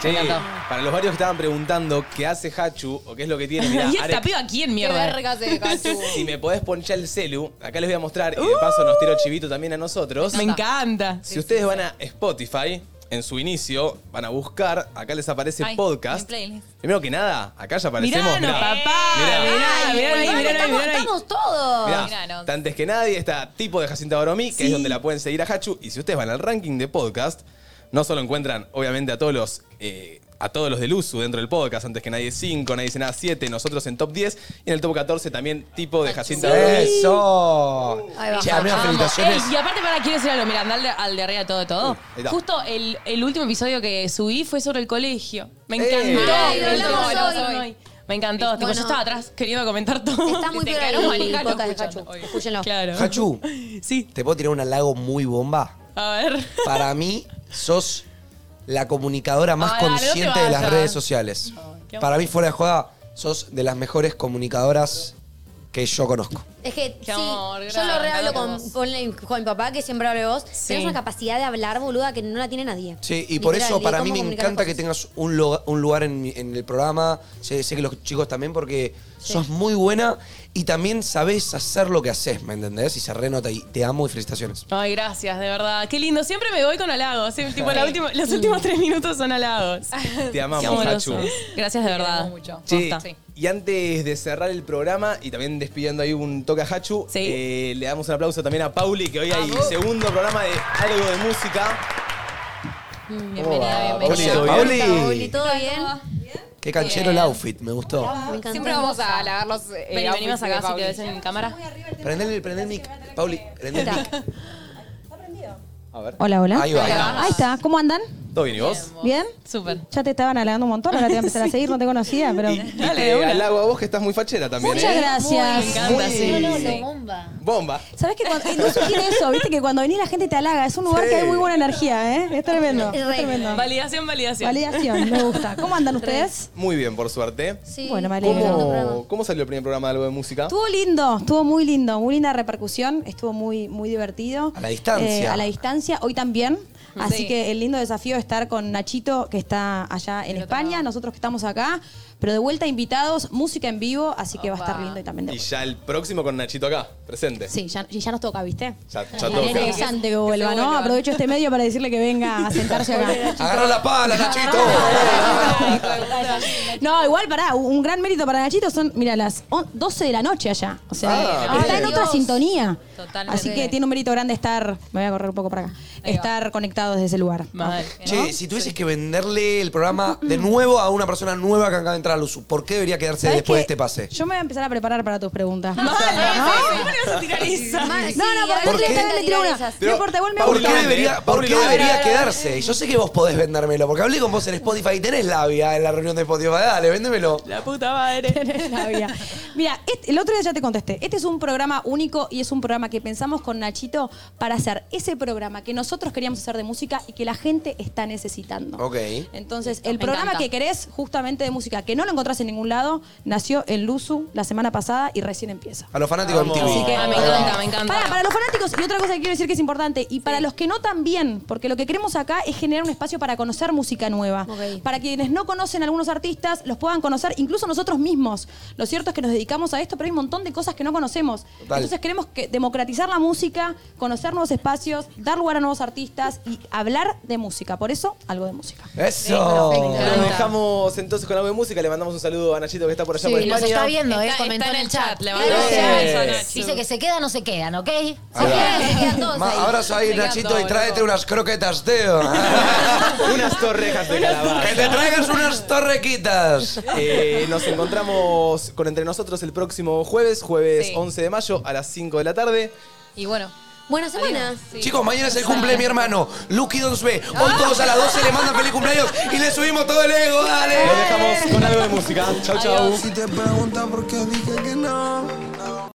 Speaker 2: Che, para los varios que estaban preguntando qué hace Hachu o qué es lo que tiene, mirá,
Speaker 17: ¿Y esta
Speaker 2: Are-
Speaker 17: piba quién, mierda?
Speaker 2: si me podés ponchar el celu, acá les voy a mostrar y de paso nos tiro chivito también a nosotros.
Speaker 17: Me encanta.
Speaker 2: Si ustedes van a Spotify, en su inicio, van a buscar, acá les aparece
Speaker 17: Ay,
Speaker 2: podcast. Primero que nada, acá ya aparecemos.
Speaker 17: Miranos, papá,
Speaker 2: mirá,
Speaker 17: mirá, mirá ahí, mirá ahí,
Speaker 7: estamos,
Speaker 17: mirá ahí.
Speaker 7: estamos todos.
Speaker 2: Mirá, antes que nadie está tipo de Jacinta Boromí, que es donde la pueden seguir a Hachu. Y si ustedes van al ranking de podcast, no solo encuentran, obviamente, a todos los. eh, a todos los del USU dentro del podcast, antes que nadie 5, nadie dice nada 7, nosotros en top 10 y en el top 14 también tipo de Jacinta Boromí.
Speaker 3: ¡Eso!
Speaker 17: Ahí va.
Speaker 3: Che, amigo,
Speaker 17: Amo.
Speaker 3: felicitaciones.
Speaker 17: Ey, y aparte, para quiero decir algo, mira, anda al de, al de arriba de todo, de todo.
Speaker 3: ahí está.
Speaker 17: Justo el, el último episodio que subí fue sobre el colegio. Me encantó.
Speaker 7: Ay, lo
Speaker 17: el
Speaker 7: hablamos
Speaker 17: tema, lo
Speaker 7: hoy.
Speaker 17: hablamos hoy. Me encantó. Tipo,
Speaker 7: Bueno.
Speaker 17: yo estaba atrás queriendo comentar todo.
Speaker 7: Está muy
Speaker 17: Te
Speaker 7: piola
Speaker 17: quedaron
Speaker 7: el
Speaker 17: manijas, lo
Speaker 7: podcast de
Speaker 17: escuchan.
Speaker 7: Hachu. Escúchenlo.
Speaker 17: Claro.
Speaker 3: Hachu,
Speaker 17: sí.
Speaker 3: ¿te puedo tirar un halago muy bomba?
Speaker 17: A ver.
Speaker 3: Para mí, sos la comunicadora más
Speaker 17: Ah, dale, no te
Speaker 3: consciente de las
Speaker 17: vayas.
Speaker 3: redes sociales.
Speaker 17: qué
Speaker 3: Para mí, fuera de joda, sos de las mejores comunicadoras que yo conozco.
Speaker 7: Es que sí,
Speaker 17: amor,
Speaker 7: yo lo
Speaker 17: gracias,
Speaker 7: rehablo con,
Speaker 17: gracias.
Speaker 7: ponle- con mi papá, que siempre hablo de vos. Tienes una capacidad de hablar, boluda, que no la tiene nadie.
Speaker 3: Sí, y por
Speaker 7: Literal,
Speaker 3: eso
Speaker 7: de
Speaker 3: para
Speaker 7: cómo
Speaker 3: mí me
Speaker 7: comunicar
Speaker 3: encanta que tengas un, lo- un lugar en, mi- en el programa. Sé, sé que los chicos también, porque sos muy buena y también sabés hacer lo que haces, ¿me entendés? Y se renota y te amo y felicitaciones.
Speaker 17: Ay, gracias, de verdad. Qué lindo. Siempre me voy con halagos. ¿eh? Tipo, la última- los últimos tres minutos son halagos.
Speaker 2: Te amamos,
Speaker 17: Qué amoroso.
Speaker 2: Hachu.
Speaker 17: Gracias, de verdad.
Speaker 2: Che, y antes de cerrar el programa y también despidiendo ahí un toque a Hachu, eh, le damos un aplauso también a Pauli, que hoy hay segundo programa de algo de música.
Speaker 3: Bienvenida,
Speaker 2: bienvenida.
Speaker 3: Pauli,
Speaker 2: Oh.
Speaker 7: Pauli, ¿todo bien?
Speaker 3: Qué canchero el outfit, me gustó.
Speaker 11: Siempre vamos a halagar los. eh,
Speaker 17: Vení, venimos
Speaker 11: outfits de
Speaker 17: acá, si
Speaker 11: Pauli.
Speaker 17: te ves en cámara.
Speaker 3: Prende el, prende el mic. Pauli, prende el mic.
Speaker 21: Hola, hola.
Speaker 3: Ahí va, ahí va.
Speaker 21: Ahí está. ¿Cómo andan?
Speaker 2: ¿Todo bien y vos?
Speaker 21: ¿Bien?
Speaker 17: Súper.
Speaker 21: Ya te estaban halagando un montón, ahora te voy a empezar a seguir, no te conocía, pero...
Speaker 2: Y te halago a vos que estás muy fachera también.
Speaker 21: Muchas
Speaker 2: ¿eh?
Speaker 21: gracias.
Speaker 2: Muy-
Speaker 21: bomba.
Speaker 2: Bomba.
Speaker 21: ¿Sabes que cuando, eh, no sé quién es eso, viste que cuando venís la gente te halaga, es un lugar
Speaker 2: Sí.
Speaker 21: que hay muy buena energía, ¿eh? Es tremendo. Es tremendo.
Speaker 17: Validación, validación.
Speaker 21: Validación, me gusta. ¿Cómo andan ustedes?
Speaker 2: Muy bien, por suerte. Sí.
Speaker 21: Bueno, me alegro.
Speaker 2: ¿Cómo, cómo salió el primer programa de algo de música?
Speaker 21: Estuvo lindo, estuvo muy lindo, muy linda repercusión, estuvo muy, muy divertido.
Speaker 2: A la distancia.
Speaker 21: Eh, a la distancia, hoy también. Así que el lindo desafío es estar con Nachito, que está allá en España, nosotros que estamos acá, pero de vuelta invitados, música en vivo, así que va a estar lindo y también de
Speaker 2: Y ya el próximo con Nachito acá, presente.
Speaker 21: Sí, ya, y ya nos toca, ¿viste?
Speaker 2: Ya, ya
Speaker 21: Y
Speaker 2: toca.
Speaker 21: es interesante que vuelva, ¿no? Aprovecho este medio para decirle que venga a sentarse acá.
Speaker 3: Agarra la pala, Nachito.
Speaker 21: No, igual, pará, un gran mérito para Nachito son, mira, las on- 12 de la noche allá. O sea,
Speaker 7: Ah,
Speaker 21: está
Speaker 7: bien.
Speaker 21: en otra
Speaker 7: Dios.
Speaker 21: sintonía.
Speaker 7: Totalmente.
Speaker 21: Así que tiene un mérito grande estar, me voy a correr un poco para acá, estar conectados desde ese lugar.
Speaker 3: Che, si tuvieses que venderle el programa de nuevo a una persona nueva que acaba de entrar al USU, ¿por qué debería quedarse
Speaker 21: ¿Sabés
Speaker 3: después de
Speaker 21: qué?
Speaker 3: este pase?
Speaker 21: Yo me voy a empezar a preparar para tus preguntas. Mal, ¿No?
Speaker 7: Mal, sí,
Speaker 21: No, no,
Speaker 7: ahora
Speaker 21: porque
Speaker 7: le
Speaker 21: le
Speaker 7: encanta
Speaker 21: tiré
Speaker 7: tirar
Speaker 21: una.
Speaker 7: esas.
Speaker 21: No importa, igual me
Speaker 3: ¿Por qué
Speaker 21: gusta.
Speaker 3: debería, por
Speaker 21: Pauli
Speaker 3: qué
Speaker 21: Landa.
Speaker 3: debería quedarse? Yo sé que vos podés vendérmelo, porque hablé con vos en Spotify y tenés labia en la reunión de Spotify. Dale, véndemelo.
Speaker 17: La puta madre.
Speaker 21: Tenés labia. Mira, este- el otro día ya te contesté. Este es un programa único y es un programa que pensamos con Nachito para hacer ese programa que nosotros queríamos hacer de música y que la gente está necesitando.
Speaker 3: Ok.
Speaker 21: Entonces, el Me programa encanta. que querés justamente de música, que no lo encontrás en ningún lado, nació en Luzu la semana pasada y recién empieza.
Speaker 3: A los fanáticos de MTV.
Speaker 21: Así que.
Speaker 17: Ah, me encanta, me encanta.
Speaker 21: Para, para los fanáticos, y otra cosa que quiero decir que es importante, y para los que no también, porque lo que queremos acá es generar un espacio para conocer música nueva. Para quienes no conocen a algunos artistas, los puedan conocer, incluso nosotros mismos. Lo cierto es que nos dedicamos a esto, pero hay un montón de cosas que no conocemos.
Speaker 3: Total.
Speaker 21: Entonces queremos que democratizar la música, conocer nuevos espacios, dar lugar a nuevos artistas y hablar de música. Por eso, algo de música.
Speaker 3: Eso.
Speaker 2: Nos dejamos entonces con algo de música. Le mandamos un saludo a Nachito que está por allá por España.
Speaker 10: eh, comentó en el chat. Le
Speaker 2: mandó un beso, Nacho.
Speaker 10: Dice que se quedan o se quedan, ¿ok? Se
Speaker 3: Ahí va.
Speaker 10: quedan, se quedan todos.
Speaker 3: Ma,
Speaker 10: ahí.
Speaker 3: abrazo ahí, Nachito, y tráete unas croquetas, tío.
Speaker 2: unas torrejas de calabaza.
Speaker 3: Que te traigas unas torrequitas.
Speaker 2: Eh, nos encontramos con entre nosotros el próximo jueves, jueves 11 de mayo a las 5 de la tarde.
Speaker 8: Y bueno.
Speaker 7: Buena semana.
Speaker 3: Chicos, mañana es el cumple de mi hermano, Lucky Dons B. Hoy todos a las 12 le mandan feliz cumpleaños y le subimos todo el ego, dale.
Speaker 2: Nos dejamos con algo de música. Chau, chau.
Speaker 1: Si te preguntan por qué dije que no,